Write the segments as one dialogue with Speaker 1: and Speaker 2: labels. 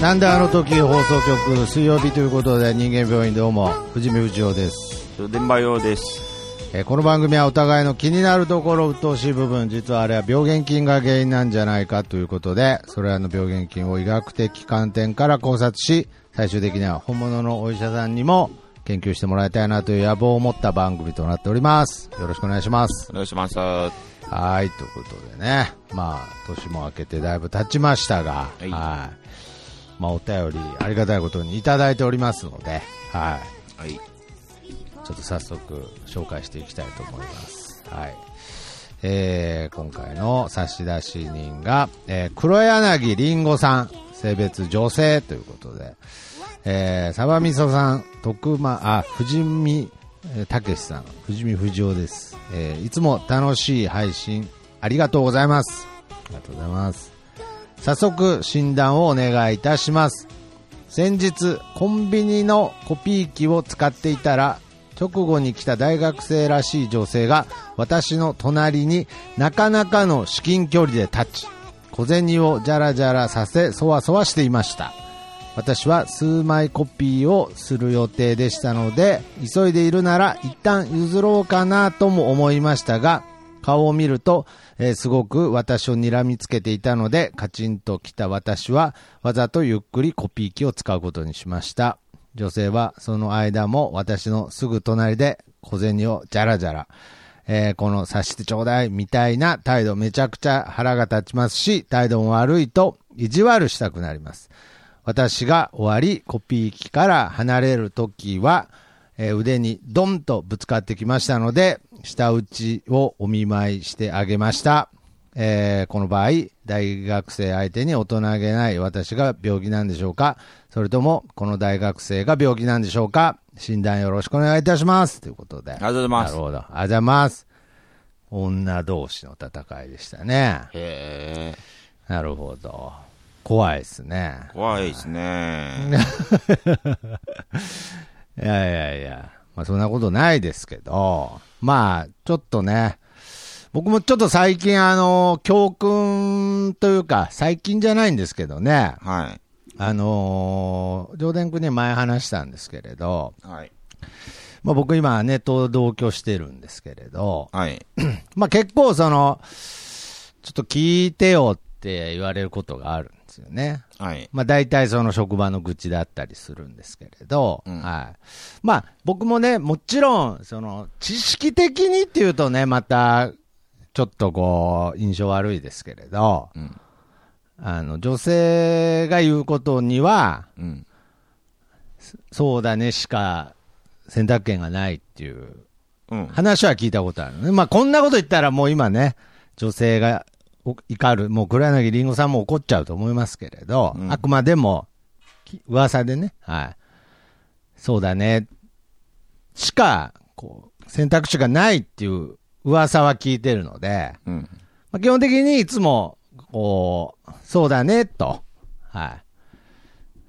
Speaker 1: なんであの時放送局水曜日ということで人間病院どうも藤見不二雄です、
Speaker 2: 電波用です。
Speaker 1: えーこの番組はお互いの気になるところ鬱陶しい部分実はあれは病原菌が原因なんじゃないかということでそれらの病原菌を医学的観点から考察し最終的には本物のお医者さんにも研究してもらいたいなという野望を持った番組となっておりますよろしくお願いします
Speaker 2: お願いします。は
Speaker 1: はいということでねまあ年も明けてだいぶ経ちましたが
Speaker 2: はい
Speaker 1: はいまあ、お便りありがたいことにいただいておりますので、はい、
Speaker 2: い。
Speaker 1: ちょっと早速紹介していきたいと思います。はい。えー、今回の差出人が、えー、黒柳りんごさん、性別女性ということで、えー、サバみそさん、徳間、あ、藤見、えーたけしさん、藤見不二雄です。えー、いつも楽しい配信、ありがとうございます。ありがとうございます。早速、診断をお願いいたします。先日コンビニのコピー機を使っていたら直後に来た大学生らしい女性が私の隣になかなかの至近距離で立ち小銭をジャラジャラさせそわそわしていました私は数枚コピーをする予定でしたので急いでいるなら一旦譲ろうかなとも思いましたが顔を見ると、えーすごく私を睨みつけていたのでカチンときた私はわざとゆっくりコピー機を使うことにしました女性はその間も私のすぐ隣で小銭をジャラジャラ、えーこの察してちょうだいみたいな態度めちゃくちゃ腹が立ちますし態度も悪いと意地悪したくなります私が終わりコピー機から離れるときは、えー腕にドンとぶつかってきましたので舌打ちをお見舞いしてあげました、えーこの場合大学生相手に大人げない私が病気なんでしょうかそれともこの大学生が病気なんでしょうか診断よろしくお願いいたしますということであり
Speaker 2: がとうございます
Speaker 1: なるほどありがとうございます女同士の戦いでしたね
Speaker 2: へえ。
Speaker 1: なるほど怖いですね
Speaker 2: 怖いで すね。
Speaker 1: いやいやいや、まあ、そんなことないですけど、まあ、ちょっとね、僕もちょっと最近、あの、教訓というか、最近じゃないんですけどね、
Speaker 2: は
Speaker 1: あのー、上田君に前話したんですけれど、
Speaker 2: い。はい。
Speaker 1: まあ、僕今、姉と同居してるんですけれど、
Speaker 2: はい。
Speaker 1: まあ、結構その、ちょっと聞いてよって言われることがあるんですよね。
Speaker 2: はい。
Speaker 1: まあ、大体その職場の愚痴だったりするんですけれど、
Speaker 2: うん
Speaker 1: はいまあ、僕もね、もちろんその知識的にっていうとね、またちょっとこう印象悪いですけれど、
Speaker 2: うん。
Speaker 1: あの女性が言うことには、
Speaker 2: うん。
Speaker 1: そうだねしか選択権がないっていう
Speaker 2: うん。
Speaker 1: 話は聞いたことあるね、まあ、こんなこと言ったら、もう今ね、女性がお怒る、もう黒柳りんごさんも怒っちゃうと思いますけれど、
Speaker 2: うん
Speaker 1: あくまでもき噂でね、はい、そうだね、しかこう選択肢がないっていう噂は聞いてるので、
Speaker 2: うん。
Speaker 1: まあ、基本的にいつもこう、そうだねと、は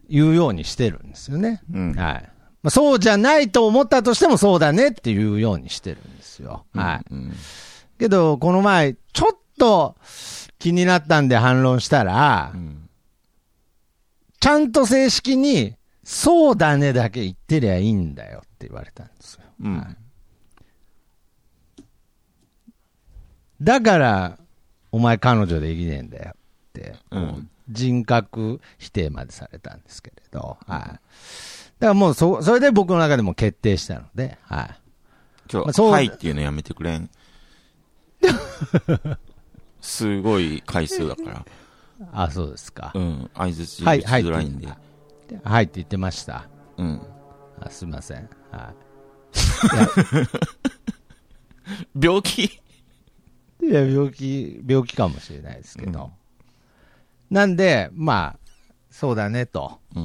Speaker 1: い、言うようにしてるんですよね。
Speaker 2: うん
Speaker 1: はいまあ、そうじゃないと思ったとしても、そうだねっていうようにしてるんですよ。はい
Speaker 2: うん。
Speaker 1: けど、この前、ちょっと気になったんで反論したら、
Speaker 2: うん。
Speaker 1: ちゃんと正式に、そうだねだけ言ってりゃいいんだよって言われたんですよ。
Speaker 2: うん。
Speaker 1: だから、お前彼女できねえんだよって、
Speaker 2: うん
Speaker 1: 人格否定までされたんですけれど、はい。だからもうそ、それで僕の中でも決定したので、はい。
Speaker 2: ちょ
Speaker 1: まあそう
Speaker 2: はいっていうのやめてく れん。すごい回数だから。
Speaker 1: あ、そうですか。
Speaker 2: うん。相づち打
Speaker 1: はい
Speaker 2: ちづらいんで
Speaker 1: は。はいって言ってました。
Speaker 2: うん。
Speaker 1: あすいません。は
Speaker 2: 病気
Speaker 1: い。いや、病気、病気かもしれないですけど。なんで、まあ、そうだね、と
Speaker 2: うん。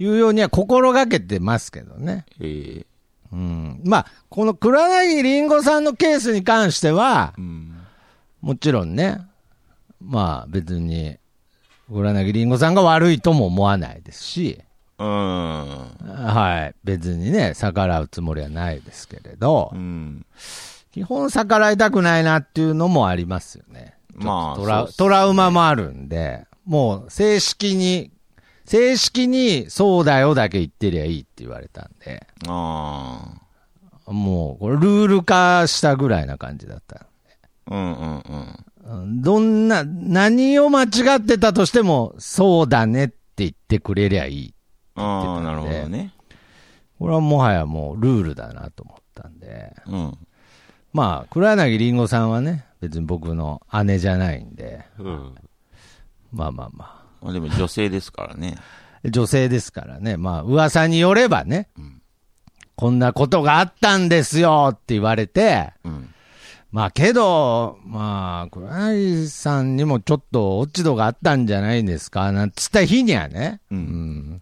Speaker 1: いうようには心がけてますけどね。
Speaker 2: ええ。
Speaker 1: うん。まあ、この黒柳りんごさんのケースに関しては
Speaker 2: う、ん。
Speaker 1: もちろんね、まあ別に、黒柳りんごさんが悪いとも思わないですし、
Speaker 2: うん。
Speaker 1: はい。別にね、逆らうつもりはないですけれど、
Speaker 2: うん。
Speaker 1: 基本逆らいたくないなっていうのもありますよね。
Speaker 2: まあ
Speaker 1: トラ
Speaker 2: そうっすね
Speaker 1: トラウマもあるんで、もう正式に正式にそうだよだけ言ってりゃいいって言われたんで、
Speaker 2: あ
Speaker 1: もう、これルール化したぐらいな感じだった。
Speaker 2: あ。うんうんうん。
Speaker 1: うんどんな、何を間違ってたとしても、そうだねって言ってくれりゃいい。
Speaker 2: ああ、な
Speaker 1: 言
Speaker 2: る
Speaker 1: ってたん
Speaker 2: ほ
Speaker 1: で
Speaker 2: どね。
Speaker 1: これはもはやもうルールだなと思ったんで。
Speaker 2: うん。
Speaker 1: まあ、黒柳りんごさんはね、別に僕の姉じゃないんで、
Speaker 2: うん。
Speaker 1: まあまあま
Speaker 2: まあでも女性ですからね。
Speaker 1: あ、女性ですからね、まあ噂によればね、
Speaker 2: ん
Speaker 1: こんなことがあったんですよって言われて、
Speaker 2: うん。
Speaker 1: まあけど、まあ、黒柳さんにもちょっと落ち度があったんじゃないですか、なんつった日にはね、
Speaker 2: うん
Speaker 1: うん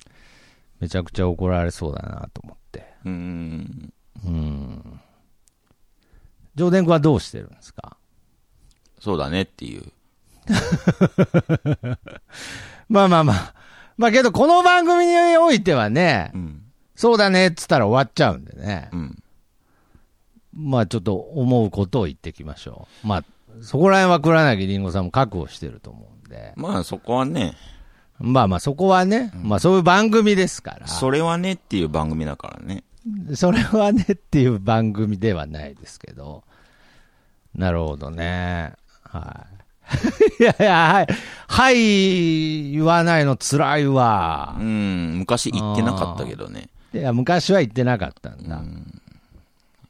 Speaker 1: めちゃくちゃ怒られそうだなと思って。
Speaker 2: うん。
Speaker 1: うん。上田君はどうしてるんですか
Speaker 2: そうだねっていう。
Speaker 1: まあまあまあ。まあけど、この番組においてはね、
Speaker 2: うん。
Speaker 1: そうだねっつったら終わっちゃうんでね。
Speaker 2: うん。
Speaker 1: まあちょっと思うことを言ってきましょう。まあ、そこら辺は黒柳りんごさんも覚悟してると思うんで。
Speaker 2: まあそこはね、
Speaker 1: まあまあそこはね、まあそういう番組ですから。
Speaker 2: それはねっていう番組だからね。
Speaker 1: それはねっていう番組ではないですけど。なるほどね。はい。い やいや、はい。はい、言わないの辛いわ
Speaker 2: う。ん。昔言ってなかったけどね。
Speaker 1: いや、昔は言ってなかったんだ。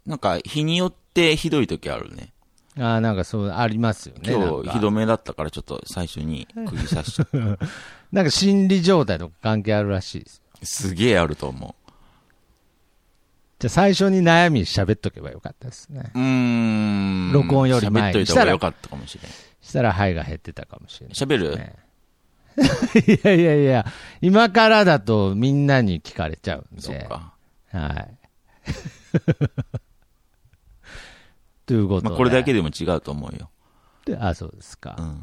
Speaker 2: なんか日によってひどい時あるね。
Speaker 1: ああ、なんかそう、ありますよね。
Speaker 2: 今日
Speaker 1: なん
Speaker 2: ひ
Speaker 1: か
Speaker 2: どめだったからちょっと最初に釘刺し
Speaker 1: なんか心理状態とか関係あるらしいです。
Speaker 2: すげえあると思
Speaker 1: じゃあ最初に悩み喋っとけばよかったですね。
Speaker 2: う。うーん。
Speaker 1: 録音より前に
Speaker 2: 喋っといた方がよかったかもしれん。
Speaker 1: したら肺が減ってたかもしれない、
Speaker 2: 喋る、
Speaker 1: ね。いやいやいや、今からだとみんなに聞かれちゃうんで。
Speaker 2: そっか。
Speaker 1: はい。ということで、
Speaker 2: まあこれだけでも違うと思うよ。
Speaker 1: で。あ、そうですか。
Speaker 2: うん。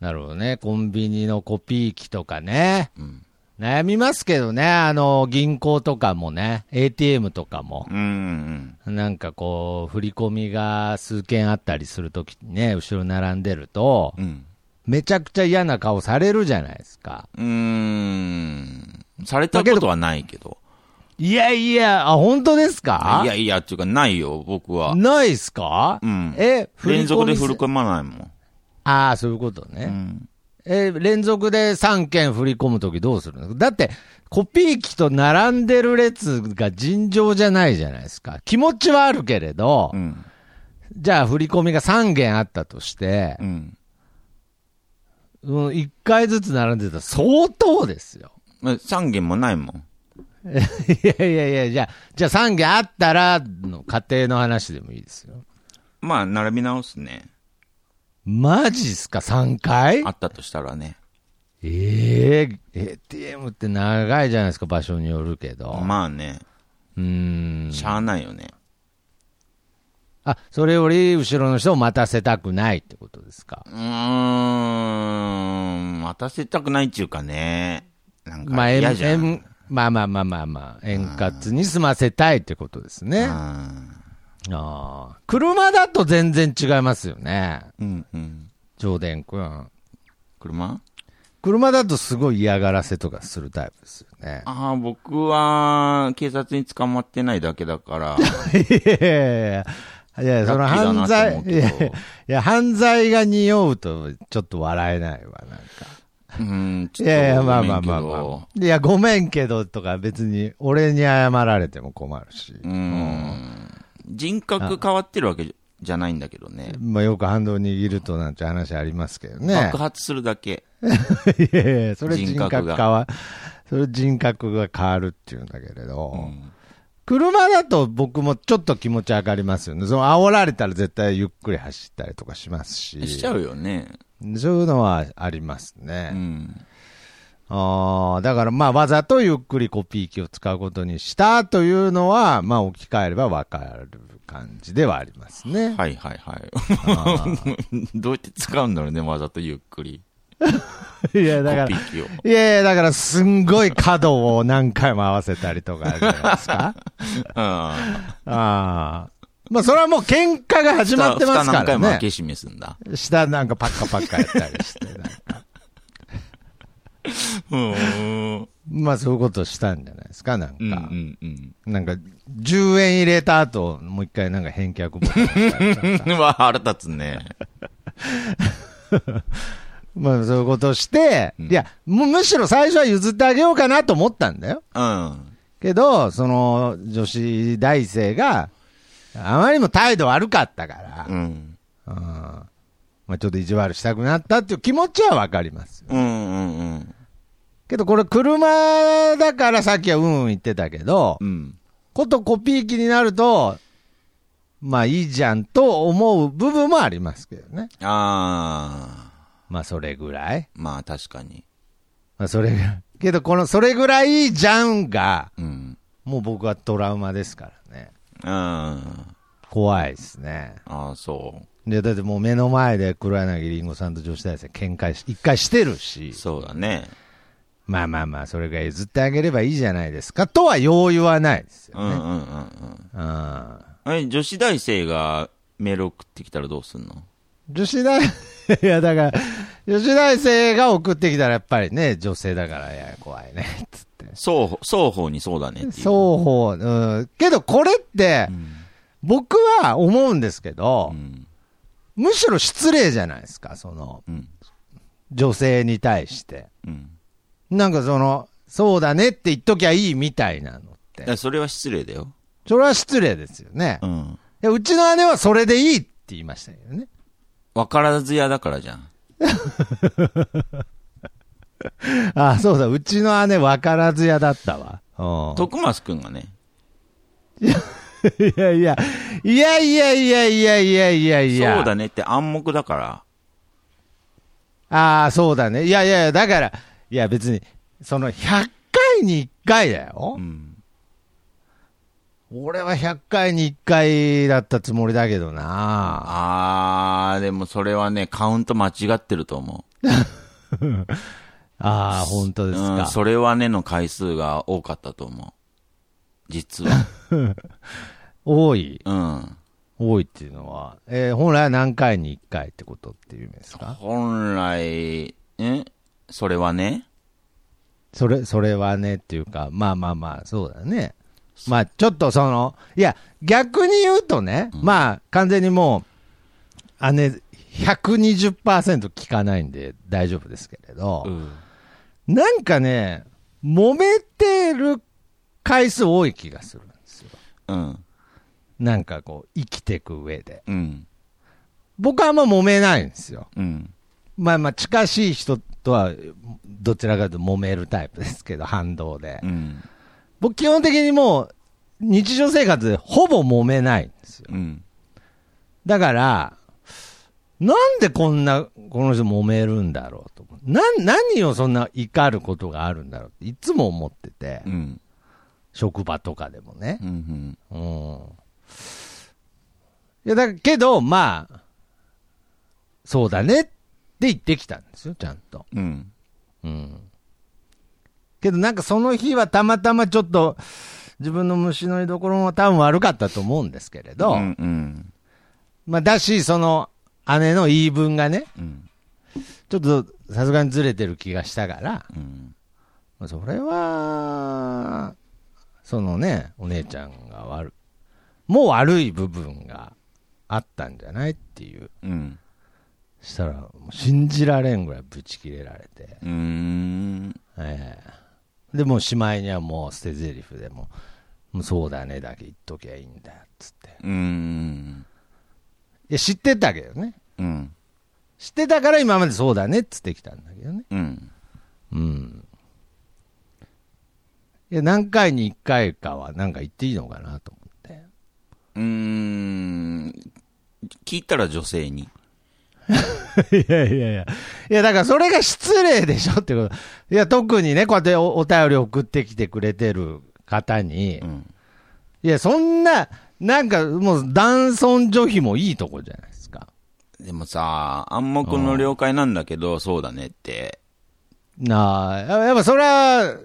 Speaker 1: なるほどね。コンビニのコピー機とかね。
Speaker 2: うん。
Speaker 1: 悩みますけどね。あの、銀行とかもね。ATM とかも。
Speaker 2: うんうん。
Speaker 1: なんかこう、振り込みが数件あったりするときにね、後ろ並んでると、
Speaker 2: うん。
Speaker 1: めちゃくちゃ嫌な顔されるじゃないですか。
Speaker 2: うーん。されたことはないけど。
Speaker 1: いやいや、あ、本当ですか
Speaker 2: いやいや、っていうかないよ、僕は。
Speaker 1: ないっすか、
Speaker 2: うん。
Speaker 1: え、振り込み
Speaker 2: 連続で振り
Speaker 1: み。
Speaker 2: 込まないもん。
Speaker 1: ああ、そういうこと
Speaker 2: う
Speaker 1: ね。
Speaker 2: ん。
Speaker 1: え、連続で3件振り込むときどうするのだって、コピー機と並んでる列が尋常じゃないじゃないですか。気持ちはあるけれど、
Speaker 2: うん。
Speaker 1: じゃあ振り込みが3件あったとして、
Speaker 2: うん。
Speaker 1: うん、1回ずつ並んでたら相当ですよ。
Speaker 2: まあ3件もないもん。
Speaker 1: いやいやいや、じゃあ、じゃあ3件あったらの家庭の話でもいいですよ。
Speaker 2: まあ、並び直すね。
Speaker 1: マジっすか、3回
Speaker 2: あったとしたらね。
Speaker 1: ええ ATM って長いじゃないですか、場所によるけど。
Speaker 2: まあね、
Speaker 1: うーん。
Speaker 2: しゃあないよね。
Speaker 1: あ、それより後ろの人を待たせたくないってことですか。
Speaker 2: うーん、待たせたくないっていうかね。な
Speaker 1: ま
Speaker 2: ん
Speaker 1: あ、
Speaker 2: か
Speaker 1: 円
Speaker 2: 嫌じゃん。
Speaker 1: 円まあまあまあまあまあ、円滑に済ませたいってことですね。ああ。車だと全然違いますよね。
Speaker 2: うん、うん、うん。
Speaker 1: 上田君。
Speaker 2: 車
Speaker 1: 車だとすごい嫌がらせとかするタイプですよね。
Speaker 2: ああ、僕は、警察に捕まってないだけだから。
Speaker 1: いやいやいや いや、その
Speaker 2: ラッキーだな
Speaker 1: 犯罪、
Speaker 2: と思う
Speaker 1: い
Speaker 2: け
Speaker 1: や
Speaker 2: ど
Speaker 1: いや、犯罪が匂うとちょっと笑えないわ、なんか。
Speaker 2: うん、ち
Speaker 1: い
Speaker 2: ょっと
Speaker 1: やいや、まあ
Speaker 2: ごめん
Speaker 1: まあ
Speaker 2: けど
Speaker 1: まあまあ。いや、ごめんけどとか別に俺に謝られても困るし。
Speaker 2: うん。人格変わってるわけじゃないんだけどね。
Speaker 1: まあよく反動握るとなんて話ありますけどね
Speaker 2: 爆。発するだけ。
Speaker 1: いやいや、それ人
Speaker 2: 人
Speaker 1: 格
Speaker 2: 格
Speaker 1: 変
Speaker 2: が
Speaker 1: わ、それ人格が変わるっていうんだけれど。
Speaker 2: うん
Speaker 1: 車だと僕もちょっと気持ち上がりますよね。その煽られたら絶対ゆっくり走ったりとかしますし。
Speaker 2: しちゃうよね。
Speaker 1: そういうのはあります
Speaker 2: う
Speaker 1: ね。
Speaker 2: ん。
Speaker 1: あーだからまあわざとゆっくりコピー機を使うことにしたというのは、まあ置き換えればわかる感じではありますね。
Speaker 2: はいはいはい。 どうやって使うんだろうね、わざとゆっくり。
Speaker 1: い、や
Speaker 2: コ
Speaker 1: だから
Speaker 2: ピ、ー機を。
Speaker 1: いやいやだからすんごい角を何回も合わせたりとかじゃないですか。
Speaker 2: うん。
Speaker 1: あーまあそれはもう喧嘩が始まってますか
Speaker 2: 蓋
Speaker 1: ら
Speaker 2: 何回も開
Speaker 1: ね。
Speaker 2: け閉めすんだ。
Speaker 1: 下なんかパッカパッカやったりして、なんか
Speaker 2: うん。
Speaker 1: まあそういうことしたんじゃないですか、なんか。
Speaker 2: うんうんうん。
Speaker 1: なんか、10円入れた後、もう一回なんか返却ボタン押されちゃ った。
Speaker 2: うわ、腹立つね。
Speaker 1: まあそういうことして、
Speaker 2: うん
Speaker 1: いや、むむしろ最初は譲ってあげようかなと思ったんだよ。
Speaker 2: うん。
Speaker 1: けど、その女子大生が、あまりにも態度悪かったから、
Speaker 2: う
Speaker 1: うん
Speaker 2: ん。
Speaker 1: まあ、ちょっと意地悪したくなったっていう気持ちはわかりますよ。
Speaker 2: うんうんうん。
Speaker 1: けどこれ車だからさっきはうんうん言ってたけど、
Speaker 2: うん。
Speaker 1: ことコピー機になると、まあいいじゃんと思う部分もありますけどね。
Speaker 2: ああ。
Speaker 1: まあそれぐらい。
Speaker 2: まあ確かに。
Speaker 1: まあそれぐらい。けどこのそれぐらいじゃんが、
Speaker 2: うん。
Speaker 1: もう僕はトラウマですからね。
Speaker 2: うん。あ
Speaker 1: 怖いですね。
Speaker 2: あ、そ
Speaker 1: で、だってもう目の前で黒柳りんごさんと女子大生喧嘩し、一回してるし
Speaker 2: う。、そうだね。
Speaker 1: まあまあまあ、それが譲ってあげればいいじゃないですか、とはよう言わないですよ
Speaker 2: うんう
Speaker 1: ね。
Speaker 2: んうんうん。
Speaker 1: うん。
Speaker 2: え、女子大生がメール送ってきたらどうすんの
Speaker 1: 女子大、いやだから、女子大生が送ってきたらやっぱりね、女性だから、いや、怖いね、つって。
Speaker 2: 双方、双方にそうだねっていう。
Speaker 1: 双方、うん。けどこれって
Speaker 2: う、ん。
Speaker 1: 僕は思うんですけ
Speaker 2: う
Speaker 1: ど、
Speaker 2: ん。
Speaker 1: むしろ失礼じゃないですか、その、
Speaker 2: うん。
Speaker 1: 女性に対して。
Speaker 2: うん。
Speaker 1: なんかその、そうだねって言っときゃいいみたいなのっ
Speaker 2: い
Speaker 1: て
Speaker 2: や。それは失礼だよ。
Speaker 1: それは失礼ですよね
Speaker 2: う。ん。
Speaker 1: ううちの姉はそれでいいって言いましたけどね。
Speaker 2: わからずやだからじゃん。
Speaker 1: ああ、そうだ、うちの姉分からず屋だったわ。うん
Speaker 2: 徳松くんがね。
Speaker 1: いやいや、いやいやいやいやいやいやいや。
Speaker 2: そうだねって暗黙だから。
Speaker 1: ああ、そうだね。いやいやいや、だから、いや別に、その100回に1回だよ
Speaker 2: う。ん。
Speaker 1: 俺は100回に1回だったつもりだけどな。
Speaker 2: あー、でもそれはね、カウント間違ってると思う。
Speaker 1: ああ、本当です
Speaker 2: うん、
Speaker 1: か。
Speaker 2: それはねの回数が多かったと思う。実 は。
Speaker 1: 多い。
Speaker 2: うん。
Speaker 1: 多いっていうのは、えー本来は何回に1回ってことっていう意味ですか
Speaker 2: 本来、えそれはね。
Speaker 1: それ、それはねっていうか、まあまあまあ、そうだね。まあ、ちょっとその、いや、逆に言うとね、まあ、完全にもう、姉、120%効かないんで大丈夫ですけれど、
Speaker 2: うん。
Speaker 1: なんかね、揉めてる回数多い気がするんですよ。
Speaker 2: うん。
Speaker 1: なんかこう、生きていく上で。
Speaker 2: うん。
Speaker 1: 僕はあんま揉めないんですよ。
Speaker 2: うん。
Speaker 1: まあまあ、近しい人とは、どちらかというと揉めるタイプですけど、反動で。
Speaker 2: うん。
Speaker 1: 僕基本的にもう日常生活でほぼ揉めないんですよ。
Speaker 2: うん。
Speaker 1: だから、なんでこんな、この人揉めるんだろうと思う。な、何をそんな怒ることがあるんだろうっていつも思ってて、
Speaker 2: うん。
Speaker 1: 職場とかでもね。
Speaker 2: うん。
Speaker 1: うん。いや、だけど、まあ、そうだねって言ってきたんですよ、ちゃんと。
Speaker 2: うん。
Speaker 1: うん。けどなんかその日はたまたまちょっと、自分の虫の居所も多分悪かったと思うんですけれど、
Speaker 2: うん。うん。
Speaker 1: まあだし、その姉の言い分がね、
Speaker 2: うん。
Speaker 1: ちょっとさすがにずれてる気がしたから、
Speaker 2: うん。
Speaker 1: まあそれは、そのね、お姉ちゃんが悪い、もう悪い部分があったんじゃないっていう。
Speaker 2: うん。
Speaker 1: したら、もう信じられんぐらいブチ切れられて。
Speaker 2: うーん。
Speaker 1: ええでもうしまいにはもう捨て台詞でも「もうそうだね」だけ言っときゃいいんだっつってい
Speaker 2: うん。
Speaker 1: や知ってたけどね
Speaker 2: うん。
Speaker 1: 知ってたから今まで「そうだね」っつってきたんだけどね
Speaker 2: うん。
Speaker 1: うんいや何回に1回かはなんか言っていいのかなと思って
Speaker 2: うーん。聞いたら女性に。
Speaker 1: いやいやいや。いや、だからそれが失礼でしょってこと。いや、特にね、こうやっておお便り送ってきてくれてる方に、
Speaker 2: うん。
Speaker 1: いや、そんな、なんかもう男尊女卑もいいとこじゃないですか。
Speaker 2: でもさ、暗黙の了解なんだけど、そうだねって。
Speaker 1: なあ、ややっぱそれは、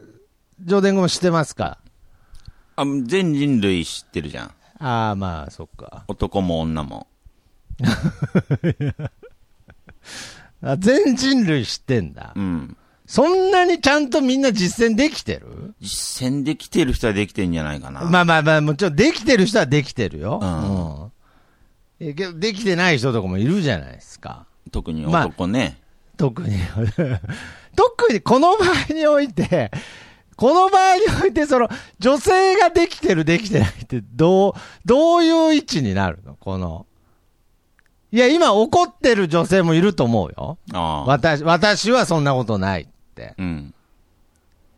Speaker 1: 上田語も知ってますか
Speaker 2: あ、全人類知ってるじゃん。
Speaker 1: ああ、まあ、そっか。
Speaker 2: 男も女も。
Speaker 1: あ全人類知ってんだ。
Speaker 2: うん。
Speaker 1: そんなにちゃんとみんな実践できてる
Speaker 2: 実践できてる人はできてんじゃないかな。
Speaker 1: まあまあまあ、もちろんできてる人はできてるよ。
Speaker 2: うん
Speaker 1: うんえけどできてない人とかもいるじゃないですか。
Speaker 2: 特に男ね。
Speaker 1: 特に。 特にこの場合において、この場合において、その、女性ができてる、できてないって、どう、どういう位置になるのこの。いや、今怒ってる女性もいると思うよ。
Speaker 2: ああ。
Speaker 1: 私、私はそんなことないって。
Speaker 2: うん。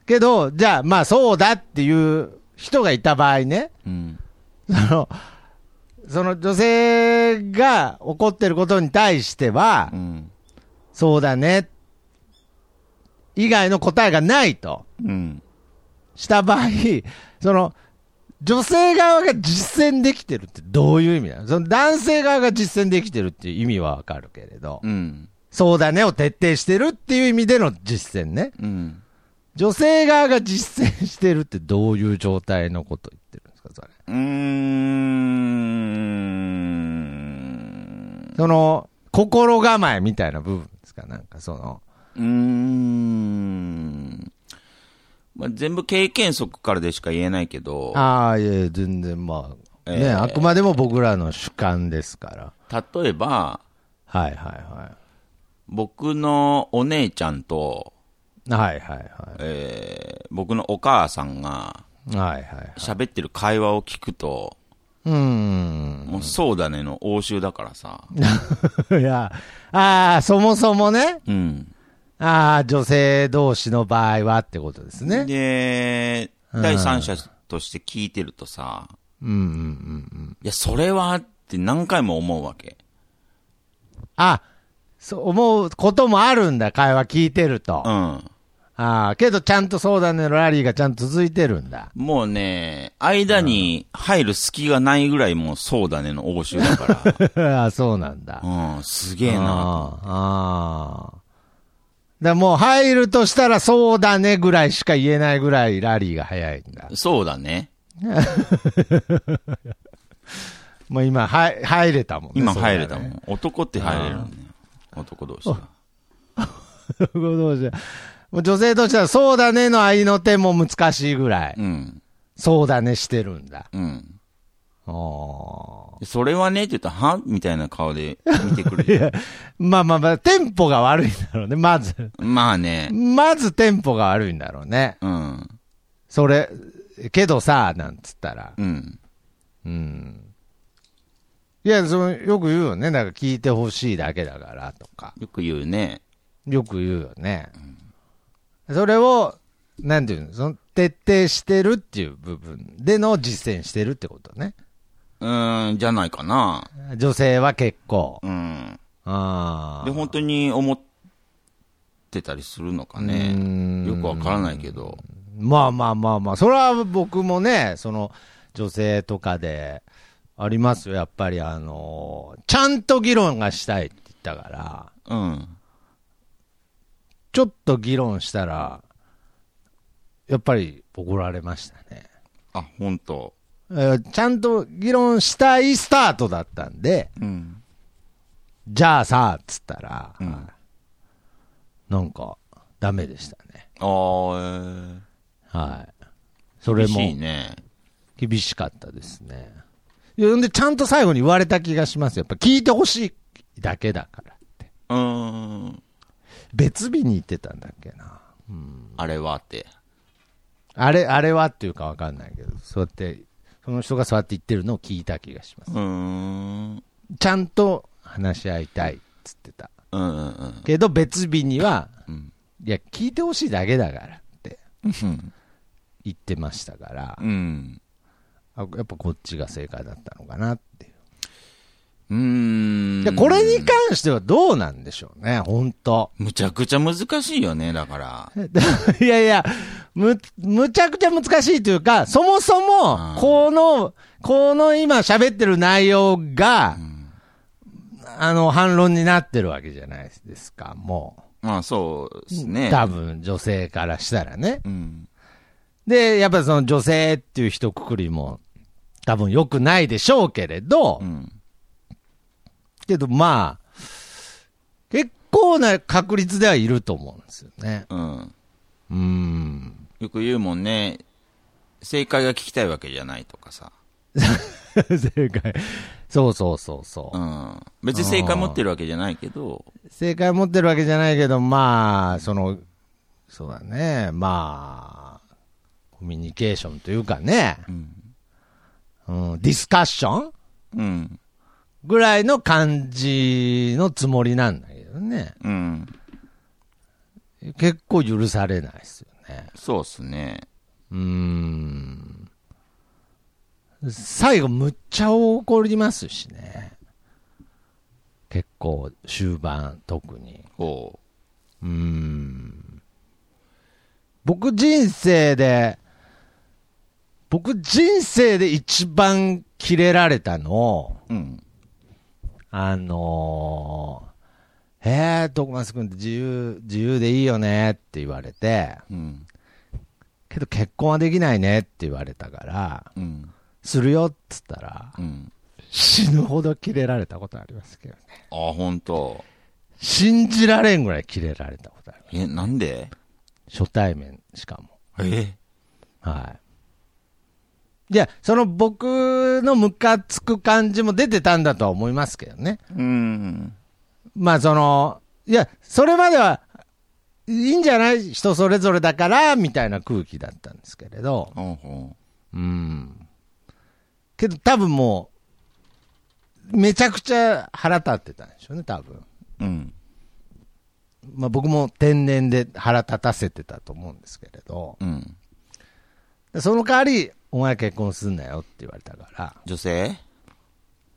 Speaker 1: けど、じゃあ、まあそうだっていう人がいた場合ね、
Speaker 2: うん。
Speaker 1: その、その女性が怒ってることに対しては、
Speaker 2: うん。
Speaker 1: そうだね、以外の答えがないと
Speaker 2: うん。
Speaker 1: した場合、その、女性側が実践できてるってどういう意味なのその男性側が実践できてるっていう意味はわかるけれど、
Speaker 2: うん。
Speaker 1: そうだねを徹底してるっていう意味での実践ね。
Speaker 2: うん。
Speaker 1: 女性側が実践してるってどういう状態のこと言ってるんですか、それ。
Speaker 2: うーん。
Speaker 1: その、心構えみたいな部分ですかなんかその、
Speaker 2: うーん。まあ、全部経験則からでしか言えないけど、
Speaker 1: ああ、いやいや全然まあ、ね、
Speaker 2: えー
Speaker 1: あくまでも僕らの主観ですから。
Speaker 2: 例えば、
Speaker 1: はいはいは
Speaker 2: 僕のお姉ちゃんと、
Speaker 1: い。はいはいは
Speaker 2: えー僕のお母さんが
Speaker 1: い。はいはい。
Speaker 2: 喋ってる会話を聞くと、
Speaker 1: うー
Speaker 2: もうそうだねの応酬だからさ。
Speaker 1: ん。 いや、ああ、そもそもね、
Speaker 2: うん。
Speaker 1: ああ、女性同士の場合はってことですね。
Speaker 2: で、第三者として聞いてるとさ、
Speaker 1: うんうんうんうん。
Speaker 2: いや、それはって何回も思うわけ。
Speaker 1: あ、そう思うこともあるんだ、会話聞いてると。
Speaker 2: う
Speaker 1: あ
Speaker 2: ん。
Speaker 1: あ、けどちゃんとそうだねのラリーがちゃんと続いてるんだ。
Speaker 2: もうね、間に入る隙がないぐらいもうそうだねの応酬だか
Speaker 1: ああ、そうなんだ。
Speaker 2: ら。うん、すげえな。
Speaker 1: ああああ。だからもう入るとしたらそうだねぐらいしか言えないぐらいラリーが早いんだ。
Speaker 2: そうだね。
Speaker 1: もう今は入れたもんね。
Speaker 2: 今
Speaker 1: そうだね
Speaker 2: 入れたも。ん。男って入れるのね。男同士が。
Speaker 1: 男同士はもう女性としてはそうだねの合いの手も難しいぐらい。
Speaker 2: うん。
Speaker 1: そうだねしてるんだ。
Speaker 2: うん。
Speaker 1: ああ
Speaker 2: でそれはねって言ったら、はみたいな顔で見てくれる。
Speaker 1: まあまあまあ、テンポが悪いんだろうね、まず。
Speaker 2: まあね。
Speaker 1: まずテンポが悪いんだろうね。
Speaker 2: うん。
Speaker 1: それ、けどさ、なんつったら。
Speaker 2: うん。
Speaker 1: うん。いや、その、よく言うよね。なんか聞いてほしいだけだからとか。
Speaker 2: よく言うね。
Speaker 1: よく言うよね。それを、なんていうの、その、徹底してるっていう部分での実践してるってことね。
Speaker 2: うーん、じゃないかな。
Speaker 1: 女性は結構。
Speaker 2: うん。
Speaker 1: あ
Speaker 2: で、本当に思ってたりするのか
Speaker 1: 当
Speaker 2: ね。よくわからないけど。
Speaker 1: まあまあまあまあ、それは僕もね、その、女性とかで、ありますよ。やっぱり、あの、ちゃんと議論がしたいって言ったから。
Speaker 2: うん。
Speaker 1: ちょっと議論したら、やっぱり怒られましたね。
Speaker 2: あ、本当。
Speaker 1: えーちゃんと議論したいスタートだったんで、
Speaker 2: うん。
Speaker 1: じゃあさ、っつったら、
Speaker 2: うん
Speaker 1: はいなんか、ダメでしたね。
Speaker 2: あー、
Speaker 1: はい。そ
Speaker 2: えー、
Speaker 1: れ
Speaker 2: 嬉
Speaker 1: も
Speaker 2: しいね。
Speaker 1: 厳しかったですね。いやんで、ちゃんと最後に言われた気がします。やっぱ聞いてほしいだけだからって。
Speaker 2: うーん。
Speaker 1: 別日に言ってたんだっけな。
Speaker 2: あれはって。
Speaker 1: あれ、あれはっていうかわかんないけど、そうやって、その人がそうやって言ってるのを聞いた気がします
Speaker 2: う。ーん。うん
Speaker 1: ちゃんと話し合いたいっつってた。
Speaker 2: うんうん。
Speaker 1: けど別日には、
Speaker 2: うん
Speaker 1: いや、聞いてほしいだけだからって
Speaker 2: うん。
Speaker 1: 言ってましたから、
Speaker 2: うん。
Speaker 1: あやっぱこっちが正解だったのかなっていう。
Speaker 2: うーん。
Speaker 1: でこれに関してはどうなんでしょうね、本当
Speaker 2: むちゃくちゃ難しいよね、だから。
Speaker 1: いやいや、む、むちゃくちゃ難しいというか、そもそ
Speaker 2: うん
Speaker 1: も、この、この今喋ってる内容が、あの、反論になってるわけじゃないですか、も
Speaker 2: まあ、そうです
Speaker 1: う。
Speaker 2: ね。
Speaker 1: 多分、女性からしたらね。
Speaker 2: うん。
Speaker 1: で、やっぱりその女性っていう一括りも、多分良くないでしょうけれど、
Speaker 2: うん。
Speaker 1: けどまあ、結構な確率ではいると思うんですよね。
Speaker 2: うん。
Speaker 1: うん。
Speaker 2: よく言うもんね、正解が聞きたいわけじゃないとかさ。
Speaker 1: 正解。そうそうそうそう
Speaker 2: う。ん。別に正解持ってるわけじゃないけど、
Speaker 1: 正解持ってるわけじゃないけど、まあ、その、そうだね、まあ、コミュニケーションというかね、
Speaker 2: うん。
Speaker 1: うん、ディスカッション
Speaker 2: うん。
Speaker 1: ぐらいの感じのつもりなんだけどね。
Speaker 2: うん。
Speaker 1: 結構許されないですよね。
Speaker 2: そうっすね。
Speaker 1: うーん。最後、むっちゃ怒りますしね。結構、終盤、特に。
Speaker 2: こ
Speaker 1: うーん僕人生で、僕人生で一番キレられたの、
Speaker 2: う。うん。
Speaker 1: あのー、えー、徳松君って自由、自由でいいよねって言われて、
Speaker 2: うん。
Speaker 1: けど結婚はできないねって言われたから、
Speaker 2: うん。
Speaker 1: するよっつったら、
Speaker 2: うん。
Speaker 1: 死ぬほどキレられたことありますけどね。
Speaker 2: あ、ほんと。
Speaker 1: 信じられんぐらいキレられたことある。
Speaker 2: え、なんで
Speaker 1: 初対面しかも。
Speaker 2: え
Speaker 1: はい。いや、その僕のムカつく感じも出てたんだとは思いますけどね。
Speaker 2: うん。
Speaker 1: まあその、いや、それまでは、いいんじゃない人それぞれだから、みたいな空気だったんですけれど。
Speaker 2: あほ
Speaker 1: うん。けど多分もう、めちゃくちゃ腹立ってたんでしょうね、多分。
Speaker 2: う。うん。
Speaker 1: まあ僕も天然で腹立たせてたと思うんですけれど。
Speaker 2: うん。
Speaker 1: でその代わり、お前結婚すんなよって言われたから、
Speaker 2: 女性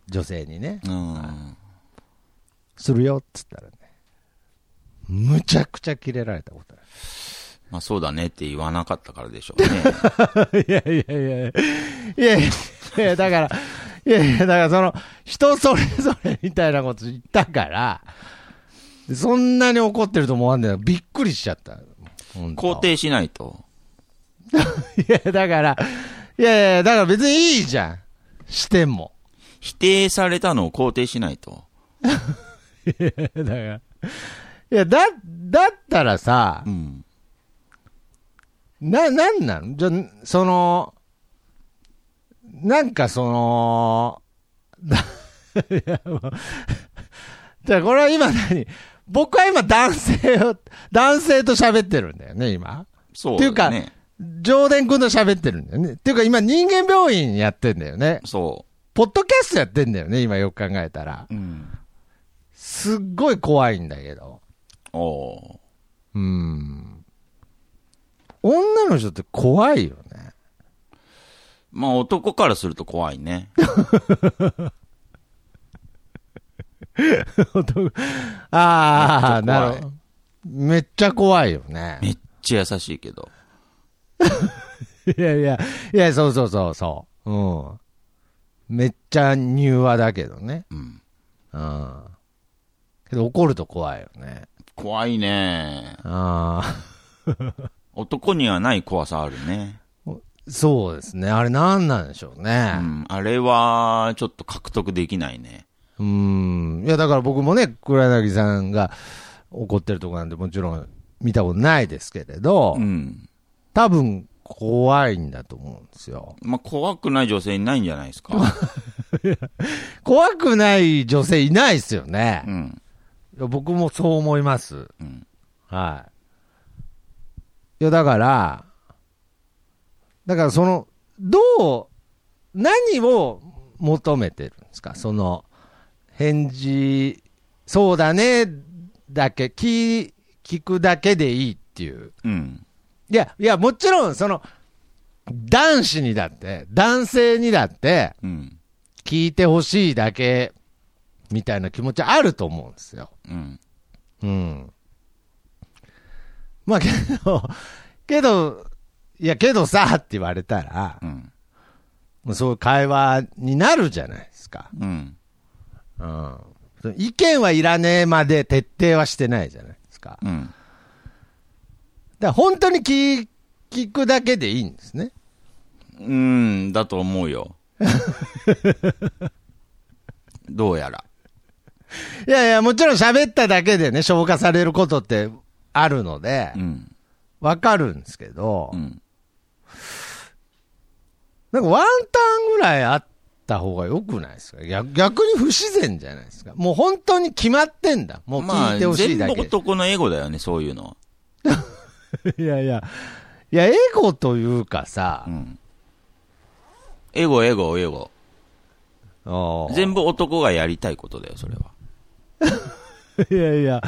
Speaker 1: 女性にね。
Speaker 2: うん。
Speaker 1: するよっつったらね、むちゃくちゃキレられたこと
Speaker 2: まあそうだねって言わなかったからでしょ うね。
Speaker 1: あ る。いやいやいやいやいやいや、だから、いやいや、だからその、人それぞれみたいなこと言ったから、そんなに怒ってると思わんねんびっくりしちゃった。本当
Speaker 2: 肯定しないと。
Speaker 1: いや、だから、いやいや、だから別にいいじゃん。しても。
Speaker 2: 否定されたのを肯定しないと。
Speaker 1: だから、いや、だ、だったらさ、
Speaker 2: うん。
Speaker 1: な、なんなんじゃ、その、なんかその、 だいやもうじゃあこれは今何僕は今男性を、男性と喋ってるんだよね、今。
Speaker 2: そう、ね。
Speaker 1: っていうか上田君と喋ってるんだよね。っていうか今人間病院やってんだよね。
Speaker 2: そ
Speaker 1: ポッドキャストやってんだよね、今よく考えたら。
Speaker 2: う。うん。
Speaker 1: すっごい怖いんだけど。
Speaker 2: おー
Speaker 1: うん。女の人って怖いよね。
Speaker 2: まあ男からすると怖いね。
Speaker 1: ああ、
Speaker 2: めっちゃ怖
Speaker 1: ないるほど。めっちゃ怖いよね。
Speaker 2: めっちゃ優しいけど。
Speaker 1: いやいや、いや、そうそうそうそう。うん。めっちゃ柔和だけどね。
Speaker 2: うん。
Speaker 1: うん。けど怒ると怖いよね。
Speaker 2: 怖いね。
Speaker 1: あ
Speaker 2: 男にはない怖さあるね。
Speaker 1: あ、そうですね。あれ何なんでしょう
Speaker 2: う
Speaker 1: ね。
Speaker 2: ん。あれは、ちょっと獲得できないね。
Speaker 1: うん。いや、だから僕もね、黒柳さんが怒ってるとこなんてもちろん見たことないですけれど
Speaker 2: う、ん。
Speaker 1: 多分怖いんだと思うんですよ。
Speaker 2: まあ怖くない女性いないんじゃないですか。
Speaker 1: 怖くない女性いないですよね。
Speaker 2: うん。
Speaker 1: いや僕もそう思います。
Speaker 2: うん。
Speaker 1: はい。いや、だから、だからその、どう、何を求めてるんですかその、返事、そうだね、だけ、聞、聞くだけでいいっていう。
Speaker 2: うん。
Speaker 1: いや、いや、もちろん、その、男子にだって、男性にだって、
Speaker 2: うん。
Speaker 1: 聞いてほしいだけ、みたいな気持ちあると思うんですよ。
Speaker 2: うん。
Speaker 1: うん。まあけど、 けど、いやけどさって言われたら、
Speaker 2: うん。
Speaker 1: もうそういう会話になるじゃないですか。
Speaker 2: うん。
Speaker 1: うん。意見はいらねえまで徹底はしてないじゃないですか。だか
Speaker 2: うん。
Speaker 1: ら本当に聞聞くだけでいいんですね。
Speaker 2: うん、 だと思うよ。どうやら。
Speaker 1: いやいや、もちろん喋っただけでね、消化されることってあるので
Speaker 2: う、ん。
Speaker 1: わかるんですけど、
Speaker 2: うん。
Speaker 1: なんかワンタンぐらいあった方が良くないですか逆逆に不自然じゃないですかもう本当に決まってんだ。もう
Speaker 2: ま
Speaker 1: 聞
Speaker 2: あ、
Speaker 1: いてほしいだ
Speaker 2: 全部
Speaker 1: け。
Speaker 2: 男のエゴだよね、そういうのは。
Speaker 1: いやいや、いや、エゴというかさ
Speaker 2: う、ん。エゴ、エゴ、エゴ。
Speaker 1: おー
Speaker 2: 全部男がやりたいことだよ、それは。
Speaker 1: いやいや、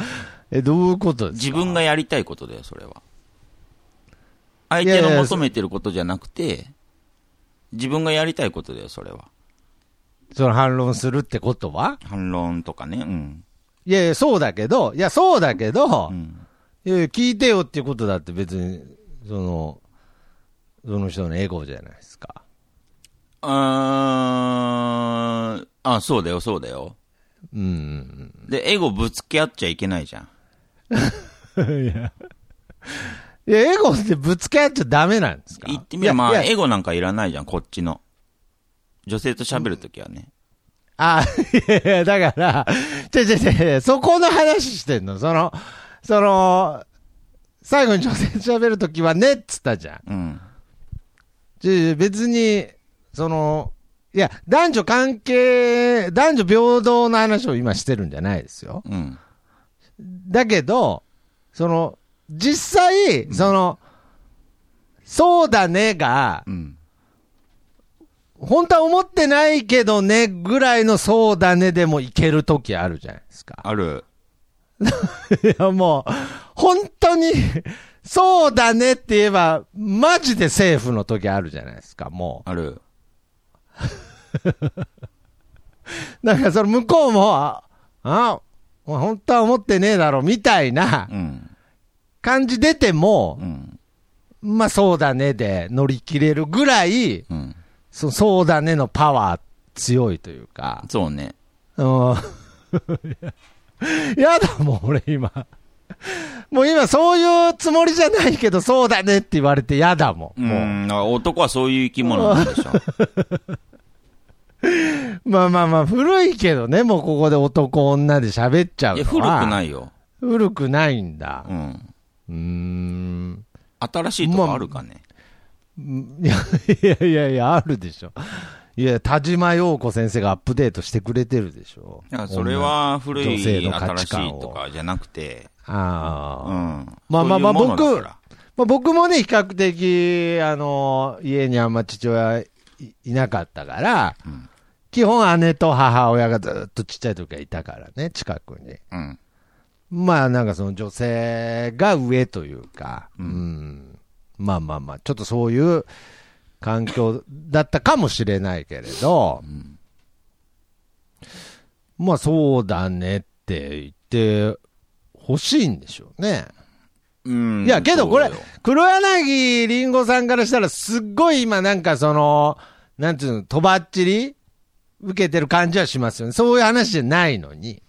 Speaker 1: え、どういうことです
Speaker 2: 自
Speaker 1: か
Speaker 2: 分がやりたいことだよ、それは。相手の求めてることじゃなくて、自分がやりたいことだよ、それは。
Speaker 1: その反論するってことは
Speaker 2: 反論とかね、うん。
Speaker 1: いやいや、そうだけど、いや、そうだけど、
Speaker 2: うん。
Speaker 1: いやいや聞いてよっていうことだって別に、その、その人のエゴじゃないですか。
Speaker 2: あーあ、そうだよ、そうだよ。
Speaker 1: うん。
Speaker 2: で、エゴぶつけ合っちゃいけないじゃん。
Speaker 1: いや、いやエゴってぶつけ合っちゃダメなんですか
Speaker 2: 言ってみれば、ま
Speaker 1: い
Speaker 2: あ、
Speaker 1: やいや
Speaker 2: エゴなんかいらないじゃん、こっちの。女性と喋るときはね。
Speaker 1: あ、いやいや、だから、ちょちょちょちょ、そこの話してんの。その、その、最後に女性と喋るときはねっつったじゃん。
Speaker 2: うん。
Speaker 1: ちょちょ別に、その、いや、男女関係、男女平等の話を今してるんじゃないですよ。
Speaker 2: うん。
Speaker 1: だけど、その、実際、その、そうだねが、
Speaker 2: うん。
Speaker 1: 本当は思ってないけどねぐらいのそうだねでもいけるときあるじゃないですか。
Speaker 2: ある。
Speaker 1: いや、もう、本当に、そうだねって言えば、マジでセーフの時あるじゃないですか、も
Speaker 2: ある。
Speaker 1: う。なんか、その向こうも、あ、あお前本当は思ってねえだろ、みたいな
Speaker 2: うん。
Speaker 1: 感じ出て
Speaker 2: う
Speaker 1: も、
Speaker 2: ん。
Speaker 1: まあ、そうだねで乗り切れるぐらい、
Speaker 2: うん。
Speaker 1: そそうだねのパワー強いというか。
Speaker 2: そうね。
Speaker 1: うん。 いややだもん、俺今。もう今、そういうつもりじゃないけど、そうだねって言われてやだもん。
Speaker 2: う
Speaker 1: もう。
Speaker 2: ん。だから男はそういう生き物なんでしょ。
Speaker 1: まあまあまあ、古いけどね、もうここで男女で喋っちゃう
Speaker 2: い
Speaker 1: の
Speaker 2: や、
Speaker 1: は。。
Speaker 2: 古くないいよ。
Speaker 1: 古くないんだ
Speaker 2: う。ん。
Speaker 1: うーん。
Speaker 2: 新しいとこあるかね。
Speaker 1: いやいやいやいや、あるでしょ。いや、田島陽子先生がアップデートしてくれてるでしょ。
Speaker 2: いや、それは古い、
Speaker 1: 女性の価
Speaker 2: 新し
Speaker 1: 値観
Speaker 2: い
Speaker 1: を
Speaker 2: とかじゃなくて。
Speaker 1: あ
Speaker 2: う
Speaker 1: あ、
Speaker 2: ん。
Speaker 1: まあまあまあ
Speaker 2: そういうものだから
Speaker 1: まあ、僕もね、比較的、あの、家にあんま父親いいなかったから、
Speaker 2: ん
Speaker 1: 基本姉と母親がずっとちっちゃい時はいたからね、近くに。
Speaker 2: うん。
Speaker 1: まあなんかその女性が上というか、うん、まあまあまあ、ちょっとそういう環境だったかもしれないけれど、まあそうだねって言ってほしいんでしょうね。
Speaker 2: うん。
Speaker 1: いや、けどこれ
Speaker 2: そうよ、
Speaker 1: 黒柳りんごさんからしたら、すっごい今なんかその、なんていうの、とばっちり受けてる感じはしますよね。そういう話じゃないのに。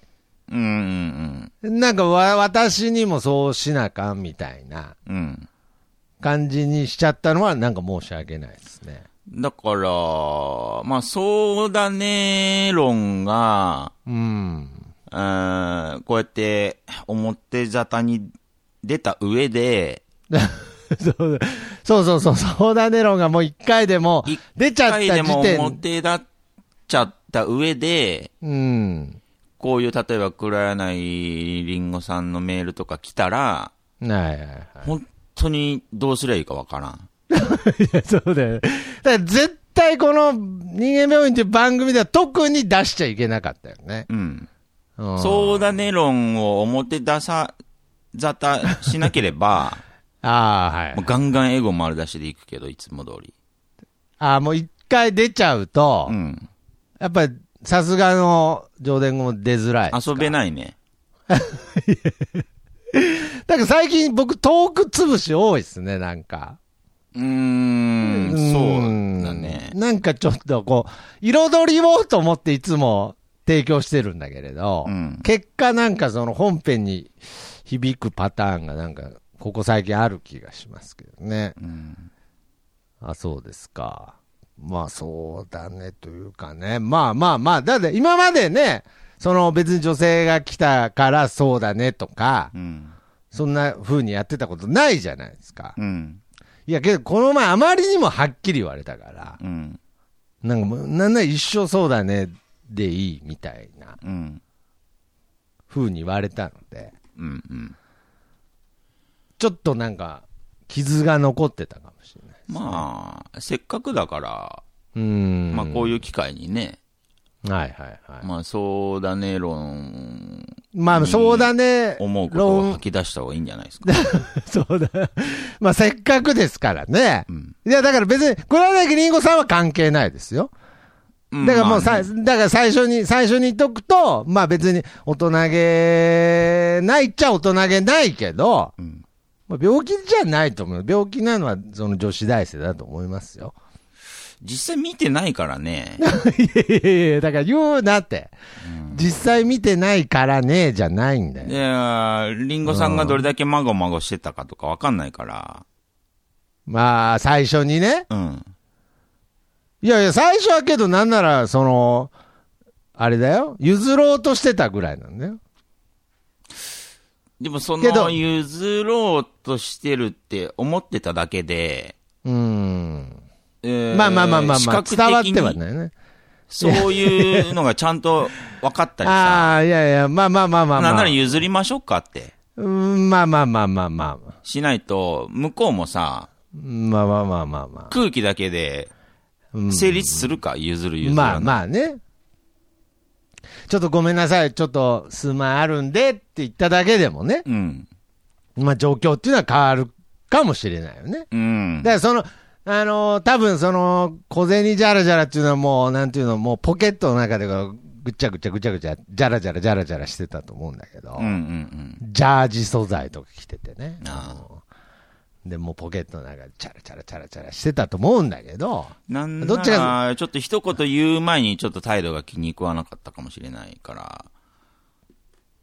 Speaker 2: うんうん
Speaker 1: なんかわ、私にもそうしなあかんみたいな
Speaker 2: うん。うん。
Speaker 1: 感じにしちゃったのは、なんか申し訳ないですね。
Speaker 2: だから、まあ、そうだね論が、
Speaker 1: うん。
Speaker 2: うん、こうやって表沙汰に出た上で、
Speaker 1: そうそうそうそう、そうだね論がもう一回でも
Speaker 2: 一
Speaker 1: 出ちゃった時
Speaker 2: でも
Speaker 1: 点。
Speaker 2: 表だっちゃった上で、
Speaker 1: うん。
Speaker 2: こういう、例えば、黒柳りんごさんのメールとか来たら、
Speaker 1: はいはいはい。
Speaker 2: 本当にどうすりゃいいかわからん。
Speaker 1: いや そうだよね。だから絶対この人間病院っていう番組では特に出しちゃいけなかったよね。
Speaker 2: うん。
Speaker 1: うん、。
Speaker 2: そううだね論を表出さ、ざたしな ければ、
Speaker 1: ああ、はい
Speaker 2: もう。ガンガンエゴ丸出しでいくけど、いつも通り。
Speaker 1: ああ、もう一回出ちゃうと、
Speaker 2: うん。
Speaker 1: やっぱりさすがの上伝語も出づらい。
Speaker 2: 遊べないね。
Speaker 1: だから最近僕トーク潰し多いですね、なんか。
Speaker 2: うーん、そうだね
Speaker 1: うん。なんかちょっとこう、彩りをと思っていつも提供してるんだけれど、
Speaker 2: うん
Speaker 1: 結果なんかその本編に響くパターンがなんか、ここ最近ある気がしますけどね。
Speaker 2: うん。
Speaker 1: あ、そうですか。まあそうだねというかね。まあまあまあ、だって今までね、その別に女性が来たからそうだねとか、
Speaker 2: うん。
Speaker 1: そんな風にやってたことないじゃないですか。
Speaker 2: うん。
Speaker 1: いや、けどこの前あまりにもはっきり言われたから、
Speaker 2: うん。
Speaker 1: なんかもう、なんなら一生そうだねでいいみたいな
Speaker 2: うん。
Speaker 1: 風に言われたので、
Speaker 2: うん。うん。
Speaker 1: ちょっとなんか、傷が残ってたかもしれない。
Speaker 2: まあ、せっかくだから、
Speaker 1: うん。
Speaker 2: まあこう
Speaker 1: い
Speaker 2: いう機会にね、
Speaker 1: う。はいはいはい。
Speaker 2: まあそうだね論、
Speaker 1: まあ、そうだね。
Speaker 2: 思うことを
Speaker 1: 論
Speaker 2: 吐き出した方がいいんじゃな いですか。
Speaker 1: そうだ。 まあ、せっかくですからね。
Speaker 2: うん
Speaker 1: いや、だから別に、黒柳りんごさんは関係ないですよ。
Speaker 2: うん
Speaker 1: だからもう
Speaker 2: ま
Speaker 1: さ、
Speaker 2: あね
Speaker 1: だから最初に、最初に言っとくと、まあ別に大人げないっちゃ大人げないけど、
Speaker 2: うん
Speaker 1: まあ病気じゃないと思う。病気なのはその女子大生だと思いますよ。
Speaker 2: 実際見てないからね。
Speaker 1: いやいやいや、だから言うなって。実際見てないからね、じゃないんだよ。
Speaker 2: いやーリンゴさんがどれだけまごまごしてたかとかわかんないから。
Speaker 1: まあ最初にね。
Speaker 2: うん。
Speaker 1: いやいや、最初はけどなんなら、その、あれだよ。譲ろうとしてたぐらいなんだよ。
Speaker 2: でもそ
Speaker 1: けど
Speaker 2: の譲ろうとしてるって思ってただけで、
Speaker 1: うーん。
Speaker 2: えー
Speaker 1: まあまあまあまあ
Speaker 2: 視
Speaker 1: まあ、
Speaker 2: 覚
Speaker 1: 伝
Speaker 2: 的に
Speaker 1: わってはないね。
Speaker 2: そういうのがちゃんと分かったりさ、
Speaker 1: ああー、いやいや、まあまあまあまあ、まあ。
Speaker 2: なんなら譲りましょうかって。
Speaker 1: うーんまあまあまあまあまあ。
Speaker 2: しないと、向こうもさ、
Speaker 1: まあまあまあまあまあ。
Speaker 2: 空気だけで
Speaker 1: うん
Speaker 2: 成立するか、譲る譲る。
Speaker 1: まあまあね。ちょっとごめんなさい、ちょっと数万あるんでって言っただけでもね、
Speaker 2: うん。
Speaker 1: まあ状況っていうのは変わるかもしれないよね。
Speaker 2: うん
Speaker 1: だか。らその、あのー多分その、小銭じゃらじゃらっていうのはもう、なんていうの、もうポケットの中でこうぐっちゃぐちゃぐちゃぐちゃ、じゃらじゃらじゃらじゃらしてたと思うんだけど、
Speaker 2: うんうんうん。
Speaker 1: ジャージ素材とか着ててね。
Speaker 2: あ
Speaker 1: で、もうポケットの中でチャラチャラチャラチャラしてたと思うんだけど、
Speaker 2: なん
Speaker 1: ど
Speaker 2: な
Speaker 1: っちが
Speaker 2: ら、ちょっと一言言う前にちょっと態度が気に食わなかったかもしれないから。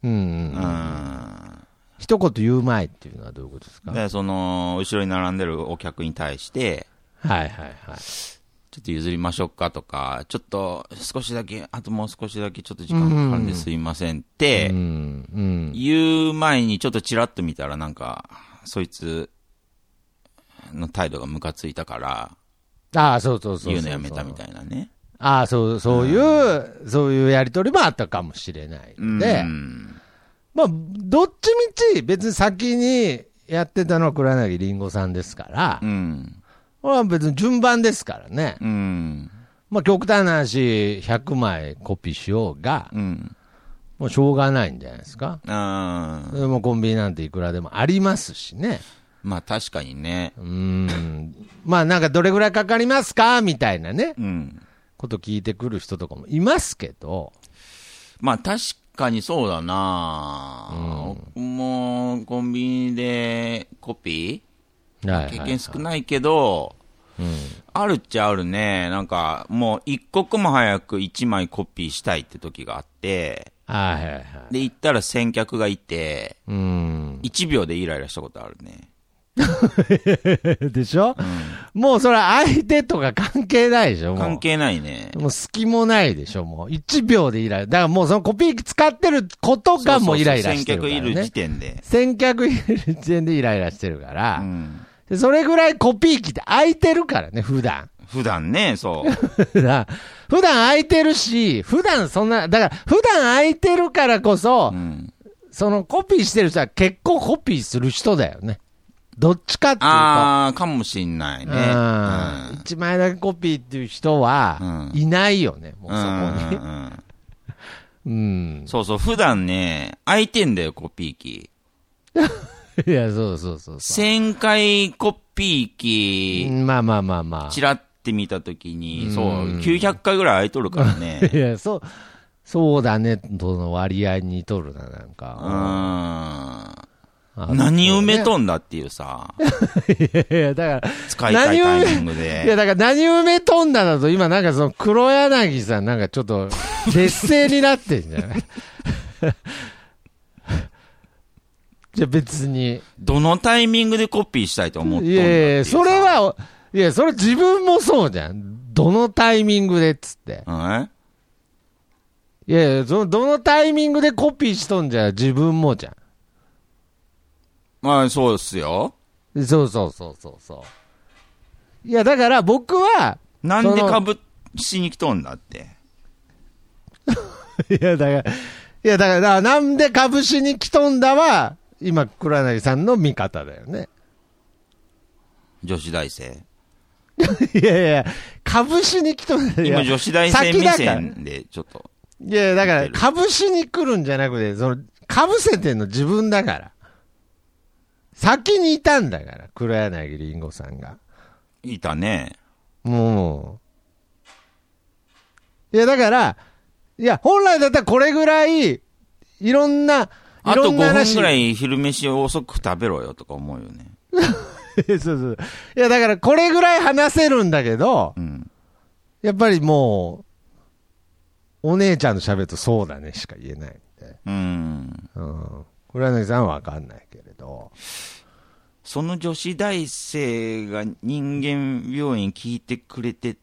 Speaker 1: うんうん
Speaker 2: う。ん。
Speaker 1: 一言言う前っていうのはどういうことですかはい
Speaker 2: で、その、後ろに並んでるお客に対して、
Speaker 1: はいはい。
Speaker 2: ちょっと譲りましょうかとか、ちょっと少しだけ、あともう少しだけちょっと時間かかるんですいませんって
Speaker 1: う、ん、うん。
Speaker 2: 言う前にちょっとチラッと見たらなんか、そいつの態度がムカついたから、
Speaker 1: ああ、そうそうそうそう。
Speaker 2: 言うのやめたみたいなね。
Speaker 1: ああ、そう、そういう、そういうやりとりもあったかもしれないんで、
Speaker 2: うん
Speaker 1: まあ、どっちみち別に先にやってたのは黒柳りんごさんですから
Speaker 2: う、ん。
Speaker 1: これは別に順番ですからね。
Speaker 2: うん。
Speaker 1: まあ、極端な話、100枚コピーしようが、
Speaker 2: うん。
Speaker 1: もうしょうがないんじゃないですか。
Speaker 2: あー
Speaker 1: もうコンビニなんていくらでもありますしね。
Speaker 2: まあ確かにね。
Speaker 1: うーん。まあなんかどれぐらいかかりますかみたいなね、
Speaker 2: うん。
Speaker 1: こと聞いてくる人とかもいますけど、
Speaker 2: まあ確かにそうだな、僕もコンビニでコピ
Speaker 1: はいは
Speaker 2: ー
Speaker 1: い
Speaker 2: 経
Speaker 1: はい
Speaker 2: 験少ないけど、あるっちゃあるね。なんかもう一刻も早く一枚コピーしたいって時があって、
Speaker 1: はいはいはい。
Speaker 2: で行ったら先客がいて、
Speaker 1: うーん。
Speaker 2: 1秒でイライラしたことあるね。
Speaker 1: でしょ、もうそれは相手とか関係ないでしょもう
Speaker 2: 関係ないね。
Speaker 1: もう隙もないでしょもう1秒でイライラ。だからもうそのコピー機使ってることがもうイライラしてるから、ね。
Speaker 2: そうそうそう先客いる時点で。
Speaker 1: 先客いる時点でイライラしてるか
Speaker 2: う
Speaker 1: ら、
Speaker 2: ん
Speaker 1: でそれぐらいコピー機って空いてるからね、普段。
Speaker 2: 普段ね、そう。
Speaker 1: 普段普段空いてるし、普段そんな、だから普段空いてるからこ そ、
Speaker 2: うん
Speaker 1: そのコピーしてる人は結構コピーする人だよね。どっちかっていうと。
Speaker 2: あー、かもしんないね。
Speaker 1: うん
Speaker 2: うん
Speaker 1: 一枚だけコピーっていう人は
Speaker 2: うん
Speaker 1: いないよね、もう
Speaker 2: うん
Speaker 1: そこに。
Speaker 2: うんうん
Speaker 1: うん。
Speaker 2: そうそう、普段ね、空いてんだよ、コピー機。
Speaker 1: いや、そうそうそうそ
Speaker 2: 1000回コピー
Speaker 1: う。
Speaker 2: 機、
Speaker 1: まあまあまあま
Speaker 2: チラって見たときに、そう
Speaker 1: うん、
Speaker 2: 900回ぐらい空いとるから
Speaker 1: あ。い
Speaker 2: ね。
Speaker 1: や、そう、そうだね、との割合にとるな、なん
Speaker 2: う
Speaker 1: か。
Speaker 2: ん。
Speaker 1: あ
Speaker 2: 何埋めとんだっていうさ、
Speaker 1: いやいや、だから、
Speaker 2: 使いたいタイミング
Speaker 1: いや、
Speaker 2: で。
Speaker 1: だから何埋めとんだだと、今なんかその黒柳さんなんかちょっ と劣勢になってんじゃない じゃあ別に。
Speaker 2: どのタイミングでコピーしたいと思っとん
Speaker 1: い
Speaker 2: だって
Speaker 1: やい
Speaker 2: いう
Speaker 1: や、
Speaker 2: さ
Speaker 1: それ、は、いや、それ自分もそうじゃん。どのタイミングでっつって。
Speaker 2: うん
Speaker 1: いやいや、そのどのタイミングでコピーしとんじゃ、自分もじゃん。
Speaker 2: まあ、そうっすよ。
Speaker 1: そうそうそうそうそう。いや、だから僕は、
Speaker 2: なんで
Speaker 1: その
Speaker 2: かぶしに来とんだって。
Speaker 1: いや、だから、いや、だから、だからなんで株式に来とんだは、今、黒柳さんの見方だよ ね。
Speaker 2: 女子大生。
Speaker 1: いやいや、株式に来とんだ。いや
Speaker 2: 今、女子大生
Speaker 1: 先
Speaker 2: 目
Speaker 1: だから
Speaker 2: 線で、ちょっと。
Speaker 1: いや、だから、
Speaker 2: 見てる
Speaker 1: 株式に来るんじゃなくて、その、かぶせてんの自分だから。先にいたんだから、黒柳りんごさんが。
Speaker 2: いたね。
Speaker 1: もう。いや、だから、いや、本来だったらこれぐらい、いろんな、い
Speaker 2: あと
Speaker 1: ろ
Speaker 2: 5
Speaker 1: んな
Speaker 2: 分
Speaker 1: 話
Speaker 2: ぐらい昼飯を遅く食べろよとか思うよね。
Speaker 1: そうそう。いや、だからこれぐらい話せるんだけど、
Speaker 2: うん。
Speaker 1: やっぱりもう、お姉ちゃんの喋るとそうだねしか言えないんで。
Speaker 2: うん。
Speaker 1: うん。黒柳さんはわかんないけれど。
Speaker 2: その女子大生が人間病院聞いてくれて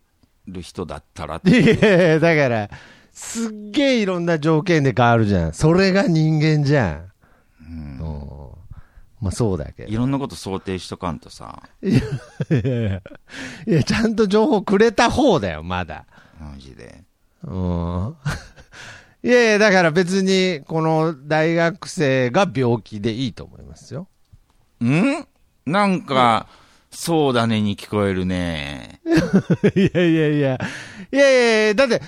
Speaker 2: る人だったらっ
Speaker 1: い
Speaker 2: て。
Speaker 1: やいやだから、すっげえいろんな条件で変わるじゃん。それが人間じゃん。
Speaker 2: うん
Speaker 1: うん。まあそうだけど。
Speaker 2: い
Speaker 1: い
Speaker 2: ろんなこと想定しとかんとさ。
Speaker 1: やいやいや、ちゃんと情報くれた方だよ、まだ。
Speaker 2: マジで。
Speaker 1: うん。いやいや、だから別に、この大学生が病気でいいと思います よ。
Speaker 2: んなんか、そうだねに聞こえるね。
Speaker 1: いやいやいや。いやいやいや、だって、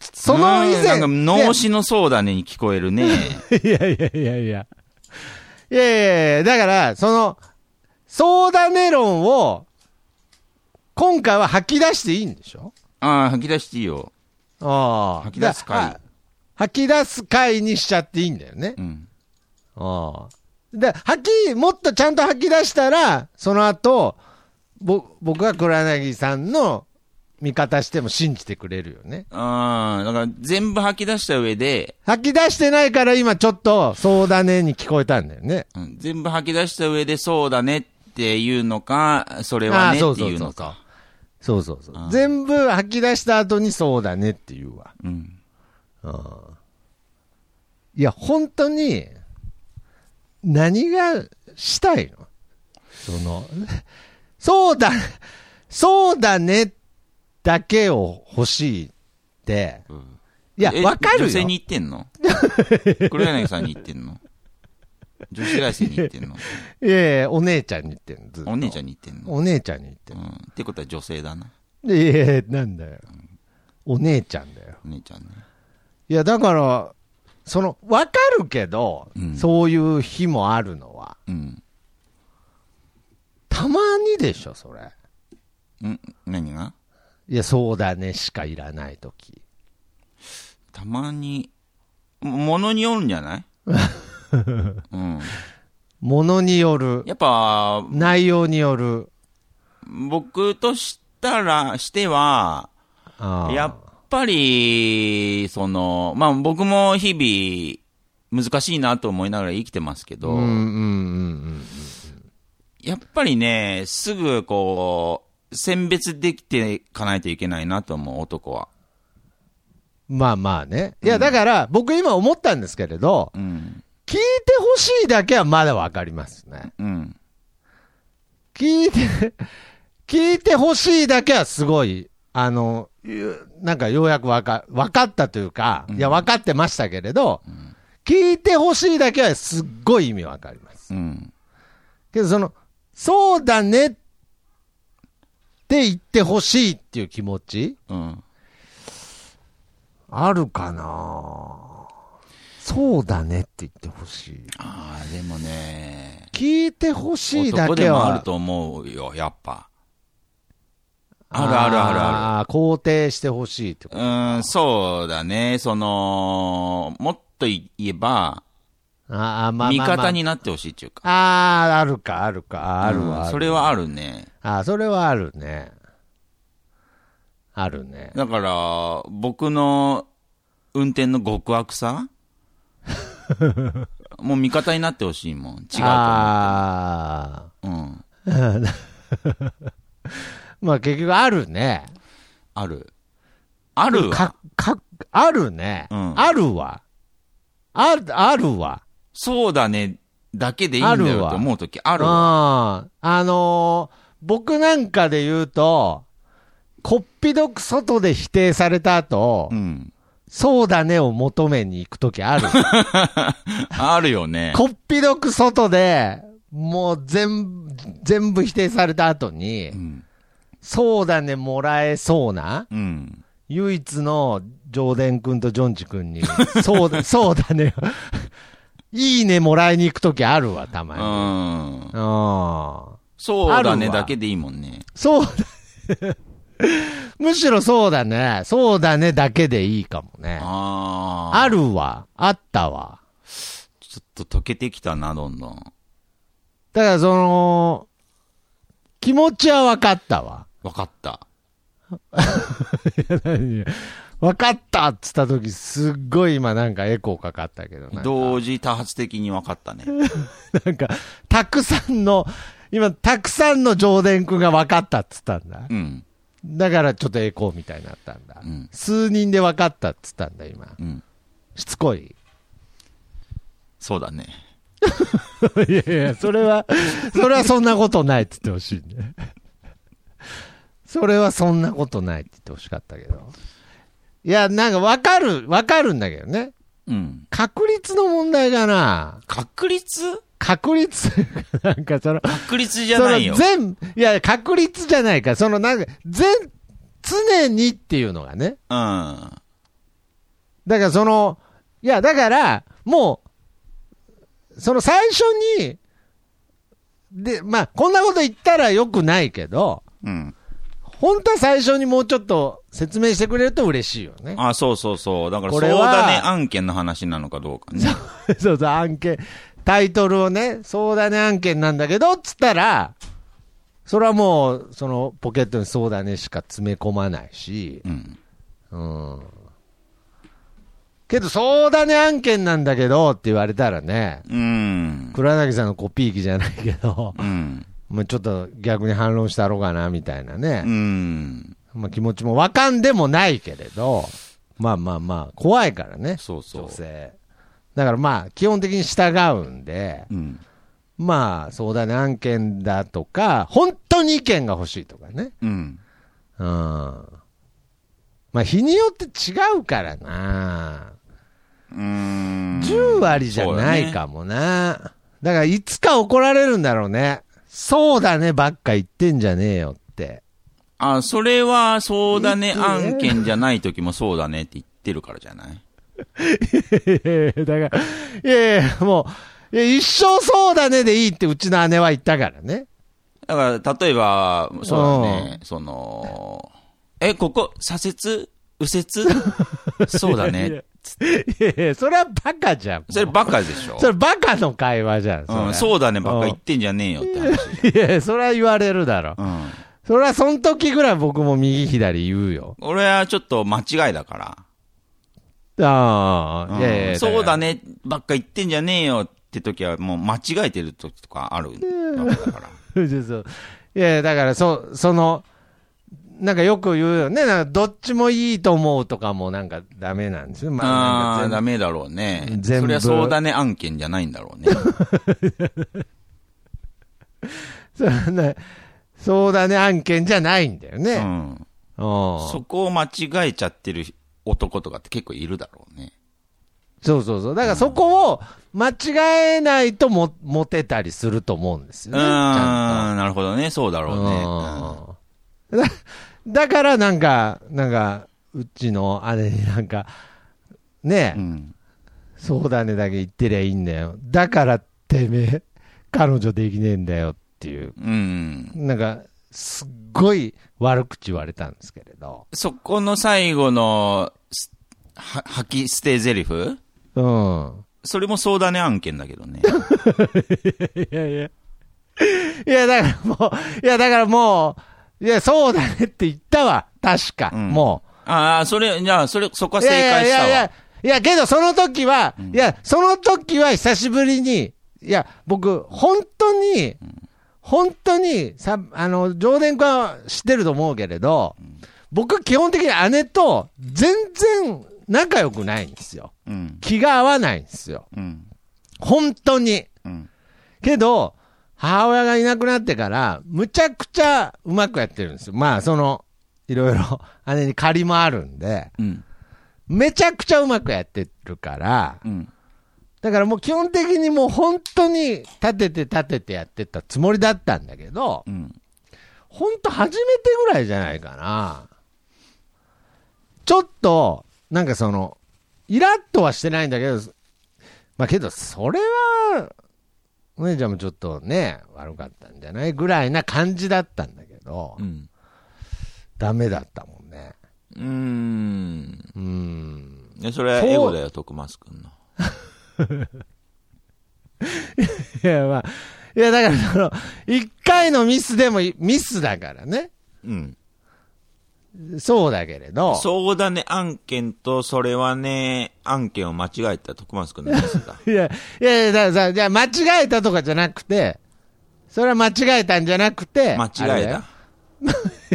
Speaker 1: その以
Speaker 2: な
Speaker 1: 前。
Speaker 2: んか、脳死のそうだねに聞こえるね。
Speaker 1: いやいやいやいや。いやいやいや、だから、その、ソーダメロンを、今回は吐き出していいんでしょ
Speaker 2: ああ、吐き出していいよ。
Speaker 1: ああ。
Speaker 2: 吐き出す回
Speaker 1: だあ吐き出す回にしちゃっていいんだよね。
Speaker 2: うん。
Speaker 1: ああ。で、吐き、もっとちゃんと吐き出したら、その後、ぼ、僕は黒柳さんの味方しても信じてくれるよね。
Speaker 2: ああ、だから全部吐き出した上で、
Speaker 1: 吐き出してないから今ちょっと、そうだねに聞こえたんだよね。
Speaker 2: うん全部吐き出した上で、そうだねっていうのか、それはね
Speaker 1: あー
Speaker 2: っていうのか。
Speaker 1: そうそうそう
Speaker 2: あ。あ
Speaker 1: 全部吐き出した後にそうだねって言うわ。
Speaker 2: うん。
Speaker 1: うんいや、本当に、何がしたいのその、そうだ、そうだねだけを欲しいって、
Speaker 2: うん
Speaker 1: いや
Speaker 2: え、
Speaker 1: わかる
Speaker 2: 女性
Speaker 1: よ。
Speaker 2: に言ってんの黒柳さんに言ってんの女子大生に言ってんの
Speaker 1: いやいやお姉ちゃんに言ってんのずっと
Speaker 2: お姉ちゃんに言ってんの
Speaker 1: お姉ちゃんに言って
Speaker 2: うんん。ってことは女性だな。
Speaker 1: のいやいや、なんだよ。お姉ちゃんだよ。
Speaker 2: お姉ちゃんね。
Speaker 1: いや、だから、その、わかるけど、
Speaker 2: うん
Speaker 1: そういう日もあるのは。
Speaker 2: うん。
Speaker 1: たまにでしょ、それ。
Speaker 2: ん何が
Speaker 1: いや、そうだねしかいらないとき。
Speaker 2: たまに、もものによるんじゃないうん。
Speaker 1: ものによる、
Speaker 2: やっぱ、
Speaker 1: 内容による。
Speaker 2: 僕としたら、しては、
Speaker 1: あー
Speaker 2: やっぱり、その、まあ僕も日々、難しいなと思いながら生きてますけど、
Speaker 1: うんうんうん
Speaker 2: やっぱりね、すぐこう、選別できていかないといけないなと思う、男は。
Speaker 1: うん。まあまあね。いや、だから、僕今思ったんですけれど、
Speaker 2: うん。
Speaker 1: 聞いてほしいだけはまだわかりますね。
Speaker 2: うん。
Speaker 1: 聞いて、 聞いてほしいだけはすごい、あの、ゆなんかようやくわか、わかったというか、いや、わかってましたけれど、聞いてほしいだけはすっごい意味わかります。
Speaker 2: うん。
Speaker 1: けどその、そうだねって言ってほしいっていう気持ち
Speaker 2: うん。
Speaker 1: あるかなそうだねって言ってほしい。
Speaker 2: ああ、でもね、
Speaker 1: 聞いてほしいだ
Speaker 2: 男
Speaker 1: け
Speaker 2: でも
Speaker 1: は。
Speaker 2: あると思うよ、やっぱ。あるあるあるある。
Speaker 1: ある。肯定してほしいってこと
Speaker 2: う。ーん、そうだね。その、もっと言えば、
Speaker 1: ああ、まあまあ、
Speaker 2: 味
Speaker 1: まあ。
Speaker 2: 方になってほしいっていうか。
Speaker 1: ああ、あるか、あるか、あるわ、
Speaker 2: うん
Speaker 1: ある
Speaker 2: それはあるね。
Speaker 1: ああ、それはあるね。あるね。
Speaker 2: だから、僕の運転の極 悪さもう味方になってほしいもん。違うと
Speaker 1: あ
Speaker 2: 思う。うん。
Speaker 1: あ。まあ結局あるね。
Speaker 2: ある。あるわ
Speaker 1: か、か、あるね。
Speaker 2: うん
Speaker 1: あるわ。ある、あるわ。
Speaker 2: そうだね、だけでいいんだよと思うときある
Speaker 1: う
Speaker 2: わ。
Speaker 1: ん。あのー僕なんかで言うと、こっぴどく外で否定された後、
Speaker 2: うん。
Speaker 1: そうだねを求めに行くときある。
Speaker 2: あるよね。
Speaker 1: こっぴどく外で、もう全部、全部否定された後に、
Speaker 2: うん。
Speaker 1: そうだねもらえそうな、
Speaker 2: うん。
Speaker 1: 唯一のジョーデン君とジョンチ君 に、そうだ、そうだね。いいねもらいに行くときあるわ、た
Speaker 2: う
Speaker 1: まに。
Speaker 2: ん。
Speaker 1: うん。
Speaker 2: そうだ
Speaker 1: あ
Speaker 2: ね、
Speaker 1: るわ
Speaker 2: だけでいいもんね。
Speaker 1: そうだ、 むしろそうだね。そうだねだけでいいかもね。あ
Speaker 2: ああ。
Speaker 1: るわ。あったわ。
Speaker 2: ちょっと溶けてきたな、どんどん。
Speaker 1: だからその、気持ちは分かったわ。
Speaker 2: わかった。
Speaker 1: 分かったっつった時すっごい今なんかエコーかかったけどなんか
Speaker 2: 同時多発的にわかったね。
Speaker 1: なんか、たくさんの、今、たくさんの上田君が分かったっつったんだ
Speaker 2: う。ん。
Speaker 1: だからちょっとエコーみたいになったんだ。
Speaker 2: うん
Speaker 1: 数人で分かったっつったんだ、今。
Speaker 2: うん。
Speaker 1: しつこい。
Speaker 2: そうだね。
Speaker 1: いやいや、それは、それはそんなことないって言ってほしいね。それはそんなことないって言ってほしかったけど。いや、なんかわかる、わかるんだけどね。
Speaker 2: うん。
Speaker 1: 確率の問題がな、
Speaker 2: 確率
Speaker 1: 確率、なんかその、
Speaker 2: 確率じゃないよ
Speaker 1: そ。の全、いや、確率じゃないから、そのなんか、全、常にっていうのがね。
Speaker 2: うん。あ
Speaker 1: だからその、いや、だから、もう、その最初に、で、まあ、こんなこと言ったらよくないけど、
Speaker 2: うん。
Speaker 1: 本当は最初にもうちょっと説明してくれると嬉しいよね。
Speaker 2: あ、そうそうそう。だから、そ
Speaker 1: こ
Speaker 2: う
Speaker 1: れは
Speaker 2: だね案件の話なのかどうかね。
Speaker 1: そうそう、案件、タイトルをね、そうだね案件なんだけど、つったら、それはもう、そのポケットにそうだねしか詰め込まないし、
Speaker 2: うん。
Speaker 1: うん。けど、そうだね案件なんだけどって言われたらね、
Speaker 2: うん。
Speaker 1: 黒柳さんのコピー機じゃないけど、
Speaker 2: うん。
Speaker 1: まあちょっと逆に反論したろうかなみたいな
Speaker 2: う
Speaker 1: ね、
Speaker 2: ん。
Speaker 1: まあ気持ちもわかんでもないけれど、まあまあまあ、怖いからね、
Speaker 2: そうそ
Speaker 1: 女
Speaker 2: う。
Speaker 1: 性。だからまあ、基本的に従うんで、
Speaker 2: うん。
Speaker 1: まあ、そうだね、案件だとか、本当に意見が欲しいとかね。
Speaker 2: うん。
Speaker 1: うん。まあ、日によって違うからな。
Speaker 2: うーん。
Speaker 1: 10割じゃないかもな。だから、いつか怒られるんだろうね。そうだね、ばっか言ってんじゃねえよって。
Speaker 2: あ、それは、そうだね
Speaker 1: いつね
Speaker 2: 案件じゃない時もそうだねって言ってるからじゃない
Speaker 1: だから、いやいや、もう、いや一生そうだねでいいってうちの姉は言ったからね。
Speaker 2: だから、例えば、そうだね、その、え、ここ、左折 右折そうだね。
Speaker 1: いやいや、それはバカじゃん。
Speaker 2: それバカでしょ
Speaker 1: それバカの会話じゃん。
Speaker 2: うん、
Speaker 1: う。
Speaker 2: そうだね、ばっか言ってんじゃねえよって話。
Speaker 1: いやいや、それは言われるだろ。
Speaker 2: うん。
Speaker 1: それはその時ぐらい僕も右左言うよ。
Speaker 2: 俺はちょっと間違いだから。
Speaker 1: ああ、いやいや、
Speaker 2: うんそうだ
Speaker 1: ね。
Speaker 2: ね、ばっか言ってんじゃねえよって時は、もう間違えてる時とかあるわけだから。
Speaker 1: そうそういやいや、だから、そ、その、なんかよく言うよね。なんかどっちもいいと思うとかもなんかダメなんですよ。
Speaker 2: あ
Speaker 1: まあ、
Speaker 2: あー、
Speaker 1: な
Speaker 2: ダ
Speaker 1: んか
Speaker 2: メだろうね。
Speaker 1: 全
Speaker 2: そ
Speaker 1: 部
Speaker 2: りゃそうだね案件じゃないんだろうね。
Speaker 1: 全 そうねそうだね、案件じゃないんだよ
Speaker 2: う
Speaker 1: ね。
Speaker 2: ん。
Speaker 1: うん。
Speaker 2: そこを間違えちゃってる男とかって結構いるだろうね。
Speaker 1: そうそうそう。だからそこを間違えないとも、モテたりすると思うんです
Speaker 2: う
Speaker 1: よ
Speaker 2: ーん、
Speaker 1: ね。ちゃんと。
Speaker 2: なるほどね。そうだろうね。
Speaker 1: うんだ だからなんか、なんか、うちの姉になんか、ね
Speaker 2: う
Speaker 1: え、
Speaker 2: ん。
Speaker 1: そうだねだけ言ってりゃいいんだよ。だからてめえ、彼女できねえんだよっていう、
Speaker 2: うん。
Speaker 1: なんか、すっごい悪口言われたんですけれど。
Speaker 2: そこの最後の、すは、吐き捨て台詞
Speaker 1: うん。
Speaker 2: それもそうだね案件だけどね。
Speaker 1: いやいや。いや、だからもう、いや、だからもう、いや、そうだねって言ったわ。確か。
Speaker 2: うん
Speaker 1: もう。
Speaker 2: ああ、それ、じゃあ、それ、そこはい正
Speaker 1: や
Speaker 2: 解
Speaker 1: い
Speaker 2: したわ。
Speaker 1: やいやいや、いやけどその時は、いや、その時は久しぶりに、いや、僕、本当に、本当に、さ、あの、上田君は知ってると思うけれど、僕、基本的に姉と、全然、仲良くないんですよ。
Speaker 2: うん。
Speaker 1: 気が合わないんですよ。
Speaker 2: うん。
Speaker 1: 本当に。
Speaker 2: うん。
Speaker 1: けど、母親がいなくなってから、むちゃくちゃうまくやってるんですよ。まあ、その、いろいろ、姉に借りもあるんで、
Speaker 2: うん。
Speaker 1: めちゃくちゃうまくやってるから、
Speaker 2: うん。
Speaker 1: だからもう基本的にもう本当に立てて立ててやってたつもりだったんだけど、
Speaker 2: うん。
Speaker 1: 本当初めてぐらいじゃないかな。ちょっと、なんかその、イラッとはしてないんだけど、まあけど、それは、お姉ちゃんもちょっとね、悪かったんじゃないぐらいな感じだったんだけど、
Speaker 2: うん。
Speaker 1: ダメだったもんね。
Speaker 2: うーん。
Speaker 1: うん。
Speaker 2: いやそれ、
Speaker 1: そう
Speaker 2: エゴだよ、徳松くんの。
Speaker 1: いや、まあ、いや、だからその、一回のミスでもいミスだからね。
Speaker 2: うん。
Speaker 1: そうだけれど。
Speaker 2: そうだね、案件と、それはね、案件を間違えた徳松くんのミスだ。
Speaker 1: いや、いやいや、だからさ、じゃあ間違えたとかじゃなくて、それは間違えたんじゃなくて、
Speaker 2: 間違えた。
Speaker 1: た。い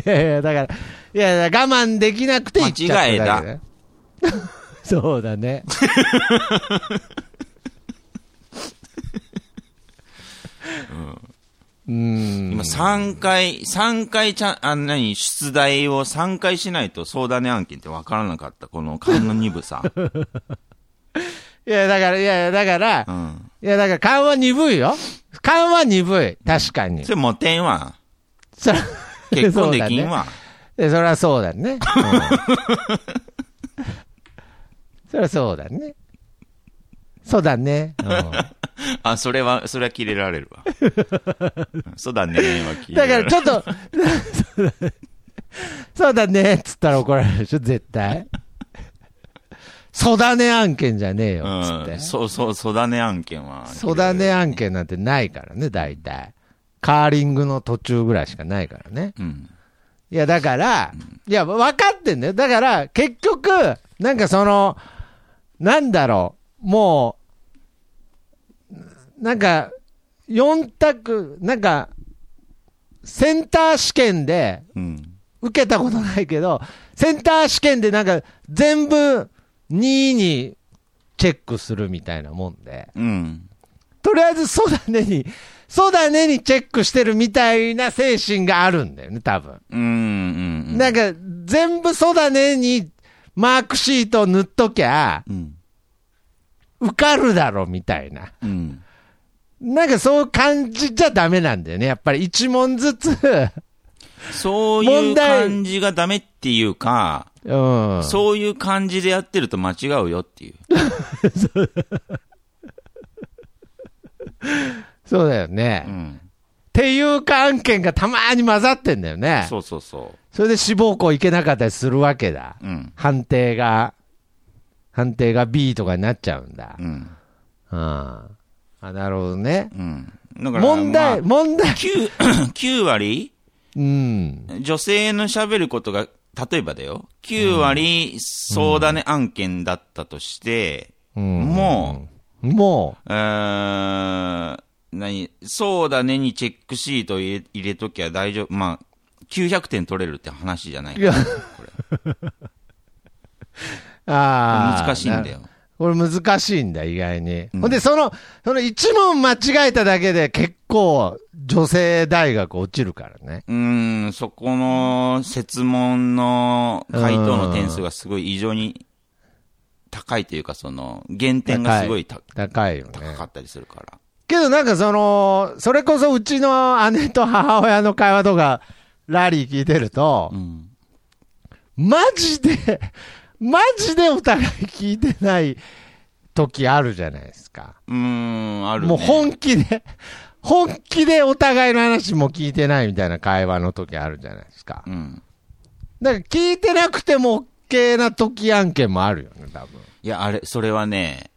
Speaker 1: やいや、だから、いやいや、我慢できなくて言っちゃっただけだよね そうだ ね。うん。
Speaker 2: 今3回、三回ちゃん、あ、何、出題を3回しないと相談ね案件って分からなかった、この勘の鈍さ。
Speaker 1: いや、だから、いやいや、だから、
Speaker 2: うん。
Speaker 1: いや、だから、勘は鈍いよ。勘は鈍い。確かに。
Speaker 2: それモテんわ。
Speaker 1: そら
Speaker 2: 結
Speaker 1: そ
Speaker 2: 婚
Speaker 1: う
Speaker 2: で
Speaker 1: だ
Speaker 2: きん
Speaker 1: ね
Speaker 2: わ。
Speaker 1: え、そりゃそうだね。うんそりゃそうだね。そうだね。うん
Speaker 2: あ、それは、それは切れられる わ。うんそうだね、は切れ
Speaker 1: だから
Speaker 2: られる。
Speaker 1: ちょっと、そうだねっつったら怒られるでしょ、絶対。そうだね案件じゃねえよ、つっ
Speaker 2: う
Speaker 1: て
Speaker 2: ん。。そうそう、そうだね案件は。
Speaker 1: そうだね案件なんてないからね、大体。カーリングの途中ぐらいしかないからね。
Speaker 2: うん。
Speaker 1: いや、だから、いや、分かってんだよ。だから、結局、なんかその、なんだろう、もう、なんか、4択、なんか、センター試験で、
Speaker 2: うん。
Speaker 1: 受けたことないけど、センター試験でなんか、全部2位にチェックするみたいなもんで、
Speaker 2: うん。
Speaker 1: とりあえず、そうだねに、そうだねにチェックしてるみたいな精神があるんだよね、多分。
Speaker 2: うん。うん。
Speaker 1: なんか、全部そうだねに、マークシートを塗っときゃ、
Speaker 2: うん。
Speaker 1: 受かるだろ、みたいな。
Speaker 2: うん。
Speaker 1: なんかそう感じじゃダメなんだよね。やっぱり一問ずつ、
Speaker 2: そうい
Speaker 1: 問
Speaker 2: う
Speaker 1: 題
Speaker 2: 感じがダメっていうか、
Speaker 1: うん。
Speaker 2: そういう感じでやってると間違うよっていう。
Speaker 1: そうだよね。
Speaker 2: う
Speaker 1: っ
Speaker 2: ん。
Speaker 1: ていうか案件がたまーに混ざってんだよね。
Speaker 2: そうそうそ
Speaker 1: それで志望校行けなかったりするわけだ。
Speaker 2: う。うん。
Speaker 1: 判定が、判定が B とかになっちゃうんだ。
Speaker 2: うん。
Speaker 1: うん。あ、なるほどね。
Speaker 2: うん。だから、
Speaker 1: 問題、
Speaker 2: ま
Speaker 1: 問
Speaker 2: あ、
Speaker 1: 題。
Speaker 2: 9、9割
Speaker 1: うん。
Speaker 2: 女性の喋ることが、例えばだよ。9割、そうだね、案件だったとして、
Speaker 1: うん
Speaker 2: も
Speaker 1: う、も、
Speaker 2: う、うーん、何、そうだねにチェックシートを入れ入れときゃ大丈夫。まあ、900点取れるって話じゃないう
Speaker 1: い。や、
Speaker 2: これ
Speaker 1: ああ。
Speaker 2: 難しいんだ
Speaker 1: よ。
Speaker 2: よ。
Speaker 1: これ難しいんだ、意外に。
Speaker 2: うん
Speaker 1: ほんで、その、その一問間違えただけで結構女性大学落ちるからね。
Speaker 2: うーん、そこの設問の回答の点数がすごい異常に高いというか、その、減点がすごいた
Speaker 1: 高いよね。
Speaker 2: 高かったりするから。
Speaker 1: けどなんかその、それこそうちの姉と母親の会話とか、ラリー聞いてると
Speaker 2: う、ん。
Speaker 1: マジで、マジでお互い聞いてない時あるじゃないですか。
Speaker 2: うーん、ある、ね。
Speaker 1: もう本気で、 本気でお互いの話も聞いてないみたいな会話の時あるじゃないですか
Speaker 2: う。ん。
Speaker 1: だから聞いてなくても OK な時案件もあるよね、多
Speaker 2: いや、あれ、それはね、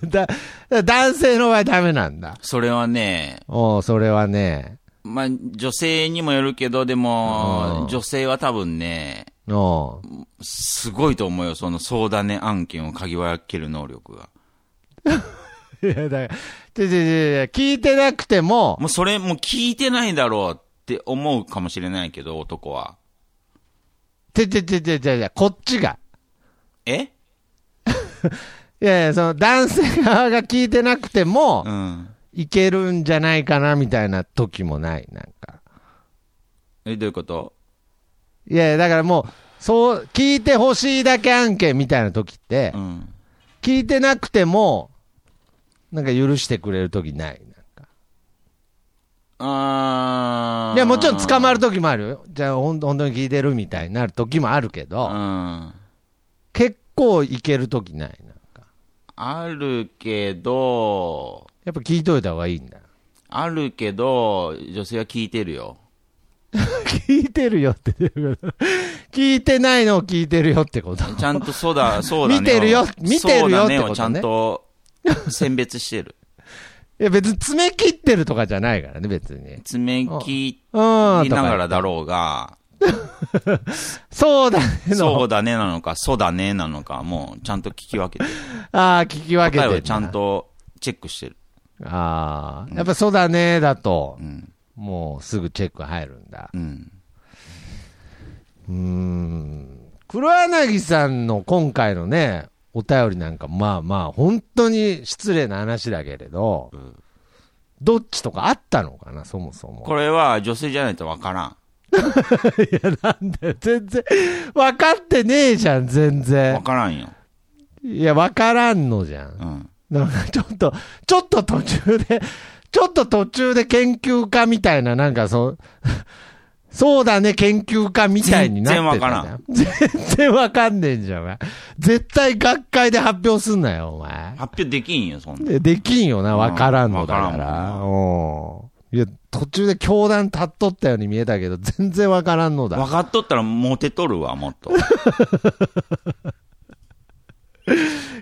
Speaker 1: 分。だ、だ男性の場合ダメなんだ。
Speaker 2: それはね、
Speaker 1: おうそれはね、
Speaker 2: まあ、女性にもよるけど、で
Speaker 1: うん
Speaker 2: も、女性は多分ね、
Speaker 1: おう
Speaker 2: すごいと思うよ、その相談ね案件を嗅ぎ分ける能力が。
Speaker 1: いや、だから、でででで聞いてなくても、
Speaker 2: もうそれ、もう聞いてないだろうって思うかもしれないけど、男は。
Speaker 1: てててててて、こっちが。
Speaker 2: え
Speaker 1: いやいや、その男性側が聞いてなくても、
Speaker 2: うん。
Speaker 1: いけるんじゃないかなみたいな時もない、なんか。
Speaker 2: え、どういうこと
Speaker 1: いやいや、だからもう、そう、聞いてほしいだけ案件みたいな時って、
Speaker 2: うん。
Speaker 1: 聞いてなくても、なんか許してくれる時ない。なんか
Speaker 2: あー
Speaker 1: いや、もちろん捕まる時もあるよ。じゃあ、ほん本当に聞いてるみたいになる時もあるけ
Speaker 2: う
Speaker 1: ど、
Speaker 2: ん。
Speaker 1: 結構いける時ない。なんか。
Speaker 2: あるけど、
Speaker 1: やっぱ聞いといた方がいいん だ。
Speaker 2: あるけど、女性は聞いてるよ。
Speaker 1: 聞いてるよってどういうこと 聞いてないのを聞いてるよってこと
Speaker 2: ちゃんとそ うだ、そうだねを。
Speaker 1: 見てるよ見てるよってことね
Speaker 2: そうだねをちゃんと選別してる。
Speaker 1: いや別に詰め切ってるとかじゃないからね、別に。
Speaker 2: 爪切
Speaker 1: うん。
Speaker 2: りながら
Speaker 1: とか
Speaker 2: だろ うが、
Speaker 1: そうだねの。
Speaker 2: そうだねなのか、そうだねなのか、もうちゃんと聞き分けてる。
Speaker 1: ああ、聞 き分けてん
Speaker 2: 答え
Speaker 1: だ
Speaker 2: をちゃん。とチェックしてる。
Speaker 1: ああ。やっぱそうだね、だと
Speaker 2: う、ん。
Speaker 1: もうすぐチェック入るんだ。
Speaker 2: うん。
Speaker 1: うーん。黒柳さんの今回のね、お便りなんか、まあまあ、本当に失礼な話だけれど、どっちとかあったのかな、そもそも。
Speaker 2: これは女性じゃないとわからん。
Speaker 1: なんだよ、全然、分かってねえじゃん、全
Speaker 2: わ
Speaker 1: 然。
Speaker 2: からんよ。
Speaker 1: いや、分からんのじゃん
Speaker 2: う。ん。
Speaker 1: なんかちょっと、ちょっと途中で、ちょっと途中で研究家みたいな、なんかそう、 そうだね、研究家みたいになってたじゃん。全然わかんねえんじゃん、お前。絶対学会で発表すんなよ、お前。
Speaker 2: 発表できんよ、そんな。
Speaker 1: でできんよな、わからんのだ
Speaker 2: わ
Speaker 1: か
Speaker 2: から
Speaker 1: ら。
Speaker 2: ん
Speaker 1: うん。いや、途中で教団立っとったように見えたけど、全然わからんのだ。
Speaker 2: 分かっとったらモテとるわ、もっ と。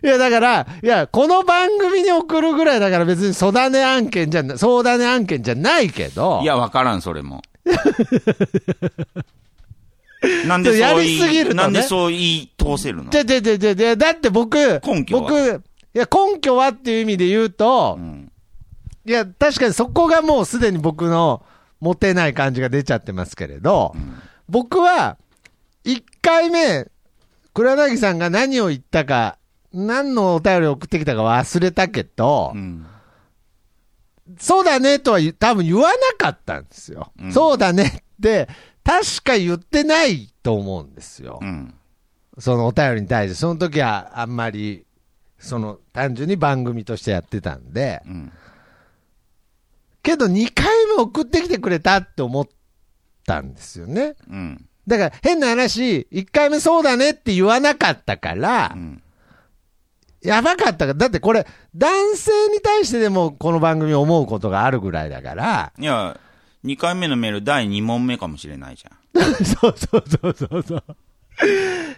Speaker 1: いや、だから、いや、この番組に送るぐらいだから別に相談ね案件じゃな、相談ね案件じゃないけど。
Speaker 2: いや、わからん、そ れも。なんで
Speaker 1: ちょっと
Speaker 2: そ
Speaker 1: や
Speaker 2: う
Speaker 1: りすぎると
Speaker 2: い
Speaker 1: ね
Speaker 2: なんでそう言い通せるの
Speaker 1: じゃじゃじゃじゃじゃだって僕、
Speaker 2: 根拠は
Speaker 1: 僕、いや、根拠はっていう意味で言うと
Speaker 2: う、ん。
Speaker 1: いや、確かにそこがもうすでに僕のモテない感じが出ちゃってますけれど、僕は、1回目、黒柳さんが何を言ったか、何のお便りを送ってきたか忘れたけど、
Speaker 2: うん。
Speaker 1: そうだねとは言多分言わなかったんですよ。
Speaker 2: うん
Speaker 1: そうだねって、確か言ってないと思うんですよ。
Speaker 2: うん。
Speaker 1: そのお便りに対して、その時はあんまり、その単純に番組としてやってたんで、
Speaker 2: うん。
Speaker 1: けど2回目送ってきてくれたって思ったんですよね。
Speaker 2: うん。
Speaker 1: だから変な話、1回目そうだねって言わなかったから、
Speaker 2: うん。
Speaker 1: やばかったから、だってこれ、男性に対してでもこの番組思うことがあるぐらいだから、
Speaker 2: いや、2回目のメール第2問目かもしれないじゃん。
Speaker 1: そうそうそうそうそう。